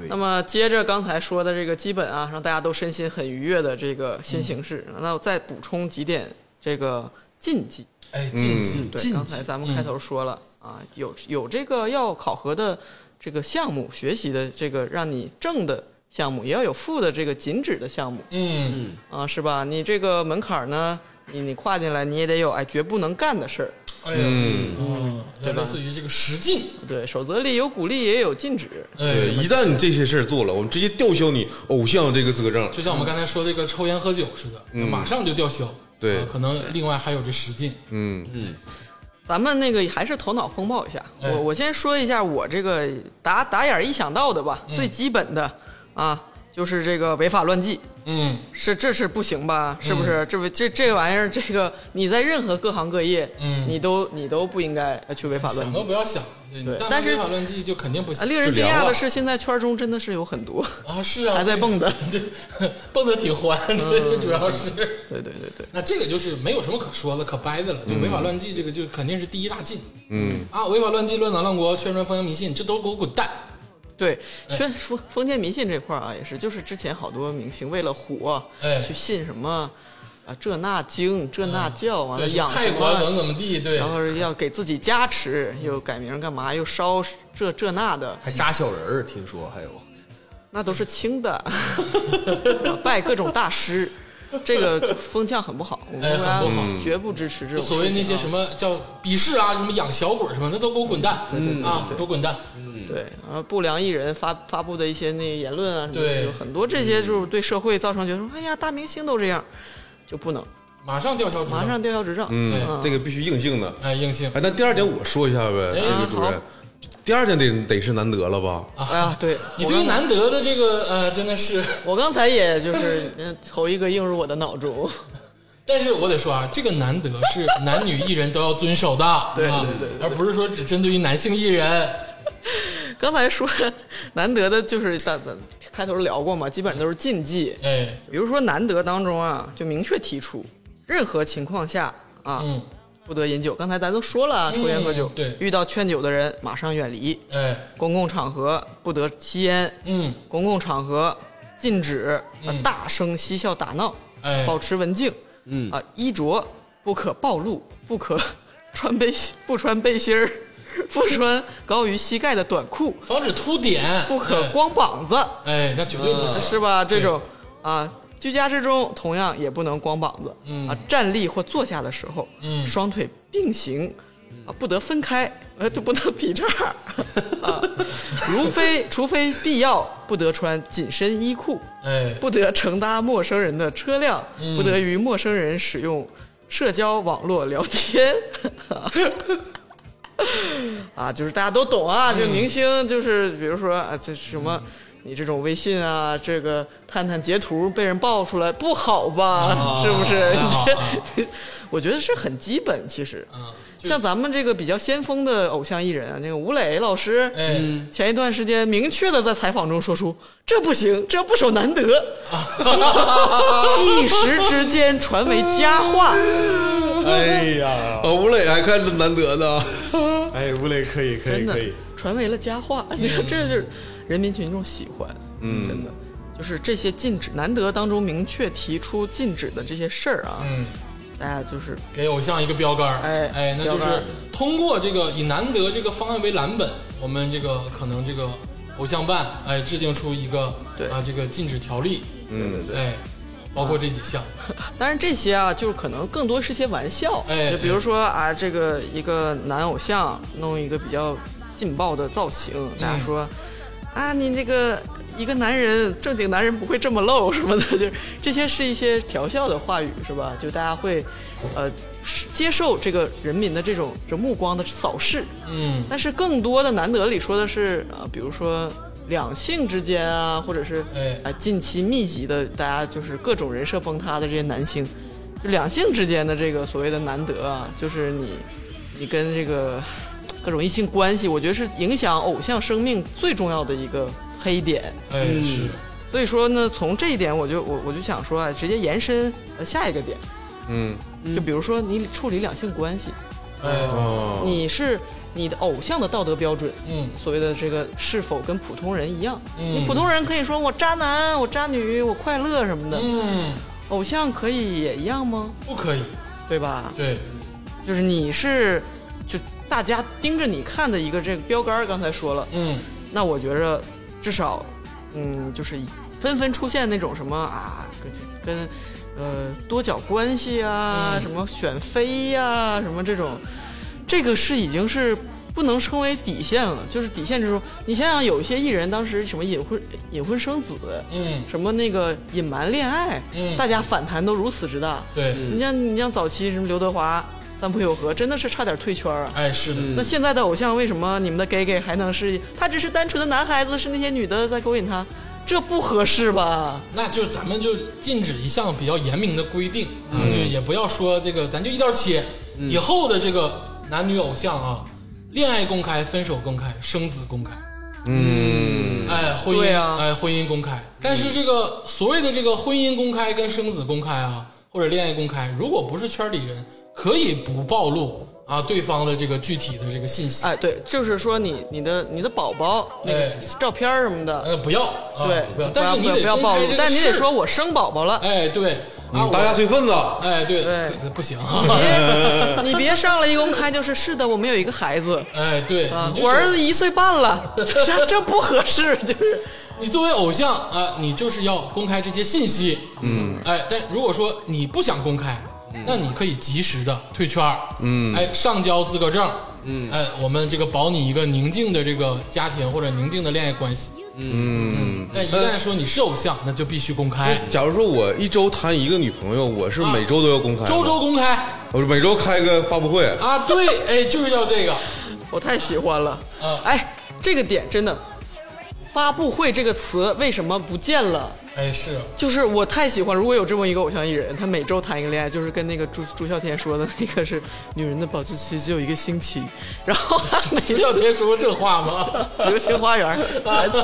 Speaker 3: 那么接着刚才说的这个基本啊，让大家都身心很愉悦的这个新形式，
Speaker 2: 嗯
Speaker 3: 那我再补充几点这个禁忌。
Speaker 2: 哎，禁忌、嗯
Speaker 3: 对，刚才咱们开头说了、啊，有有这个要考核的这个项目，学习的这个让你正的项目，也要有负的这个禁止的项目
Speaker 2: 嗯，
Speaker 3: 啊，是吧？你这个门槛儿呢，你你跨进来，你也得有哎绝不能干的事儿。
Speaker 2: 哎呀，嗯，就类似于这个十禁，
Speaker 3: 对，守则里有鼓励也有禁止，
Speaker 4: 对，
Speaker 2: 哎，
Speaker 4: 一旦你这些事儿做了，我们直接吊销你偶像这个资格证。
Speaker 2: 就像我们刚才说这个抽烟喝酒似的，马上就吊销。
Speaker 4: 嗯对
Speaker 2: 啊可能另外还有这十禁，
Speaker 4: 嗯，
Speaker 3: 咱们那个还是头脑风暴一下，
Speaker 2: 哎
Speaker 3: 我我先说一下我这个打打眼儿一想到的吧，
Speaker 4: 嗯
Speaker 3: 最基本的啊，就是这个违法乱纪，
Speaker 2: 嗯
Speaker 3: 是这是不行吧？是不
Speaker 4: 嗯
Speaker 3: 是？这不这这玩意儿，这个你在任何各行各业，
Speaker 2: 嗯
Speaker 3: 你都你都不应该去违法乱
Speaker 2: 想
Speaker 3: 纪
Speaker 2: 都。不要想，对
Speaker 3: 对
Speaker 2: 你但
Speaker 3: 但是
Speaker 2: 违法乱纪就肯定不
Speaker 3: 啊，
Speaker 2: 行
Speaker 3: 令人
Speaker 4: 就
Speaker 3: 惊
Speaker 4: 凉
Speaker 3: 讶的
Speaker 4: 了
Speaker 3: 是，现在圈中真的是有很多 *laughs*
Speaker 2: 啊！是啊，
Speaker 3: 还在蹦嗯的。
Speaker 2: *laughs* 对，对，蹦的挺欢，对，主要是
Speaker 3: 对对对对，
Speaker 2: 那这个就是没有什么可说的、可掰的了，
Speaker 4: 嗯
Speaker 2: 就违法乱纪这个就肯定是第一大禁，嗯啊，违法乱纪、乱党乱国、宣传封建迷信，这都给我滚蛋！
Speaker 3: 对宣封封建迷信这块儿啊，也是，就是之前好多明星为了火，
Speaker 2: 哎嗯
Speaker 3: 去信什么啊这那经这那教，完了
Speaker 2: 对，
Speaker 3: 养
Speaker 2: 泰
Speaker 3: 什
Speaker 2: 国
Speaker 3: 么
Speaker 2: 怎么怎么地，对
Speaker 3: 然，后要给自己加持，又改名干嘛，又烧这这那的，
Speaker 1: 还扎小人儿，听说还有
Speaker 3: 那都是轻的， *laughs* 拜各种大师，这个风向很不好，我
Speaker 2: 哎
Speaker 3: 们
Speaker 2: 很不好
Speaker 3: 绝不支持这种啊
Speaker 2: 所谓那些什
Speaker 3: 么。
Speaker 2: 么叫鄙视啊，什么养小鬼什么的，那都给我滚蛋！
Speaker 3: 对对对
Speaker 2: 啊
Speaker 3: 对，
Speaker 2: 都滚蛋！
Speaker 3: 对，然后不良艺人发发布的一些那个言论啊什么的，
Speaker 2: 对
Speaker 3: 有很多这些就是对社会造成觉得说，哎呀，大明星都这样，就不能
Speaker 2: 马上吊销执照
Speaker 3: 马上吊销执照。
Speaker 2: 对
Speaker 4: 嗯，这个必须硬性的。
Speaker 2: 哎，硬性
Speaker 4: 哎，那第二点我说一下呗，这
Speaker 2: 哎
Speaker 4: 个主任
Speaker 3: 好，
Speaker 4: 第二点得得是难得了吧？
Speaker 3: 哎呀，对，
Speaker 2: 你
Speaker 3: 我
Speaker 2: 对于
Speaker 3: 刚才
Speaker 2: 难得的这个呃，真的是，
Speaker 3: 我刚才也就是嗯头一个映入我的脑中， *laughs*
Speaker 2: 但是我得说啊，这个难得是男啊女艺人都要遵守的，对对对，而不是说只针对于男性艺人。
Speaker 3: 刚才说难得的就是咱咱开头聊过嘛，基本都是禁忌。
Speaker 2: 哎，
Speaker 3: 比如说难得当中啊，就明确提出，任何情况下啊、
Speaker 2: 嗯，
Speaker 3: 不得饮酒。刚才咱都说了啊，抽烟喝酒，
Speaker 2: 嗯对
Speaker 3: 遇到劝酒的人马上远离，
Speaker 2: 哎，
Speaker 3: 公共场合不得吸烟，
Speaker 2: 嗯，
Speaker 3: 公共场合禁止、呃大声嬉笑打闹，
Speaker 2: 哎
Speaker 3: 保持文静，
Speaker 5: 嗯
Speaker 3: 啊、衣着不可暴露，不可 *laughs* 穿背心不穿背心儿， *laughs* 不穿高于膝盖的短裤，
Speaker 2: 防止凸点，
Speaker 3: 不可光膀子，
Speaker 2: 哎，哎，那绝对不行，
Speaker 3: 是吧？
Speaker 2: 嗯对
Speaker 3: 这种啊，居家之中同样也不能光膀子，
Speaker 2: 嗯
Speaker 3: 啊，站立或坐下的时候，
Speaker 2: 嗯
Speaker 3: 双腿并行，啊，不得分开，呃，就不能劈叉儿，啊， *laughs* 如非除非必要，不得穿紧身衣裤，
Speaker 2: 哎，
Speaker 3: 不得乘搭陌生人的车辆，
Speaker 2: 嗯
Speaker 3: 不得与陌生人使用社交网络聊天。 *laughs* 啊，就是大家都懂啊，
Speaker 2: 嗯
Speaker 3: 这明星就是比如说啊，这什么。你这种微信啊，这个探探截图被人爆出来不好吧？ *laughs* 是不是？
Speaker 2: 不好啊
Speaker 3: 你这，我觉得是很基本。其实，
Speaker 2: 嗯，就
Speaker 3: 像咱们这个比较先锋的偶像艺人啊，那个吴磊老师，
Speaker 2: 哎，
Speaker 3: 前一段时间明确的在采访中说出“这不行，这不守难得”，一时之间传为佳话。
Speaker 5: 哎呀，
Speaker 4: 啊，吴磊还看着难得呢，
Speaker 5: 哎，吴磊可以，可以，
Speaker 3: 真的
Speaker 5: 可以，
Speaker 3: 传为了佳话，你说这就是人民群众喜欢，嗯，真的就是这些禁止难得当中明确提出禁止的这些事儿啊，
Speaker 2: 嗯，
Speaker 3: 大家就是
Speaker 2: 给偶像一个标杆儿，
Speaker 3: 哎
Speaker 2: 哎，那就
Speaker 3: 标杆
Speaker 2: 是
Speaker 3: 儿
Speaker 2: 通过这个以难得这个方案为蓝本，我们这个可能这个偶像办哎制定出一个
Speaker 3: 对
Speaker 2: 啊这个禁止条例，
Speaker 4: 嗯，
Speaker 2: 哎，包括这几项，
Speaker 3: 当然这些啊，就是可能更多是些玩笑，
Speaker 2: 哎
Speaker 3: 就比如说啊，这个一个男偶像弄一个比较劲爆的造型，大家
Speaker 2: 嗯
Speaker 3: 说、啊，你这个一个男人正经男人不会这么露什么的，就是这些是一些调笑的话语是吧？就大家会呃是接受这个人民的这种这目光的扫视，
Speaker 2: 嗯
Speaker 3: 但是更多的难得里说的是啊，比如说两性之间啊，或者是
Speaker 2: 哎
Speaker 3: 啊近期密集的，大家就是各种人设崩塌的这些男星，就两性之间的这个所谓的难得啊，就是你你跟这个各种异性关系，我觉得是影响偶像生命最重要的一个黑点。
Speaker 2: 哎是
Speaker 3: 所以说呢，从这一点我就我我就想说啊，直接延伸呃下一个点，
Speaker 4: 嗯，
Speaker 3: 就比如说你处理两性关系，
Speaker 2: 哎
Speaker 4: 哦，
Speaker 3: 你是你的偶像的道德标准。
Speaker 2: 嗯
Speaker 3: 所谓的这个是否跟普通人一样。
Speaker 2: 嗯
Speaker 3: 你普通人可以说我渣男，我渣女，我快乐什么的，
Speaker 2: 嗯
Speaker 3: 偶像可以也一样吗？
Speaker 2: 不可以，
Speaker 3: 对吧？
Speaker 2: 对
Speaker 3: 就是你是就大家盯着你看的一个这个标杆儿，刚才说了，
Speaker 2: 嗯
Speaker 3: 那我觉着至少，嗯，就是纷纷出现那种什么啊，跟跟呃多角关系啊，什么选妃呀、什么这种，这个是已经是不能称为底线了，就是底线之中，你想想有一些艺人当时什么隐婚隐婚生子，
Speaker 2: 嗯
Speaker 3: 什么那个隐瞒恋爱，
Speaker 2: 嗯
Speaker 3: 大家反弹都如此之大。
Speaker 2: 对
Speaker 3: 你像你像早期什么刘德华、三浦友和，真的是差点退圈儿啊。
Speaker 2: 哎是的，
Speaker 3: 那现在的偶像为什么你们的 gay gay 还能是他只是单纯的男孩子，是那些女的在勾引他，这不合适吧？
Speaker 2: 那就咱们就禁止一项比较严明的规定，啊，就
Speaker 3: 嗯
Speaker 2: 也不要说这个，咱就一刀切。以后的这个男女偶像啊，恋爱公开，分手公开，生子公开，嗯，哎，婚
Speaker 3: 对
Speaker 2: 姻，
Speaker 3: 啊
Speaker 2: 哎，婚姻公开。但是这个所谓的这个婚姻公开跟生子公开啊，或者恋爱公开，如果不是圈里人，可以不暴露啊对方的这个具体的这个信息，
Speaker 3: 哎，对，就是说你你的你的宝宝那个
Speaker 2: 哎
Speaker 3: 照片儿什么的，
Speaker 2: 呃，不要，啊
Speaker 3: 对，
Speaker 2: 不要。
Speaker 3: 嗯不
Speaker 2: 但
Speaker 3: 要
Speaker 2: 是你
Speaker 3: 不要
Speaker 2: 得
Speaker 3: 不要
Speaker 2: 公
Speaker 3: 暴
Speaker 2: 开
Speaker 3: 露
Speaker 2: 这，个
Speaker 3: 但你得
Speaker 2: 事
Speaker 3: 说，我生宝宝 *laughs* 了。
Speaker 2: 哎，对啊，
Speaker 4: 大家
Speaker 2: 我，
Speaker 4: 随份子，
Speaker 2: 哎，对，
Speaker 3: 对
Speaker 2: 可不行。
Speaker 3: 哎
Speaker 2: 啊
Speaker 3: 别你别上来一公开就是是的，我们有一个孩子
Speaker 2: 哎，对，
Speaker 3: 啊
Speaker 2: 你，这
Speaker 3: 我
Speaker 2: 个
Speaker 3: 儿子一岁半 *laughs* 了，这这不合适，就是
Speaker 2: 你作为偶像啊、你就是要公开这些信息，嗯，哎，但如果说你不想公开，那你可以及时的退圈儿，嗯，哎，上交资格证，嗯，哎，我们这个保你一个宁静的这个家庭或者宁静的恋爱关系，嗯，但一旦说你是偶像，那就必须公开，
Speaker 4: 哎假如说我一周谈一个女朋友，我是每周都要公开吗，
Speaker 2: 周周公开
Speaker 4: 我每周开个发布会，
Speaker 2: 啊，对，哎，就是要这个，
Speaker 3: 我太喜欢了
Speaker 2: 嗯。
Speaker 3: 哎，这个点真的，发布会这个词为什么不见了？
Speaker 2: 哎，是 *laughs*
Speaker 3: 就是我太喜欢，如果有这么一个偶像艺人，他每周谈一个恋爱，就是跟那个朱朱孝天说的那个是女人的保质期只有一个星期，然后他每
Speaker 2: 朱孝天说过这话吗？
Speaker 3: 流星花园台词，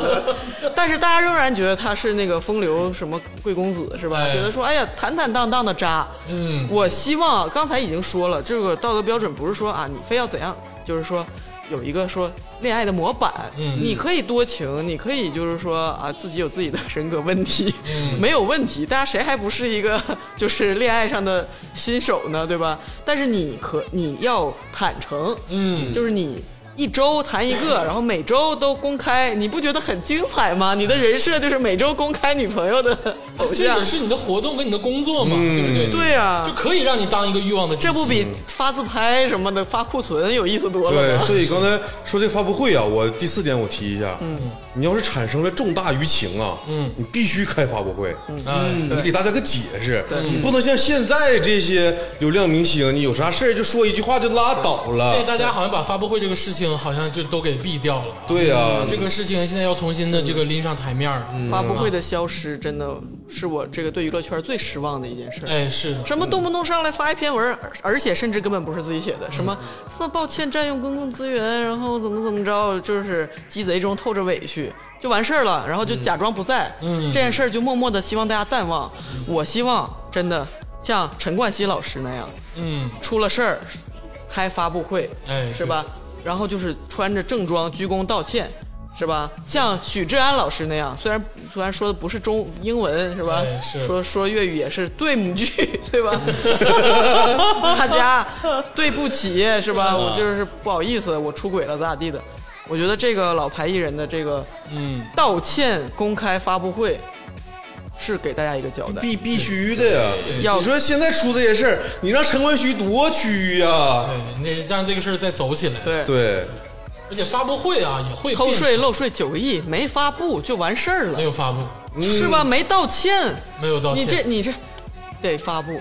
Speaker 3: 但是大家仍然觉得他是那个风流什么贵公子是吧？
Speaker 2: 哎
Speaker 3: 觉得说哎呀坦坦荡荡的渣。
Speaker 2: *laughs* 嗯，
Speaker 3: 我希望刚才已经说了，这个道德标准不是说啊你非要怎样，就是说有一个说恋爱的模板，
Speaker 2: 嗯
Speaker 3: 你可以多情，你可以就是说啊自己有自己的人格问题，
Speaker 2: 嗯
Speaker 3: 没有问题，大家谁还不是一个就是恋爱上的新手呢，对吧？但是你可你要坦诚，
Speaker 2: 嗯
Speaker 3: 就是你一周谈一个，然后每周都公开，你不觉得很精彩吗？你的人设就是每周公开女朋友的偶
Speaker 2: 哦这
Speaker 3: 像
Speaker 2: 也，是你的活动跟你的工作嘛，对不嗯对？
Speaker 3: 对啊，
Speaker 2: 就可以让你当一个欲望的
Speaker 3: 这
Speaker 2: 机器
Speaker 3: 不比发自拍什么的发库存有意思多了
Speaker 4: 对，
Speaker 3: 吗？
Speaker 4: 所以刚才说这个发布会啊，我第四点我提一下，嗯，你要是产生了重大舆情啊，嗯，你必须开发布会，
Speaker 2: 嗯
Speaker 4: 你给大家个解释，你不能像现在这些流量明星，你有啥事儿就说一句话就拉倒
Speaker 2: 现在
Speaker 4: 了，
Speaker 2: 大家好像把发布会这个事情好像就都给避掉了。
Speaker 3: 嗯
Speaker 4: 对呀、
Speaker 2: 这个事情现在要重新的这个拎上台面儿。
Speaker 3: 发布会的消失真的是我这个对娱乐圈最失望的一件事。
Speaker 2: 哎，是的，
Speaker 3: 什么动不动上来发一篇文，而而且甚至根本不是自己写的，什么说抱歉占用公共资源，然后怎么怎么着，就是鸡贼中透着委屈就完事儿了，然后就假装不在，
Speaker 2: 嗯
Speaker 3: 这件事儿就默默的希望大家淡忘。我希望真的像陈冠希老师那样，
Speaker 2: 嗯，
Speaker 3: 出了事儿开发布会，
Speaker 2: 哎，
Speaker 3: 是？吧？然后就是穿着正装鞠躬道歉，是吧？像许志安老师那样，虽然虽然说的不是中英文，是吧？
Speaker 2: 哎是
Speaker 3: 说说粤语也是对母句， *laughs*
Speaker 2: *laughs*
Speaker 3: 对吧？大家对不起，是
Speaker 2: 啊
Speaker 3: 吧？我就是不好意思，我出轨了，咋咋地的。我觉得这个老牌艺人的这个
Speaker 2: 嗯，
Speaker 3: 道歉公开发布会，是给大家一个交代。
Speaker 4: 必必须的呀！
Speaker 3: 要
Speaker 4: 你说现在出这些事儿，你让陈冠希多屈呀？
Speaker 2: 对，你得让这个事儿再走起来。
Speaker 3: 对，
Speaker 4: 对，
Speaker 2: 而且发布会啊也会
Speaker 3: 偷
Speaker 2: 变
Speaker 3: 税漏税九个亿没发布就完事儿
Speaker 2: 没
Speaker 3: 了，
Speaker 2: 有发布，
Speaker 3: 是吧？没道歉，
Speaker 2: 没嗯有道歉。
Speaker 3: 你这你这得发布，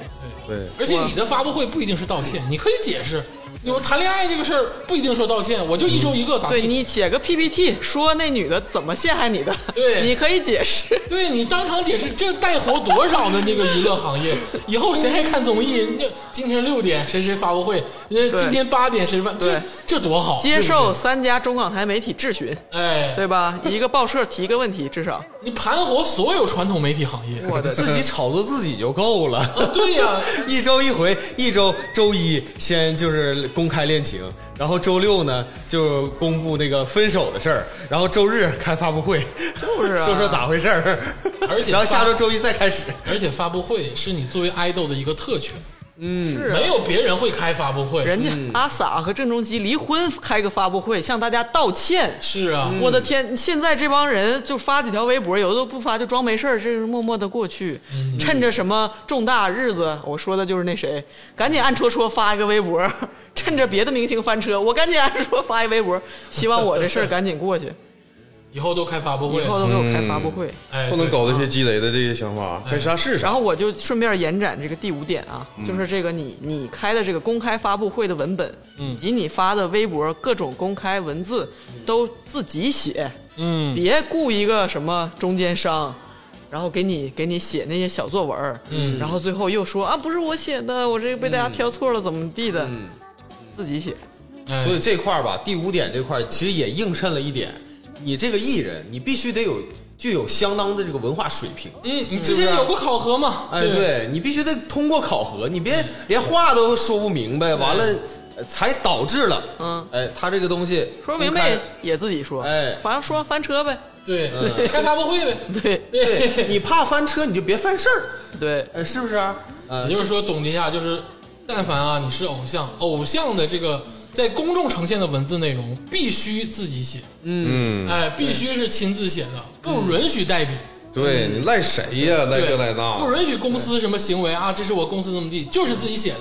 Speaker 4: 对，
Speaker 2: 而且你的发布会不一定是道歉，你可以解释。我谈恋爱这个事儿不一定说道歉，我就一周一个咋地？
Speaker 3: 对你写个 PPT 说那女的怎么陷害你的，
Speaker 2: 对
Speaker 3: *laughs* 你可以解释。
Speaker 2: 对你当场解释，这带活多少的那个娱乐行
Speaker 3: *laughs*
Speaker 2: 业？以后谁还看综艺？那今天六点谁谁发布会，那今天八点谁发？这
Speaker 3: 对
Speaker 2: 这多好！
Speaker 3: 接受三家中港台媒体质询，
Speaker 2: 哎，
Speaker 3: 对吧？一个报社提一个问题，至少
Speaker 2: 你盘活所有传统媒体行业。啊
Speaker 3: 我的
Speaker 1: 自己炒作自己就够了。
Speaker 2: 对呀、
Speaker 1: 一周一回，一周周一先就是公开恋情，然后周六呢就公布那个分手的事儿，然后周日开发布会，
Speaker 3: 是
Speaker 1: *laughs*
Speaker 3: 啊
Speaker 1: 说说咋回事儿，
Speaker 2: 而
Speaker 1: *laughs*
Speaker 2: 且
Speaker 1: 然后
Speaker 2: 发
Speaker 1: 下周周一再开始。
Speaker 2: 而且发布会是你作为爱豆的一个特权，
Speaker 3: 是啊
Speaker 2: 没有嗯别人会开发布会。
Speaker 3: 人家阿 sa 和郑中基离婚开个发布会向大家道歉。
Speaker 2: 是啊，
Speaker 3: 我的天！现在这帮人就发几条微博，有的都不发，就装没事儿，这是默默的过去。趁着什么重大日子，我说的就是那谁，赶紧暗戳戳发一个微博，趁着别的明星翻车，我赶紧暗戳戳发一微博，希望我这事儿赶紧过去，
Speaker 2: 以后都开发布
Speaker 3: 以
Speaker 2: 会，
Speaker 3: 后都给我开发布会。
Speaker 2: 哎，
Speaker 4: 不
Speaker 2: 对
Speaker 4: 能
Speaker 2: 哎
Speaker 4: 搞这些鸡贼的这些想法，该啥是啥。
Speaker 3: 然后我就顺便延展这个第五点啊，就是这个你你开的这个公开发布会的文本，以及你发的微博各种公开文字都自己写，
Speaker 2: 嗯，
Speaker 3: 别雇一个什么中间商，然后给你给你写那些小作文儿，
Speaker 2: 嗯
Speaker 3: 然后最后又说啊不是我写的，我这个被大家挑错了，怎么地的，自己写，
Speaker 2: 哎
Speaker 1: 所以这块儿吧，第五点这块儿其实也映衬了一点，你这个艺人，你必须得有具有相当的这个文化水平。
Speaker 2: 嗯，你之前有过考核吗？
Speaker 1: 哎，对你必须得通过考核，你别连话都说不明白，完了呃才导致了，
Speaker 3: 嗯，
Speaker 1: 哎，他这个东西
Speaker 3: 说明白也自己说，
Speaker 1: 哎
Speaker 3: 反正说翻车呗， *laughs*
Speaker 2: 对，
Speaker 3: 嗯
Speaker 2: 开发布会呗。
Speaker 3: 对
Speaker 1: 公开，对你怕翻车你就别犯事儿，
Speaker 3: 对，
Speaker 1: 呃，是不是啊？呃
Speaker 2: 也就是说，总结一下，就是但凡啊，你是偶像，偶像的这个在公众呈现的文字内容必须自己写，
Speaker 4: 嗯，
Speaker 2: 哎，必须是亲自写的，不
Speaker 3: 嗯
Speaker 2: 允许代笔。
Speaker 4: 对你赖谁呀？赖
Speaker 2: 哎对，
Speaker 4: 这赖那，
Speaker 2: 不允许公司什么行为啊，这是我公司怎么地，就是自己写的，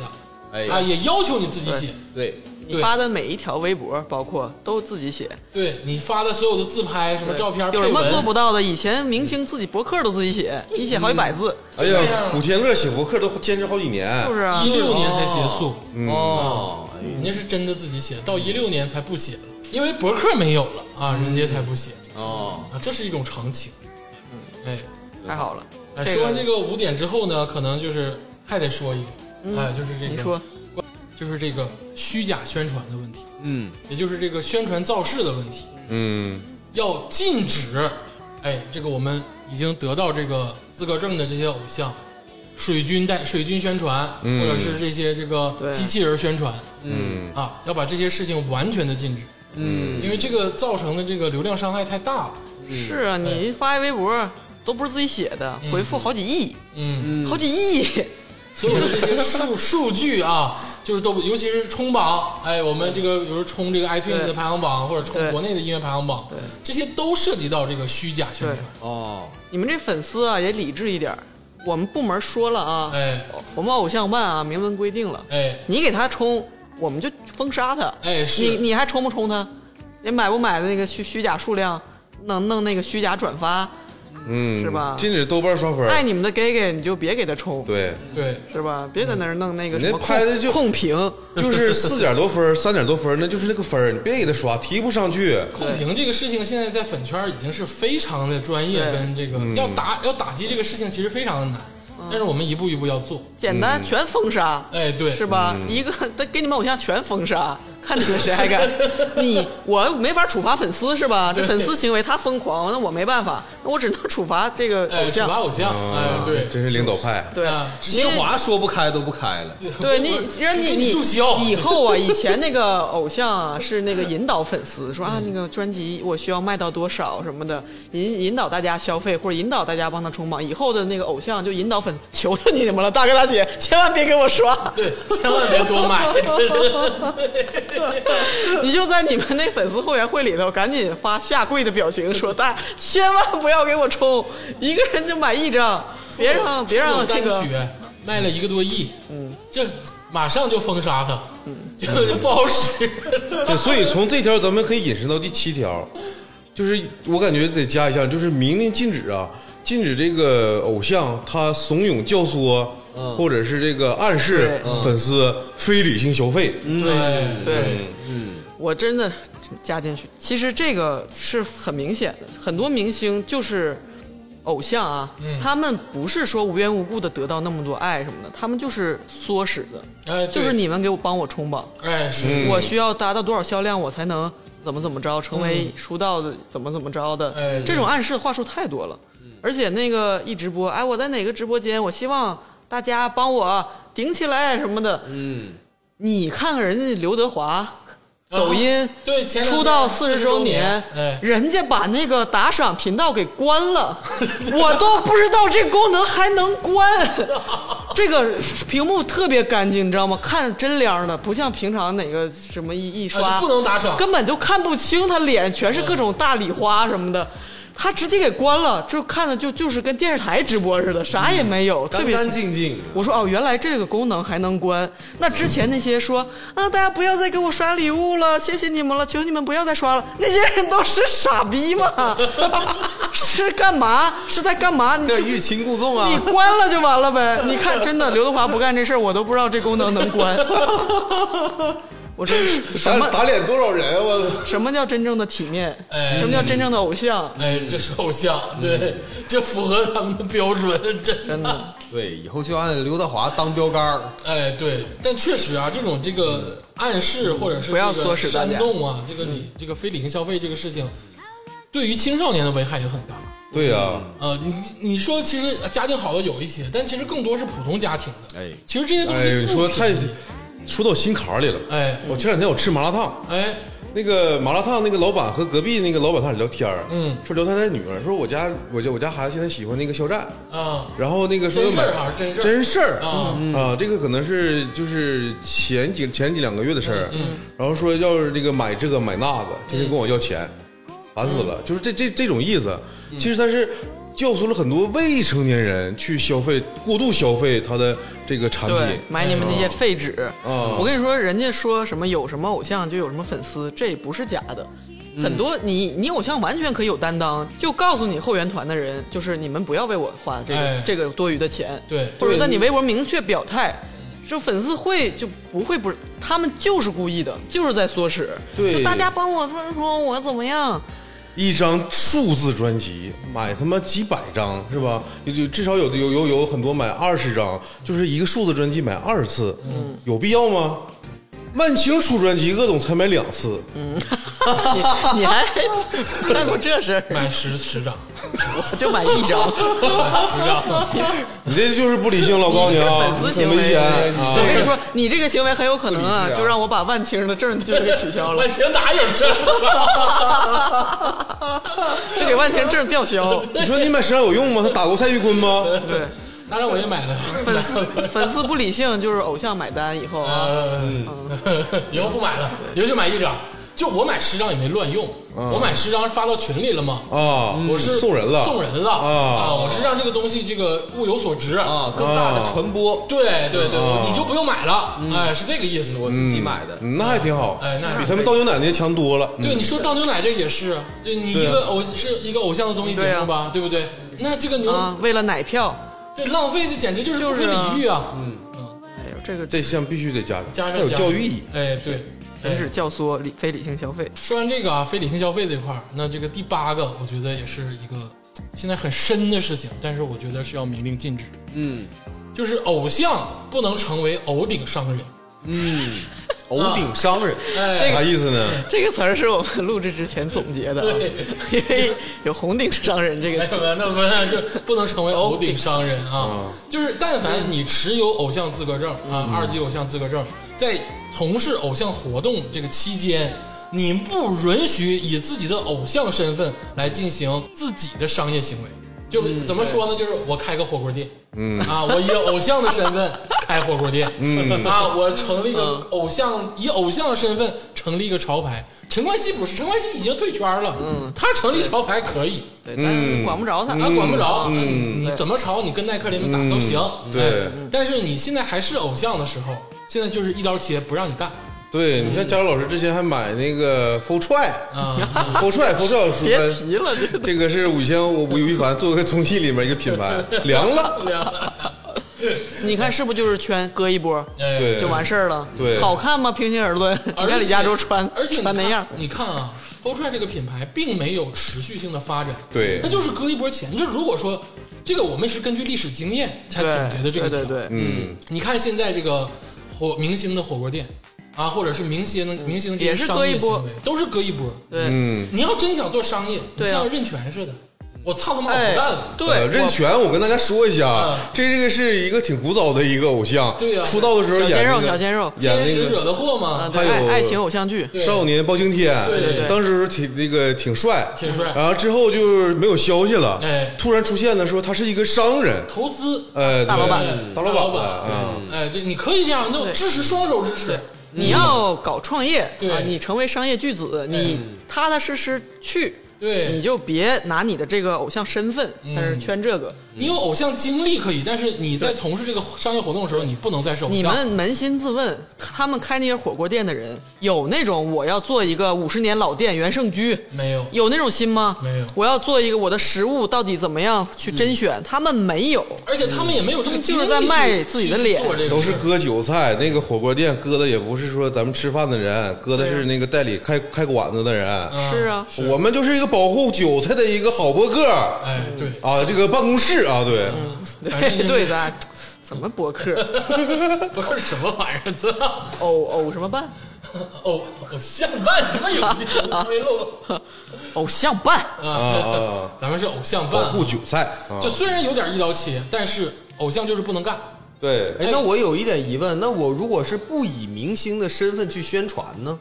Speaker 1: 哎
Speaker 2: 啊，也要求你自己写。
Speaker 1: 对，
Speaker 3: 你发的每一条微博，包括都自己写，
Speaker 2: 对你发的所有的自拍、什么照片、配
Speaker 3: 有什么
Speaker 2: 啊文，嗯
Speaker 3: 做不到的？以前明星自己博客都自己写，一写好几百字，
Speaker 4: 哎
Speaker 2: 这
Speaker 4: 呀，
Speaker 2: 样
Speaker 4: 古天乐写博客都坚持好几年，
Speaker 2: 嗯
Speaker 3: 是不是啊？嗯
Speaker 2: 一六年才结束，哎
Speaker 1: 哦，
Speaker 2: 人家是真的自己写，到一六年才不写了，因为博客没有了啊，人家才不写。
Speaker 1: 哦，
Speaker 2: 啊，这是一种常情。嗯，哎，
Speaker 3: 太好了。
Speaker 2: 哎，
Speaker 3: 这
Speaker 2: 说完
Speaker 3: 个
Speaker 2: 这个五点之后呢，可能就是还得说一个，哎，就是这个，
Speaker 3: 你说，
Speaker 2: 就是这个虚假宣传的问题，
Speaker 5: 嗯，
Speaker 2: 也就是这个宣传造势的问题，
Speaker 4: 嗯，
Speaker 2: 要禁止。哎，这个我们已经得到这个资格证的这些偶像，水军带水军宣传，
Speaker 4: 嗯
Speaker 2: 或者是这些这个
Speaker 3: 对
Speaker 2: 机器人宣传，
Speaker 4: 嗯
Speaker 2: 啊，要把这些事情完全的禁止，嗯，因为这个造成的这个流量伤害太大了，
Speaker 3: 是啊，
Speaker 2: 嗯
Speaker 3: 你发一微博都不是自己写的，回复好几亿，
Speaker 2: 嗯，
Speaker 3: 好几亿，
Speaker 2: 所有的这些数 *laughs* 数据啊，就是都不，尤其是冲榜，哎，我们这个比如冲这个 iTunes 的排行榜，或者冲
Speaker 3: 对
Speaker 2: 国内的音乐排行榜，这些都涉及到这个虚假宣传，
Speaker 3: 你们这粉丝啊也理智一点儿。我们部门说了啊，
Speaker 2: 哎
Speaker 3: 我们偶像办啊明文规定了，
Speaker 2: 哎
Speaker 3: 你给他冲，我们就封杀他。
Speaker 2: 哎是
Speaker 3: 你你还冲不冲他？你买不买的那个虚虚假数量，弄弄那个虚假转发，
Speaker 4: 嗯，
Speaker 3: 是
Speaker 2: 啊
Speaker 3: 吧
Speaker 4: 禁止豆瓣刷分儿，
Speaker 3: 爱
Speaker 2: 哎
Speaker 3: 你们的 gay gay 你就别给他冲，
Speaker 4: 对，
Speaker 2: 对，
Speaker 3: 是吧？别搁那儿弄那个
Speaker 2: 嗯
Speaker 4: 你
Speaker 3: 什
Speaker 4: 那
Speaker 3: 么控
Speaker 4: 拍的就
Speaker 3: 控评，
Speaker 4: 就是四点多分儿、三点多分儿，那就是那个分儿，你别给他刷，提不上去。
Speaker 2: 控评这个事情现在在粉圈已经是非常的专业，
Speaker 3: 对
Speaker 2: 跟这个要打要打击这个事情其实非常的难，
Speaker 3: 嗯
Speaker 2: 但是我们一步一步要做，
Speaker 3: 简单全封杀，
Speaker 2: 嗯哎对，
Speaker 3: 是吧？一个他给你们偶像全封杀，看你们谁
Speaker 2: *laughs*
Speaker 3: 还敢？你我没法处罚粉丝是吧？这粉丝行为他疯狂，那我没办法，那我只能处罚这个
Speaker 2: 哎
Speaker 3: 偶
Speaker 2: 处
Speaker 3: 像。
Speaker 2: 罚偶像，哎对，
Speaker 4: 真是领导派。
Speaker 3: 对
Speaker 2: 啊
Speaker 1: 新华说不开都不开了，
Speaker 2: *laughs*
Speaker 3: 对你，让你
Speaker 2: 你哦
Speaker 3: 你
Speaker 2: 注销
Speaker 3: 以后啊，以前那个偶像啊，是那个引导粉丝说
Speaker 2: 嗯
Speaker 3: 啊，那个专辑我需要卖到多少什么的，引引导大家消费或者引导大家帮他冲榜。以后的那个偶像就引导粉，求求你们了，大哥大姐，千万别给我啊刷，
Speaker 2: 对，千万别多买，真是。
Speaker 3: *laughs* 你就在你们那粉丝后援会里头赶紧发下跪的表情，说大千万不要给我冲，一个人就买一张，别让别让这
Speaker 2: 单
Speaker 3: 个嗯
Speaker 2: 曲卖了一个多亿，嗯，这马上就封杀他，嗯， *laughs* 就不好使。
Speaker 4: *laughs* 对，所以从这条咱们可以引申到第七条，就是我感觉得加一下，就是明令禁止啊，禁止这个偶像他怂恿教唆，
Speaker 1: 嗯
Speaker 4: 或者是这个暗示
Speaker 3: 对
Speaker 4: 粉丝非理性消费。
Speaker 1: 嗯
Speaker 2: 嗯对
Speaker 3: 对，我真的加进去。其实这个是很明显的，很多明星就是偶像啊，他们不是说无缘无故的得到那么多爱什么的，他们就是唆使的，
Speaker 2: 哎，对
Speaker 3: 就是，你们给我帮我冲榜，
Speaker 2: 哎，是，
Speaker 3: 我需要达到多少销量，我才能怎么怎么着，成为出道的怎么怎么着的，
Speaker 2: 嗯哎对
Speaker 3: 这种暗示的话术太多了。而且那个一直播，哎，我在哪个直播间，我希望大家帮我顶起来什么的。嗯，你看看人家刘德华，
Speaker 2: 啊
Speaker 3: 抖音
Speaker 2: 对前两天
Speaker 3: 出道
Speaker 2: 40
Speaker 3: 四十
Speaker 2: 周
Speaker 3: 周年
Speaker 2: 哎，
Speaker 3: 人家把那个打赏频道给关
Speaker 2: *laughs*
Speaker 3: 了，我都不知道这功能还能关。这个屏幕特别干净，你知道吗？看着真亮的，不像平常哪个什么一一
Speaker 2: 啊
Speaker 3: 刷
Speaker 2: 是不能打赏
Speaker 3: 根本就看不清他脸，全是各种大礼花什么的。他直接给关了，就看的就就是跟电视台直播似的，啥也没
Speaker 2: 嗯
Speaker 3: 有，特
Speaker 1: 干
Speaker 3: 别
Speaker 1: 干净净。
Speaker 3: 我说哦，原来这个功能还能关。那之前那些说啊，大家不要再给我刷礼物了，谢谢你们了，求你们不要再刷了，那些人都是傻逼吗？ *laughs* 是干嘛？是在干嘛？你
Speaker 1: 这欲擒故纵啊！
Speaker 3: 你关了就完了呗。你看，真的，刘德华不干这事儿，我都不知道这功能能关。我真是什
Speaker 4: 打
Speaker 3: 么
Speaker 4: 打脸多少人啊！我操
Speaker 3: 什么叫真正的体面？
Speaker 2: 哎
Speaker 3: 什么叫真正的偶像？
Speaker 2: 哎，这是偶像，
Speaker 3: 嗯
Speaker 2: 对， *laughs* 这符合他们的标准，这
Speaker 3: 真的，
Speaker 1: *laughs* 对，以后就按刘德华当标杆儿。
Speaker 2: 哎，对，但确实啊，这种这个暗示或者是
Speaker 3: 嗯不要
Speaker 2: 这个
Speaker 3: 唆使大家嗯
Speaker 2: 煽动啊，这个理这个非理性消费这个事情，对于青少年的危害也很大。
Speaker 4: 对啊呀、
Speaker 2: 呃，你你说其实家庭好的有一些，但其实更多是普通家庭的。
Speaker 1: 哎
Speaker 2: 其实这些东西
Speaker 4: 哎，你
Speaker 2: 不
Speaker 4: 说太
Speaker 2: 便宜
Speaker 4: 说到心坎儿里了。
Speaker 2: 哎
Speaker 4: 我前两天我吃麻辣烫，
Speaker 2: 哎
Speaker 4: 那个麻辣烫那个老板和隔壁那个老板他俩聊天儿，
Speaker 2: 嗯
Speaker 4: 说聊他的女儿，说我家我家我家孩子现在喜欢那个肖战，
Speaker 2: 啊
Speaker 4: 然后那个说要买
Speaker 2: 真事儿哈真事儿
Speaker 4: 真事儿
Speaker 2: 啊
Speaker 4: 啊，这个可能是就是前几前几两个月的事儿，
Speaker 2: 嗯
Speaker 4: 然后说要是这个买这个买那个，天天跟我要钱，烦死
Speaker 2: 嗯
Speaker 4: 了，就是这这这种意思。其实他是教唆了很多未成年人去消费，过度消费他的这个产品
Speaker 3: 对，买你们那些废纸。
Speaker 2: 哦
Speaker 4: 啊
Speaker 3: 我跟你说，人家说什么有什么偶像就有什么粉丝，这不是假的。
Speaker 2: 嗯
Speaker 3: 很多你你偶像完全可以有担当，就告诉你后援团的人，就是你们不要为我花这个、
Speaker 2: 哎
Speaker 3: 这个多余的钱，
Speaker 2: 对
Speaker 3: 或者在你微博明确表态，这粉丝会就不会不是他们就是故意的，就是在唆使，
Speaker 4: 对
Speaker 3: 就大家帮我说说我怎么样。
Speaker 4: 一张数字专辑，买他妈几百张是吧？就就至少有的有有有很多买二十张，就是一个数字专辑买二次，嗯，有必要吗？万青出专辑，鄂总才买两次，
Speaker 3: 你
Speaker 2: *laughs*
Speaker 3: 你还干过这事儿？
Speaker 2: 买十十张，
Speaker 3: 我就买一张，
Speaker 4: 你这就是不理性了，我告诉你啊，
Speaker 3: 粉丝
Speaker 4: 很
Speaker 3: 行
Speaker 4: 危
Speaker 3: 为。
Speaker 4: 险啊！
Speaker 3: 我跟你说，你这个行为很有可能啊，就让我把万青的证就给取
Speaker 2: *laughs*
Speaker 3: 消了
Speaker 2: 万，青哪有这？
Speaker 3: 就给万青证吊销。
Speaker 4: 你说你买十张有用吗？他打过蔡徐坤吗？
Speaker 3: 对，
Speaker 2: *laughs* 当然我也买了，
Speaker 3: *laughs*
Speaker 2: *laughs*
Speaker 3: 粉丝粉丝不理性就是偶像买单以后啊，
Speaker 2: 嗯， *laughs* 以后不买了，以后就买一张。就我买十张也没乱用，我买十张发到群里了嘛。
Speaker 4: 啊，
Speaker 2: 我是
Speaker 4: 嗯送人了，
Speaker 2: 送人了
Speaker 4: 啊
Speaker 2: 我是让这个东西这个物有所值
Speaker 1: 啊，更大的传播，
Speaker 2: 对对对，
Speaker 4: 啊
Speaker 2: 我你就不用买了，哎，是这个意思。我
Speaker 1: 自己买的，啊
Speaker 4: 嗯那还挺好，
Speaker 2: 哎那还
Speaker 4: 比他们倒牛奶那些强多了。嗯
Speaker 2: 对，你说倒牛奶这也是，对你一
Speaker 4: 啊
Speaker 2: 个偶是一个偶像的综艺节目吧，对不对？那这个牛
Speaker 3: 啊，为了奶票，
Speaker 2: 这浪费，这简直就是不
Speaker 3: 就
Speaker 2: 可
Speaker 3: 是啊
Speaker 2: 理喻啊！
Speaker 3: 哎呦，这个
Speaker 4: 这项必须得加上，
Speaker 2: 加
Speaker 4: 它
Speaker 2: 上
Speaker 4: 有
Speaker 2: 加
Speaker 4: 教育意义。
Speaker 2: 哎，对，
Speaker 3: 停止教唆理非理性消费。
Speaker 2: 说完这个啊，非理性消费这块儿，那这个第八个，我觉得也是一个现在很深的事情，但是我觉得是要明令禁止。
Speaker 5: 嗯，
Speaker 2: 就是偶像不能成为偶顶商人。
Speaker 1: 偶顶商人，
Speaker 2: 哎，
Speaker 4: 啥意思呢？
Speaker 3: 这个词儿是我们录制之前总结的啊，因为有红顶商人这个
Speaker 2: 哎
Speaker 3: 词，
Speaker 2: 不那不是就不能 *laughs* 成为偶顶商人啊？就是但凡你持有偶像资格证啊，二级偶像资格证，在从事偶像活动这个期间，你不允许以自己的偶像身份来进行自己的商业行为。就怎么说呢？就是我开个火锅店，嗯啊，我以偶像的身份开火锅店， *laughs* 嗯啊，我成立一个偶像，以偶像的身份成立一个潮牌。陈冠希不是，陈冠希已经退圈了，嗯，他成立潮牌可以，
Speaker 3: 对，但是管不着他，
Speaker 2: 啊，管不着，
Speaker 4: 嗯
Speaker 2: 你怎么吵，你跟耐克联名咋都行，
Speaker 4: 对
Speaker 2: 哎但是你现在还是偶像的时候，现在就是一刀切，不让你干
Speaker 4: 对你像佳茹老师之前还买那个 f o r t r y
Speaker 2: 啊，
Speaker 4: *laughs* f o r t r y f o r t r y 书
Speaker 3: 别
Speaker 4: 单，
Speaker 3: 提了，这个
Speaker 4: *laughs* 这个是五千我吴亦凡做个综艺里面一个
Speaker 2: *laughs*
Speaker 4: 品牌，凉了。嗯
Speaker 3: 你看是不是就是圈割一波
Speaker 2: 哎
Speaker 4: 对
Speaker 3: 就完事儿了？
Speaker 4: 对
Speaker 3: 好看吗？平心而论，
Speaker 2: 而
Speaker 3: 你看
Speaker 2: 且
Speaker 3: 李佳州穿
Speaker 2: 而且你
Speaker 3: 穿那
Speaker 2: 看
Speaker 3: 样，
Speaker 2: 你看啊 f o r t r y 这个品牌并没有持续性的发展，
Speaker 4: 对
Speaker 2: 它就是割一波钱。就是如果说这个我们是根据历史经验才
Speaker 3: 对
Speaker 2: 总结的这个
Speaker 3: 对
Speaker 2: 条，
Speaker 3: 对对，
Speaker 4: 嗯，
Speaker 2: 你看现在这个火明星的火锅店啊，或者是明星明星这些
Speaker 3: 也是
Speaker 2: 商
Speaker 3: 割
Speaker 2: 业
Speaker 3: 一波
Speaker 2: 行为，都是割一波，
Speaker 3: 对，
Speaker 2: 你要真想做商业，你
Speaker 3: 对啊
Speaker 2: 像任泉似的，我操他妈我
Speaker 3: 哎
Speaker 2: 不干了，。
Speaker 4: 呃
Speaker 3: 对，
Speaker 4: 任泉，我跟大家说一下
Speaker 2: 嗯，
Speaker 4: 这这个是一个挺古早的一个偶像，
Speaker 2: 对呀
Speaker 4: 出道的时候
Speaker 3: 小
Speaker 4: 演
Speaker 3: 鲜
Speaker 4: 那
Speaker 3: 肉，
Speaker 4: 个
Speaker 3: 小鲜肉，
Speaker 4: 演
Speaker 2: 天使
Speaker 4: 那
Speaker 2: 惹
Speaker 4: 个
Speaker 2: 的祸嘛
Speaker 3: 啊，，
Speaker 4: 还
Speaker 3: 对，
Speaker 4: 有
Speaker 3: 爱爱情偶像剧，
Speaker 2: 对
Speaker 4: 少年包青天，
Speaker 2: 对对对
Speaker 4: 当时挺那个挺帅，
Speaker 2: 挺帅
Speaker 4: 然后之后就是没有消息了，
Speaker 2: 哎
Speaker 4: 突然出现的说他是一个商人，
Speaker 2: 投资
Speaker 4: 呃，
Speaker 3: 大老板
Speaker 2: 哎
Speaker 4: 对大
Speaker 2: 老
Speaker 4: 老板啊，
Speaker 2: 哎，对，你可以这样，那
Speaker 3: 嗯对
Speaker 2: 支持双手支持，
Speaker 3: 你要搞创业
Speaker 2: 对
Speaker 3: 啊，你成为商业巨子，你踏踏实实去，你
Speaker 4: 嗯
Speaker 2: 对，
Speaker 3: 就别拿你的这个偶像身份，但是圈这个，
Speaker 2: 你有偶像经历可以，但是你在从事这个商业活动的时候，你不能再是偶
Speaker 3: 你
Speaker 2: 像。
Speaker 3: 们扪心自问，他们开那些火锅店的人，有那种我要做一个五十年老店原盛居，
Speaker 2: 没有
Speaker 3: 有那种心吗？
Speaker 2: 没有嗯
Speaker 3: 我要做一个我的食物到底怎么样去甄选，他们没有。
Speaker 2: 而且他们也没有这个
Speaker 3: 就是
Speaker 2: 精力
Speaker 3: 在
Speaker 2: 去
Speaker 3: 卖自己的
Speaker 2: 去
Speaker 3: 脸
Speaker 2: 做这个
Speaker 4: 都是
Speaker 2: 事
Speaker 4: 割韭菜。那个火锅店割的也不是说咱们吃饭的人，割的是那个代理开开馆子的人。
Speaker 2: 嗯
Speaker 3: 是啊，
Speaker 4: 我们就是一个保护韭菜的一个好播客
Speaker 2: 哎，对， *laughs*
Speaker 4: 啊，这个办公室啊，对，
Speaker 2: 反正就是
Speaker 3: *laughs* 对咱怎么博客
Speaker 2: 不是什么玩意儿，这 *laughs*
Speaker 3: 偶偶什么办？
Speaker 2: 偶偶像办，这有点 *laughs* 没漏
Speaker 3: 偶像办
Speaker 2: 啊 *laughs*
Speaker 4: 啊！
Speaker 2: 咱们是偶像办
Speaker 4: 保
Speaker 2: 啊，
Speaker 4: 护韭菜啊
Speaker 2: 就，虽然有点一刀切，但是偶像就是不能干。
Speaker 4: 对，
Speaker 1: 哎，那我有一点疑问，那我如果是不以明星的身份去宣传呢？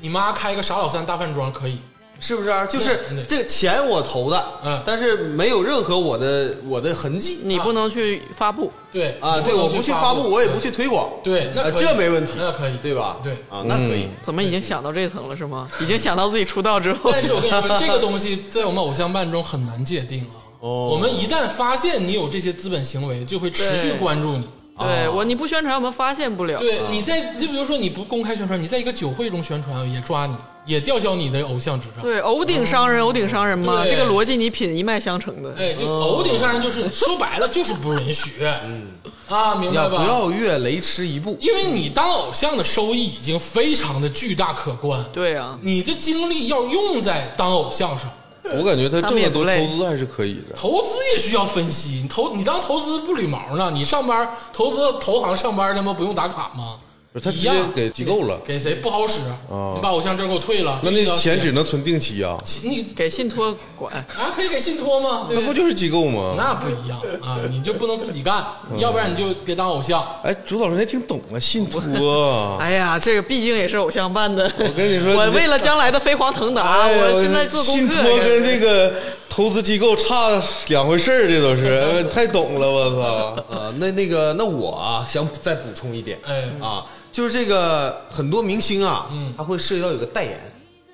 Speaker 2: 你妈开个傻老三大饭庄可以，
Speaker 1: 是不是、啊？就是
Speaker 2: 对对
Speaker 1: 这个钱我投的，
Speaker 2: 嗯
Speaker 1: 但是没有任何我的我的痕迹
Speaker 3: 你不能去发布，
Speaker 2: 对
Speaker 1: 啊，对，我不去发布，我也不去推广，
Speaker 2: 对，那
Speaker 1: 啊
Speaker 2: 可以
Speaker 1: 这没问题，
Speaker 2: 那可以，
Speaker 1: 对吧？
Speaker 2: 对
Speaker 1: *laughs* 啊，那可以，
Speaker 3: 怎么已经想到这层了是吗？已经想到自己出道之后，
Speaker 2: 但是我跟你说，这个东西在我们偶像办中很难界定啊。
Speaker 1: 哦
Speaker 2: 我们一旦发现你有这些资本行为，就会持续
Speaker 3: 对
Speaker 2: 关注你。
Speaker 3: 对我你不宣传我们发现
Speaker 1: 啊
Speaker 3: 不了。
Speaker 2: 哦对，你在就比如说你不公开宣传，你在一个酒会中宣传也抓你，也吊销你的偶像执照。
Speaker 3: 对，偶顶商人，偶顶商人嘛，
Speaker 2: 对
Speaker 3: 这个逻辑你品一脉相承的。
Speaker 2: 哎，就
Speaker 1: 哦
Speaker 2: 偶顶上人就是说白了就是不允许。嗯啊，明白
Speaker 1: 要
Speaker 2: 吧？
Speaker 1: 不要越雷池一步？
Speaker 2: 因为你当偶像的收益已经非常的巨大可观，
Speaker 3: 对啊，
Speaker 2: 你的精力要用在当偶像上，
Speaker 4: 我感觉他
Speaker 3: 他
Speaker 4: 挣
Speaker 3: 们也
Speaker 4: 的
Speaker 3: 不
Speaker 4: 多，
Speaker 3: 累
Speaker 4: 投资还是可以的。
Speaker 2: 投资也需要分析，你投你当投资不捋毛呢？你上班投资投行上班他妈不用打卡吗？
Speaker 4: 不是他
Speaker 2: 一
Speaker 4: 直
Speaker 2: 样
Speaker 4: 接给机构了，
Speaker 2: 给谁不好使？啊你把偶像证给我退了，
Speaker 4: 那
Speaker 2: 这一
Speaker 4: 那
Speaker 2: 条
Speaker 4: 钱
Speaker 2: 线
Speaker 4: 只能存定期啊，
Speaker 2: 你
Speaker 3: 给信托管，。
Speaker 2: 啊可以给信托吗？对
Speaker 4: 那
Speaker 2: 对
Speaker 4: 不就是机构吗？
Speaker 2: 那不一样啊，你就不能自己干，
Speaker 4: 嗯
Speaker 2: 要不然你就别当偶像。
Speaker 4: 哎，主导人还挺懂啊，信托
Speaker 3: 哎呀，这个毕竟也是偶像办的。我
Speaker 4: 跟你说
Speaker 3: 我
Speaker 4: 你这
Speaker 3: 为了将来的飞黄腾
Speaker 1: 啊
Speaker 3: 达，
Speaker 4: 哎呦
Speaker 3: 我现在做功
Speaker 4: 信
Speaker 3: 课。
Speaker 4: 托跟这个投资机构差两回事儿，
Speaker 1: *laughs*
Speaker 4: 这都是哎太懂了，我操！
Speaker 1: 呃，那那个，那我啊，想再补充一点，
Speaker 2: 哎
Speaker 4: 嗯
Speaker 1: 啊，就是这个很多明星啊，他会涉及到有个代言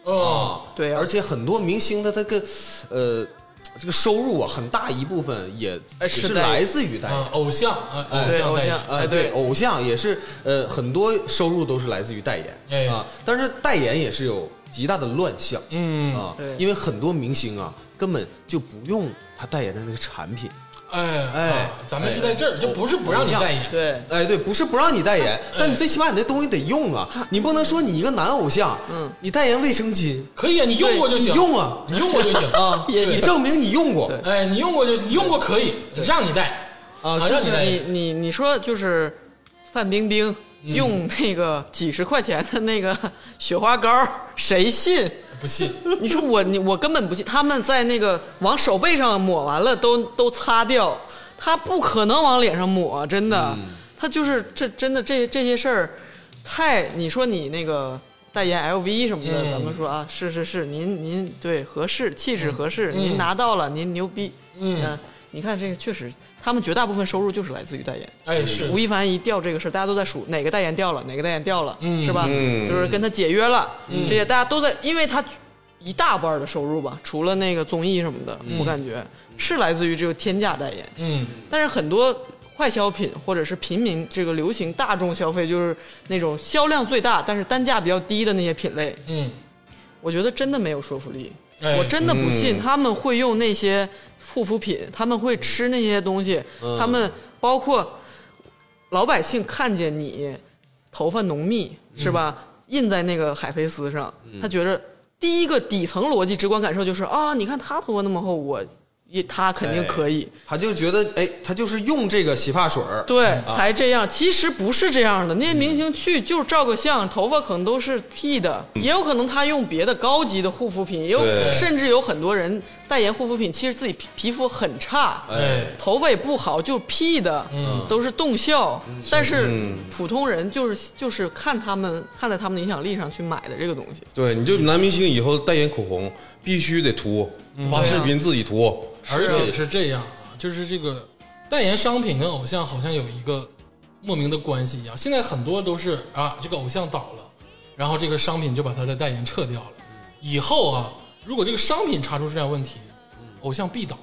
Speaker 2: 哦，
Speaker 1: 啊，
Speaker 3: 对啊
Speaker 1: 而且很多明星的他个呃这个收入啊，很大一部分也
Speaker 3: 哎
Speaker 1: 也
Speaker 3: 是
Speaker 1: 是
Speaker 3: 代言
Speaker 1: 来自于代言
Speaker 2: 啊，，偶像，啊偶
Speaker 3: 对
Speaker 2: 像
Speaker 3: 偶
Speaker 2: 代言
Speaker 3: 像，哎
Speaker 1: 啊，
Speaker 3: 对
Speaker 1: 对，偶像也是，呃，很多收入都是来自于代言，
Speaker 2: 哎
Speaker 1: 啊，但是代言也是有极大的乱象，
Speaker 4: 哦
Speaker 1: 嗯啊
Speaker 3: 对，
Speaker 1: 因为很多明星啊，根本就不用他代言的那个产品，
Speaker 2: 哎
Speaker 1: 哎
Speaker 2: 啊咱们是在这儿，就不是不让你
Speaker 1: 偶像
Speaker 2: 代言，
Speaker 3: 对，
Speaker 1: 哎，对，不是不让你代言，
Speaker 2: 嗯
Speaker 1: 但你最起码你那东西得用啊，你不能说你一个男偶像，
Speaker 3: 嗯，
Speaker 1: 你代言卫生巾，
Speaker 2: 可以啊，你用过就
Speaker 1: 你
Speaker 2: 行，
Speaker 1: 用啊
Speaker 2: 你用过就行
Speaker 1: 啊，
Speaker 3: 也
Speaker 1: 你
Speaker 3: 也
Speaker 1: 证明你用过
Speaker 3: 对
Speaker 2: 哎，你用过就行，你用过可以，让你带
Speaker 1: 啊是
Speaker 2: 让你
Speaker 3: 就
Speaker 2: 带
Speaker 3: 你你你说就是范冰冰
Speaker 2: 嗯
Speaker 3: 用那个几十块钱的那个雪花膏，谁信？
Speaker 2: 不信，
Speaker 3: *laughs* 你说我你我根本不信，他们在那个往手背上抹完了都都擦掉，他不可能往脸上抹，真的，他就是这真的这这些事儿，太你说你那个代言 LV 什么的，
Speaker 2: 嗯
Speaker 3: 咱们说啊，是是是，您您对合适，气质合适，您拿到了，您牛逼，嗯、你看这个确实，他们绝大部分收入就是来自于代言。
Speaker 2: 哎是
Speaker 3: 吴，亦凡一掉这个事儿，大家都在数哪个代言掉了，哪个代言掉了，
Speaker 2: 嗯
Speaker 3: 是吧？
Speaker 4: 嗯
Speaker 3: 就是跟他解约了，这些大家都在，因为他一大半儿的收入吧，除了那个综艺什么的，我感觉是来自于这个天价代言。
Speaker 2: 嗯，
Speaker 3: 但是很多快消品或者是平民这个流行大众消费，就是那种销量最大但是单价比较低的那些品类，
Speaker 2: 嗯，
Speaker 3: 我觉得真的没有说服力。
Speaker 2: 哎
Speaker 3: 我真的不信他们会用那些护肤品，他们会吃那些东西，他们包括老百姓看见你头发浓密是吧，印在那个海飞丝上，他觉着第一个底层逻辑直观感受就是啊，你看他头发那么厚，我也他肯定可以。
Speaker 1: 他就觉得哎，他就是用这个洗发水儿
Speaker 3: 对，才这样。其实不是这样的，那些明星去就是照个相，头发可能都是 P 的，也有可能他用别的高级的护肤品，也有
Speaker 4: 对
Speaker 3: 甚至有很多人代言护肤品，其实自己皮皮肤很差，
Speaker 2: 哎
Speaker 3: 头发也不好，就 P 的，都是动效。但是普通人就是就是看他们看在他们的影响力上去买的这个东西，
Speaker 4: *laughs* 对，你就男明星以后代言口红必须得涂，发视频自己涂， *laughs*
Speaker 2: 而且是这样啊，就是这个代言商品跟偶像好像有一个莫名的关系一样。现在很多都是啊，这个偶像倒了，然后这个商品就把他的代言撤掉了。以后啊，如果这个商品查出质量问题，偶像必倒，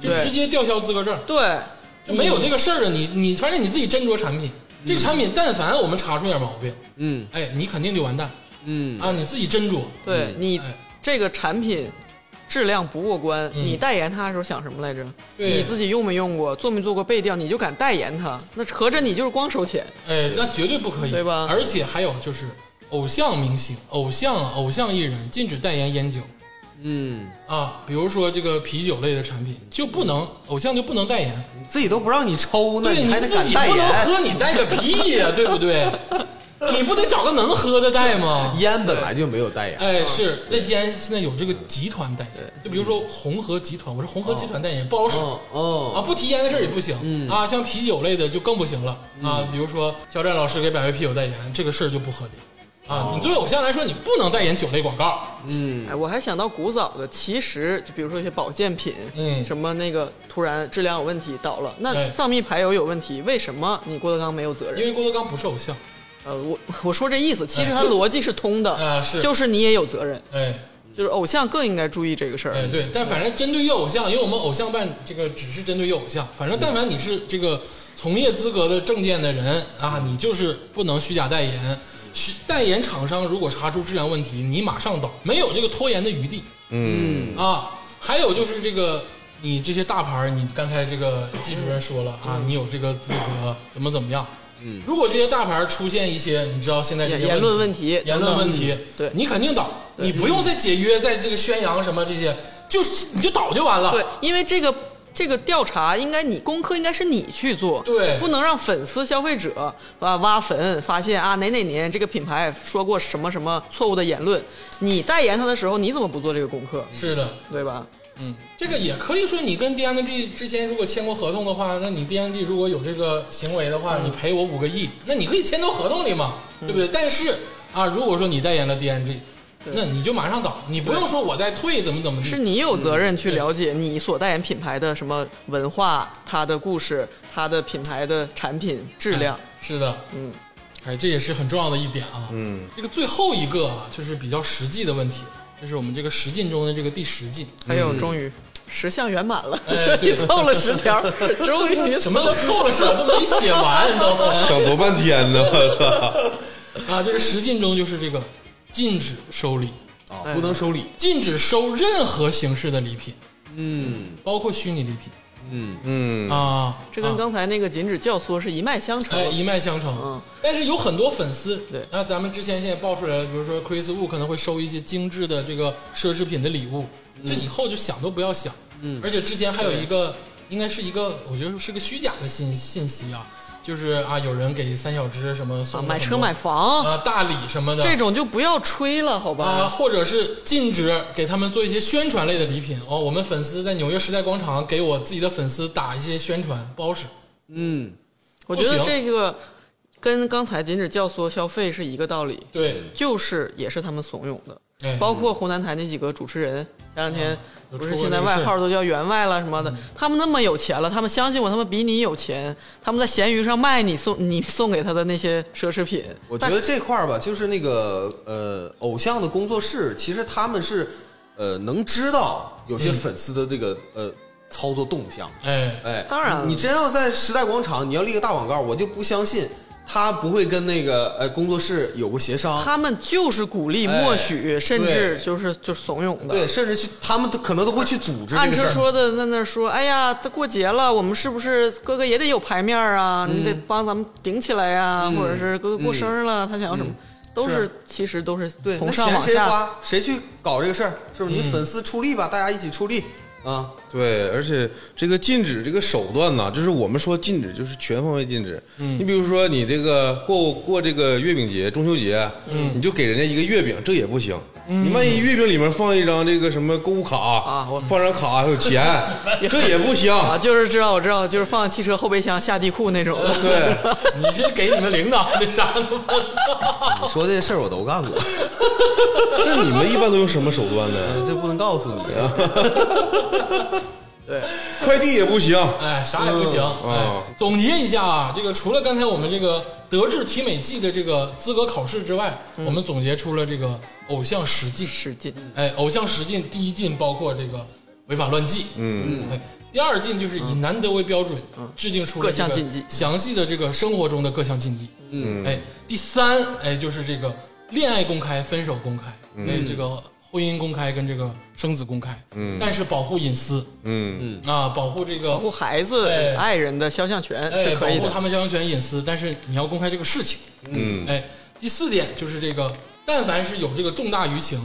Speaker 2: 就
Speaker 3: 对
Speaker 2: 直接吊销资格证，
Speaker 3: 对，
Speaker 2: 就没有这个事儿了。你你反正你自己斟酌产品，这个产品但凡我们查出点毛病，
Speaker 1: 嗯，
Speaker 2: 哎，你肯定就完蛋
Speaker 1: 嗯，
Speaker 2: 啊！你自己斟酌，
Speaker 3: 对你
Speaker 2: 哎
Speaker 3: 这个产品质量不过关，
Speaker 2: 嗯
Speaker 3: 你代言它的时候想什么来着？
Speaker 2: 对
Speaker 3: 你自己用没用过，做没做过背调，你就敢代言它，那合着你就是光收钱。
Speaker 2: 哎，那绝对不可以，
Speaker 3: 对吧
Speaker 2: 而且还有就是，偶像明星、偶像啊、偶像艺人禁止代言烟酒
Speaker 1: 嗯，
Speaker 2: 啊，比如说这个啤酒类的产品就不能，偶像就不能代言，
Speaker 1: 你自己都不让嗯你抽呢，
Speaker 2: 对
Speaker 1: 还得
Speaker 2: 自
Speaker 1: 敢
Speaker 2: 己
Speaker 1: 代
Speaker 2: 不能
Speaker 1: 言？
Speaker 2: 喝，你带个屁呀、对不
Speaker 1: *laughs*
Speaker 2: 对？你不得找个能喝的带吗？
Speaker 1: 烟本来就没有代言，
Speaker 2: 哎，是那烟现在有这个集团代言，就比如说红河集团，我是红河集团代言，不好使。
Speaker 1: 嗯嗯
Speaker 2: 啊，不提烟的事儿也不行、啊，像啤酒类的就更不行了、啊。比如说肖战老师给百威啤酒代言，这个事儿就不合理啊。你作为偶像来说，你不能代言酒类广告，嗯
Speaker 3: 哎，我还想到古早的，其实就比如说一些保健品，
Speaker 2: 嗯
Speaker 3: 什么那个突然质量有问题倒了，
Speaker 2: 哎
Speaker 3: 那藏秘排油有问题，为什么你郭德纲没有责
Speaker 2: 因
Speaker 3: 任？
Speaker 2: 为郭德纲不是偶像。
Speaker 3: 呃，我我说这意思，其实它逻辑是通的，
Speaker 2: *laughs* 啊是
Speaker 3: 就是你也有责任，
Speaker 2: 哎
Speaker 3: 就是偶像更应该注意这个事儿。
Speaker 2: 哎，对，但反正针对于偶像，因为我们偶像办这个只是针对于偶像，反正但凡你是这个从业资格的证件的人啊，你就是不能虚假代言。虚代言厂商如果查出质量问题，你马上倒，没有这个拖延的余地。
Speaker 4: 嗯，
Speaker 2: 啊，还有就是这个，你这些大牌儿，你刚才这个季主任说了啊，你有这个资格，怎么怎么样？嗯，如果这些大牌儿出现一些，你知道现在这
Speaker 3: 言
Speaker 2: 些
Speaker 3: 言论
Speaker 2: 问
Speaker 3: 问题，
Speaker 2: 言
Speaker 3: 等
Speaker 2: 论
Speaker 3: 等
Speaker 2: 问题，
Speaker 3: 嗯对
Speaker 2: 你肯定倒，你不用再解约，在这个宣扬什么这些，就是你就倒就完了。
Speaker 3: *laughs* 对，因为这个这个调查应该你功课应该是你去做，
Speaker 2: 对
Speaker 3: 不能让粉丝消费者啊挖坟，发现啊哪哪年这个品牌说过什么什么错误的言论，你代言它的时候你怎么不做这个功课，
Speaker 2: 是的，
Speaker 3: 对吧？
Speaker 2: 嗯，这个也可以说，你跟 DMG 之前如果签过合同的话，那你 DMG 如果有这个行为的
Speaker 3: 嗯
Speaker 2: 话，你赔我五个亿，那你可以签到合同里嘛，对不对？但是啊，如果说你代言了 DMG，那你就马上倒，你不用说我再退怎么怎么地
Speaker 3: 是你有责任
Speaker 2: 嗯
Speaker 3: 去了解你所代言品牌的什么文化、它的故事、它的品牌的产品质量。
Speaker 2: 哎是的，嗯，哎，这也是很重要的一点啊。嗯，这个最后一个啊，就是比较实际的问题，就是我们这个十进中的这个第十进，
Speaker 3: 哎呦，终于十项圆满 *laughs* 了，
Speaker 2: 嗯哎
Speaker 3: 说
Speaker 2: 对
Speaker 3: 你凑了十条，终
Speaker 2: *laughs*
Speaker 3: 于
Speaker 2: 什么都凑了，是吧？都没写完都
Speaker 4: 想多半天呢，我
Speaker 2: *laughs*
Speaker 4: 操！
Speaker 2: 啊，这个十进中就是这个禁止收礼。
Speaker 1: 啊，不能收礼。
Speaker 2: 禁止收任何形式的礼品，
Speaker 1: 嗯
Speaker 2: 包括虚拟礼品、
Speaker 4: 嗯，
Speaker 2: 啊。
Speaker 3: 这跟刚才那个禁止教唆是一脉相承
Speaker 2: 哎，。一脉相承。
Speaker 3: 嗯
Speaker 2: 但是有很多粉丝，
Speaker 3: 对
Speaker 2: 那咱们之前现在爆出来了，比如说 Chris Wu 可能会收一些精致的这个奢侈品的礼物，
Speaker 3: 嗯
Speaker 2: 这以后就想都不要想。嗯，而且之前还有一个，应该是一个，我觉得是个虚假的信信息啊，就是啊，有人给三小只什么送
Speaker 3: 啊，
Speaker 2: 了
Speaker 3: 买
Speaker 2: 很
Speaker 3: 车
Speaker 2: 多
Speaker 3: 买房
Speaker 2: 啊大礼什么的
Speaker 3: 这种就不要吹了，好
Speaker 2: 啊，
Speaker 3: 吧？
Speaker 2: 或者是禁止给他们做一些宣传类的礼品哦。我们粉丝在纽约时代广场给我自己的粉丝打一些宣传包使，
Speaker 1: 嗯，
Speaker 3: 我觉得
Speaker 2: 不行
Speaker 3: 这个跟刚才禁止教唆消费是一个道理，
Speaker 2: 对，
Speaker 3: 就是也是他们怂恿的。
Speaker 2: 哎，
Speaker 3: 包括湖南台那几个主持人，前两天
Speaker 2: 有
Speaker 3: 不是
Speaker 2: 啊出过
Speaker 3: 现在
Speaker 2: 这个事
Speaker 3: 外
Speaker 2: 儿嗯
Speaker 3: 号都叫员外了什么的，他们那么有钱了，他们相信我，他们比你有钱，他们在闲鱼上卖你送你送给他的那些奢侈品，
Speaker 1: 我觉得这块儿吧，就是那个呃，偶像的工作室，其实他们是呃能知道有
Speaker 3: 嗯
Speaker 1: 些粉丝的这个、呃操作动向。
Speaker 2: 哎，
Speaker 1: 哎，
Speaker 3: 当然了
Speaker 1: 你真要在时代广场，你要立个大广告，我就不相信他不会跟那个呃工作室有过协商。
Speaker 3: 他们就是鼓励、
Speaker 1: 哎
Speaker 3: 默许，甚至
Speaker 1: 对
Speaker 3: 就是就是怂恿的。
Speaker 1: 对，甚至去他们都可能都会去组织这
Speaker 3: 暗
Speaker 1: 个事
Speaker 3: 吃
Speaker 1: 儿。
Speaker 3: 说的在那儿说，哎呀，他过节了，我们是不是哥哥也得有牌面儿啊？你
Speaker 1: 嗯
Speaker 3: 得帮咱们顶起来呀、或者是哥哥过生日了，他想要什么，都是其实都是
Speaker 1: 嗯对，
Speaker 3: 从
Speaker 1: 那
Speaker 3: 上
Speaker 1: 钱
Speaker 3: 往
Speaker 1: 谁
Speaker 3: 下。嗯
Speaker 1: 花？谁去搞这个事儿？是不是？你粉丝出力吧，大家一起出力啊！
Speaker 4: 对，而且这个禁止这个手段呢，就是我们说禁止，就是全方位禁止。嗯，你比如说你这个过过这个月饼节、中秋节，嗯，你就给人家一个月饼，这也不行。你万一月饼里面放一张这个什么购物卡
Speaker 3: 啊我
Speaker 4: 放张卡还有钱，这也不行。
Speaker 3: 啊，就是知道我知道，就是放汽车后备箱下地库那种的。
Speaker 1: 呃
Speaker 4: 对，
Speaker 2: 你这给你们领导那啥呢？我
Speaker 1: 你说这些事儿我都干过，
Speaker 4: 那你们一般都用什么手
Speaker 1: *laughs*
Speaker 4: 段呢？
Speaker 1: 这不能告诉你啊。
Speaker 3: 哦
Speaker 4: 快递也不行，
Speaker 2: 操 *laughs* 哎，啥也不行。
Speaker 4: 嗯
Speaker 2: 哎
Speaker 4: 啊，
Speaker 2: 总结一下啊，这个除了刚才我们这个德智体美技的这个资格考试之外，我们总结出了这个偶像实际。
Speaker 3: 使劲，
Speaker 2: 哎，偶像十禁第一禁包括这个违法乱纪，嗯，哎，第二禁就是以难得为标准，制定出了
Speaker 3: 嗯各项
Speaker 2: 这个
Speaker 3: 禁忌
Speaker 2: 详细的这个生活中的各项禁忌，嗯，哎，第三，哎，就是这个恋爱公开、分手公开，哎，这个婚姻公开跟这个生子公开，嗯，但是保护隐私
Speaker 4: 嗯，
Speaker 2: 啊，保护这
Speaker 3: 保护
Speaker 2: 个。
Speaker 3: 孩子、
Speaker 2: 哎
Speaker 3: 爱人的肖像权
Speaker 2: 哎，
Speaker 3: 是
Speaker 2: 保
Speaker 3: 可以
Speaker 2: 护
Speaker 3: 的
Speaker 2: 他。们肖像权隐私，但是你要公开这个事情。嗯，哎，第四点就是这个，但凡是有这个重大舆情，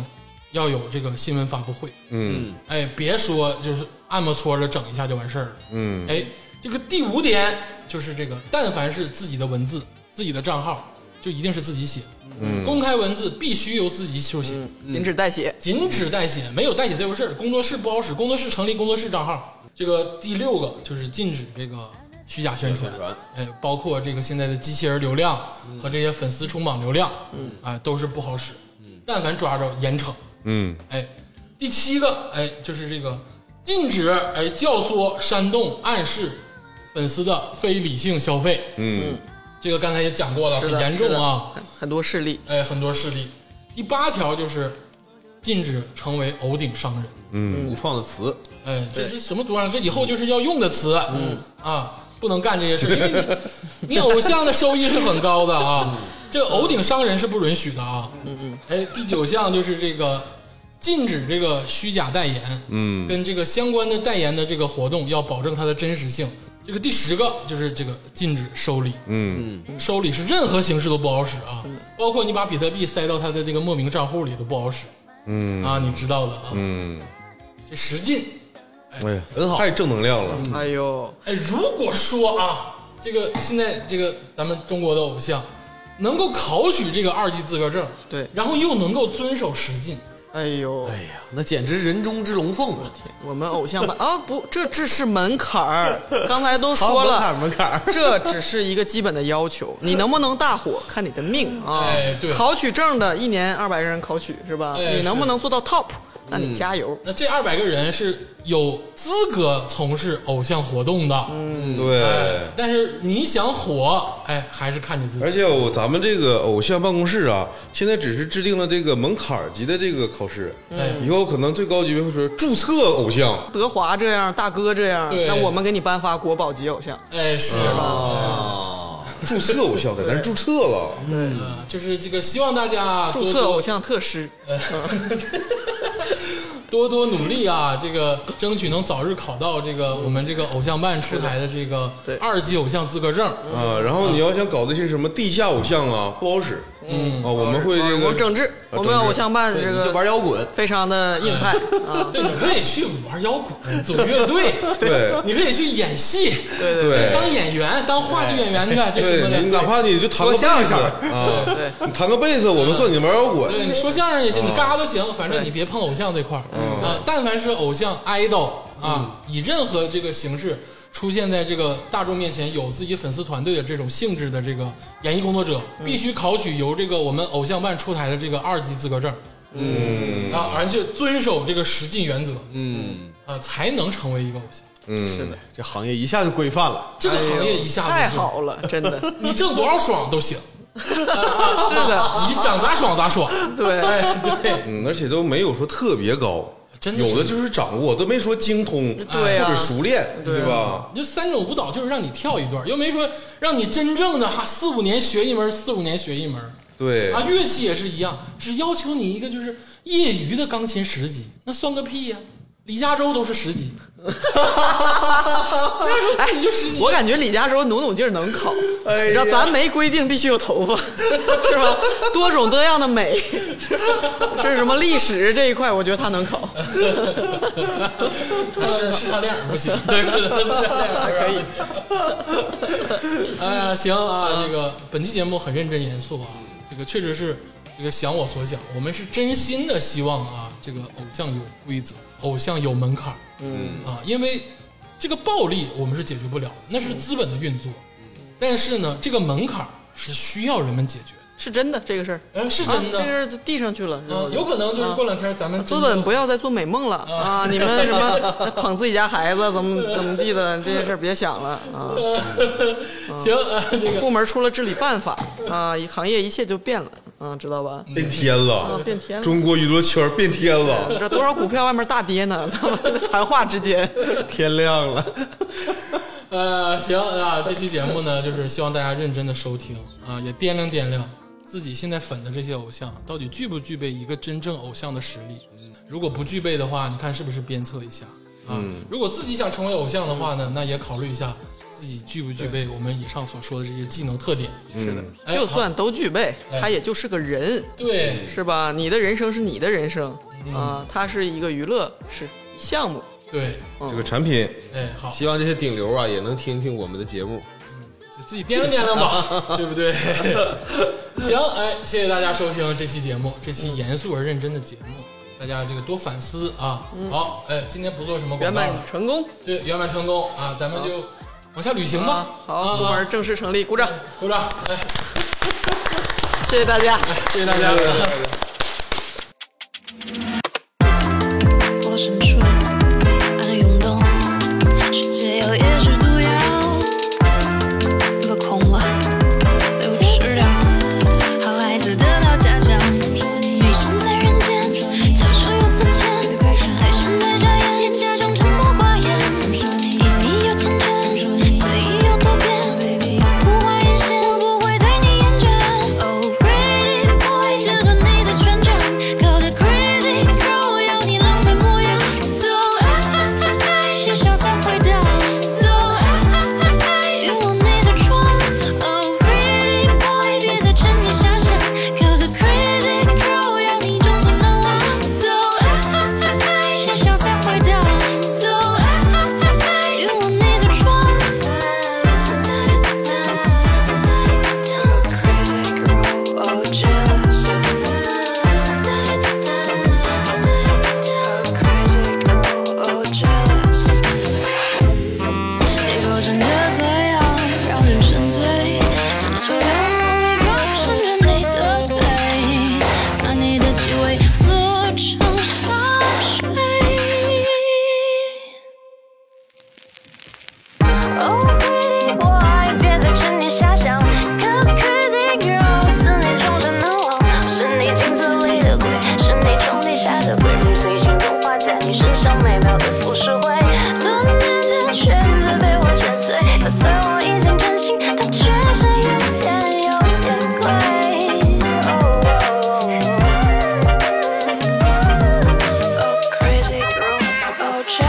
Speaker 2: 要有这个新闻发布会。
Speaker 4: 嗯
Speaker 2: 哎，别说就是按摩搓着整一下就完事儿了。
Speaker 4: 嗯
Speaker 2: 哎，这个第五点就是这个，但凡是自己的文字、自己的账号，就一定是自己写。嗯，公开文字必须由自己手写，
Speaker 3: 禁止代写，
Speaker 2: 禁止代写，没有代写这回事儿。工作室不好使，工作室成立工作室账号。这个第六个就是禁止这个虚假宣传，哎，包括这个现在的机器人流量和这些粉丝冲榜流量，嗯，啊，都是不好使。但凡抓着严惩。
Speaker 4: 嗯
Speaker 2: 哎，第七个，哎，就是这个禁止哎教唆、煽动、暗示粉丝的非理性消费。
Speaker 4: 嗯
Speaker 2: 这个刚才也讲过了，
Speaker 3: 是
Speaker 2: 很
Speaker 3: 的
Speaker 2: 严重啊，
Speaker 3: 很很多事例。
Speaker 2: 哎，很多事例。第八条就是禁止成为偶顶商人，
Speaker 3: 嗯
Speaker 1: 武嗯创的词，
Speaker 2: 哎，这是什么图案？这以后就是要用的词，嗯啊，不能干这些事，因为你你偶像的收益是很高的
Speaker 4: 嗯
Speaker 2: 啊， *laughs* 这个偶顶商人是不允许的啊。嗯嗯。哎，第九项就是这个禁止这个虚假代言，
Speaker 4: 嗯
Speaker 2: 跟这个相关的代言的这个活动要保证它的真实性。这个第十个就是这个禁止收礼，
Speaker 4: 嗯
Speaker 2: 收礼是任何形式都不好使啊，包括你把比特币塞到他的这个莫名账户里都不好使
Speaker 4: 嗯
Speaker 2: 啊，你知道的啊。
Speaker 4: 嗯
Speaker 2: 这十进。
Speaker 4: 哎呀，
Speaker 1: 很好
Speaker 4: 太正能量了。
Speaker 1: 嗯
Speaker 3: 哎呦，
Speaker 2: 哎，如果说啊，这个现在这个咱们中国的偶像能够考取这个二级资格证，
Speaker 3: 对
Speaker 2: 然后又能够遵守十进，
Speaker 3: 哎呦，
Speaker 1: 哎呀，那简直人中之龙凤啊！
Speaker 3: 我们偶像吧啊不，这只是门槛
Speaker 1: *laughs*
Speaker 3: 儿，刚才都说了，
Speaker 1: 门槛儿，
Speaker 3: 这只是一个基本的要求，你能不能大火看你的命啊。
Speaker 2: 哎对
Speaker 3: 考取证的一年二百个人考取是吧？
Speaker 2: 哎
Speaker 3: 你能不
Speaker 2: 是
Speaker 3: 能做到 top？那你加油。
Speaker 2: 那这二百个人是有资格从事偶像活动的。嗯，
Speaker 4: 对，
Speaker 2: 但是你想火，哎，还是看你自己。
Speaker 4: 而且我咱们这个偶像办公室啊，现在只是制定了这个门槛儿级的这个考试，
Speaker 2: 嗯
Speaker 4: 以后可能最高级会说注册偶像。 *laughs*
Speaker 3: 德华这样，大哥这样，
Speaker 2: 对
Speaker 3: 那我们给你颁发国宝级偶像。
Speaker 2: 哎，是
Speaker 4: 啊注册偶像的，咱注册了，
Speaker 2: 嗯，就是这个，希望大家多
Speaker 3: 注册偶像特师，
Speaker 2: 多多努力啊，这个争取能早日考到这个我们这个偶像办出台的这个
Speaker 3: 对嗯
Speaker 2: 二级偶像资格证。
Speaker 4: 啊，然后你要想搞那些什么地下偶像啊，不好使。嗯啊，我们会这
Speaker 3: 我
Speaker 4: 个
Speaker 3: 们整治，我们偶像办这
Speaker 1: 你就玩
Speaker 3: 个
Speaker 1: 摇滚，
Speaker 3: 非常的硬派
Speaker 2: *laughs*
Speaker 3: 啊。
Speaker 2: 对，你可以去玩摇滚、组乐队，
Speaker 4: *laughs* 对
Speaker 2: 你可以去演戏，
Speaker 3: 对对
Speaker 4: 对
Speaker 2: *laughs* 当演员、当话剧演员去，这什么
Speaker 4: 对，你
Speaker 2: 的。
Speaker 4: 哪怕你就弹
Speaker 1: 说
Speaker 4: 个
Speaker 1: 相
Speaker 4: 贝斯
Speaker 1: 声
Speaker 4: 啊，
Speaker 3: 对，
Speaker 4: 你弹个贝斯，我们算你玩摇滚。
Speaker 2: 对，你说相声也行，你干啥都行，反正你别碰偶像这块儿。啊，但凡是偶像 idol 啊，以任何这个形式出现在这个大众面前，有自己粉丝团队的这种性质的这个演艺工作者，必须考取由这个我们偶像办出台的这个二级资格证。嗯啊，而且遵守这个十进原则，嗯啊，才能成为一个偶像。
Speaker 4: 嗯，
Speaker 5: 这行业一下就规范了。
Speaker 2: 这个行业一下子
Speaker 3: 太
Speaker 2: 就
Speaker 3: 好了，真的，
Speaker 2: 你挣多少爽都行，
Speaker 3: 是的，
Speaker 2: *laughs* 你想咋爽咋爽。
Speaker 3: 对，
Speaker 2: 哎，对，
Speaker 4: 嗯，而且都没有说特别高，
Speaker 2: 真的是
Speaker 4: 有的就是掌握，都没说精通
Speaker 3: 对啊
Speaker 4: 或者熟练，
Speaker 3: 对啊
Speaker 4: 对吧？
Speaker 2: 你这三种舞蹈 *laughs* 就是让你跳一段，又没说让你真正的哈四五年学一门，四五年学一门
Speaker 4: 对
Speaker 2: 啊。乐器也是一样，只要求你一个就是业余的钢琴十级，那算个屁呀、李嘉洲都是十级，李嘉洲自己就十级，
Speaker 3: *laughs* 我感觉李佳柔努努劲儿能考，
Speaker 2: 哎
Speaker 3: 你知道咱没规定必须有头发， *laughs* 是吧？多种多样的美， *laughs* 这是什么历史这一块，我觉得他能考。
Speaker 2: 是市场链儿不行，对对对，市场链还可以。 *laughs* 哎呀，行啊，这个本期节目很认真严肃啊，这个确实是这个想我所想，我们是真心的希望啊，这个偶像有规则，偶像有门槛，嗯啊，因为这个暴力我们是解决不了的，那是资本的运作，但是呢，这个门槛儿是需要人们解决
Speaker 3: 是真的这个事儿，
Speaker 2: 的，呃，是真的
Speaker 3: 啊这。个事儿递上去了，
Speaker 2: 嗯，有可能就是过两天咱们
Speaker 3: 啊资本不
Speaker 2: 要
Speaker 3: 要再做美梦了
Speaker 2: *laughs*
Speaker 3: 啊！你们什 *laughs* 么捧自己家孩子怎么怎么地的这些事儿别想了
Speaker 2: *laughs*
Speaker 3: 啊！
Speaker 2: 行啊，这个
Speaker 3: 部门出了治理办法啊，行业一切就变了啊，知道吧？
Speaker 4: 变天了
Speaker 3: 啊，
Speaker 2: 嗯
Speaker 3: 变天了
Speaker 4: 中国娱乐圈变天了。
Speaker 3: 这多少股票外面大跌呢？ *laughs* 咱们谈话之间，
Speaker 5: 天亮了，
Speaker 2: 呃，行啊，这期节目呢，就是希望大家认真的收听啊，也掂量掂量自己现在粉的这些偶像到底具不具备一个真正偶像的实力。如果不具备的话，你看是不是鞭策一下啊？如果自己想成为偶像的话呢，那也考虑一下自己具不具备我们以上所说的这些技能特点。是的，哎、
Speaker 3: 就
Speaker 2: 好哎
Speaker 3: 算都具备，他也就是个人，
Speaker 2: 对
Speaker 3: 是吧？你的人生是你的人生
Speaker 2: 嗯
Speaker 3: 啊，它是一个娱乐是项目，
Speaker 2: 对，
Speaker 4: 这个产品，
Speaker 2: 哎，好，
Speaker 5: 希望这些顶流啊也能听听我们的节目。
Speaker 2: 就自己掂量掂量
Speaker 3: *laughs*
Speaker 2: 吧，对不对？行，哎，谢谢大家收听这期节目，这期严肃而认真的节目，大家这个多反思啊。好，哎，今天不做什么
Speaker 3: 嗯圆
Speaker 2: 广告
Speaker 3: 满
Speaker 2: 了，
Speaker 3: 成功
Speaker 2: 对，圆满成功啊，咱们就往下旅行
Speaker 3: 啊
Speaker 2: 吧！。
Speaker 3: 好，部
Speaker 2: 啊
Speaker 3: 门正式成立，鼓掌，
Speaker 2: 鼓掌，哎，
Speaker 3: 谢谢大家。
Speaker 2: 谢谢大家。
Speaker 7: 我身处爱的涌动，世界有也是毒药，一个空了，被我吃掉。好孩子得到嘉奖，女神在人间，娇羞又自谦，太神在眨眼，也假装沉默寡言，以你又缱绻，对弈又多变，不画眼线，我不会对你厌倦。Oh pretty boy，这段你的。oh,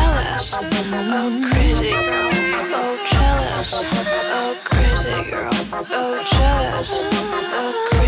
Speaker 7: Oh crazy girl, oh jealous, oh crazy girl, oh jealous, oh crazy.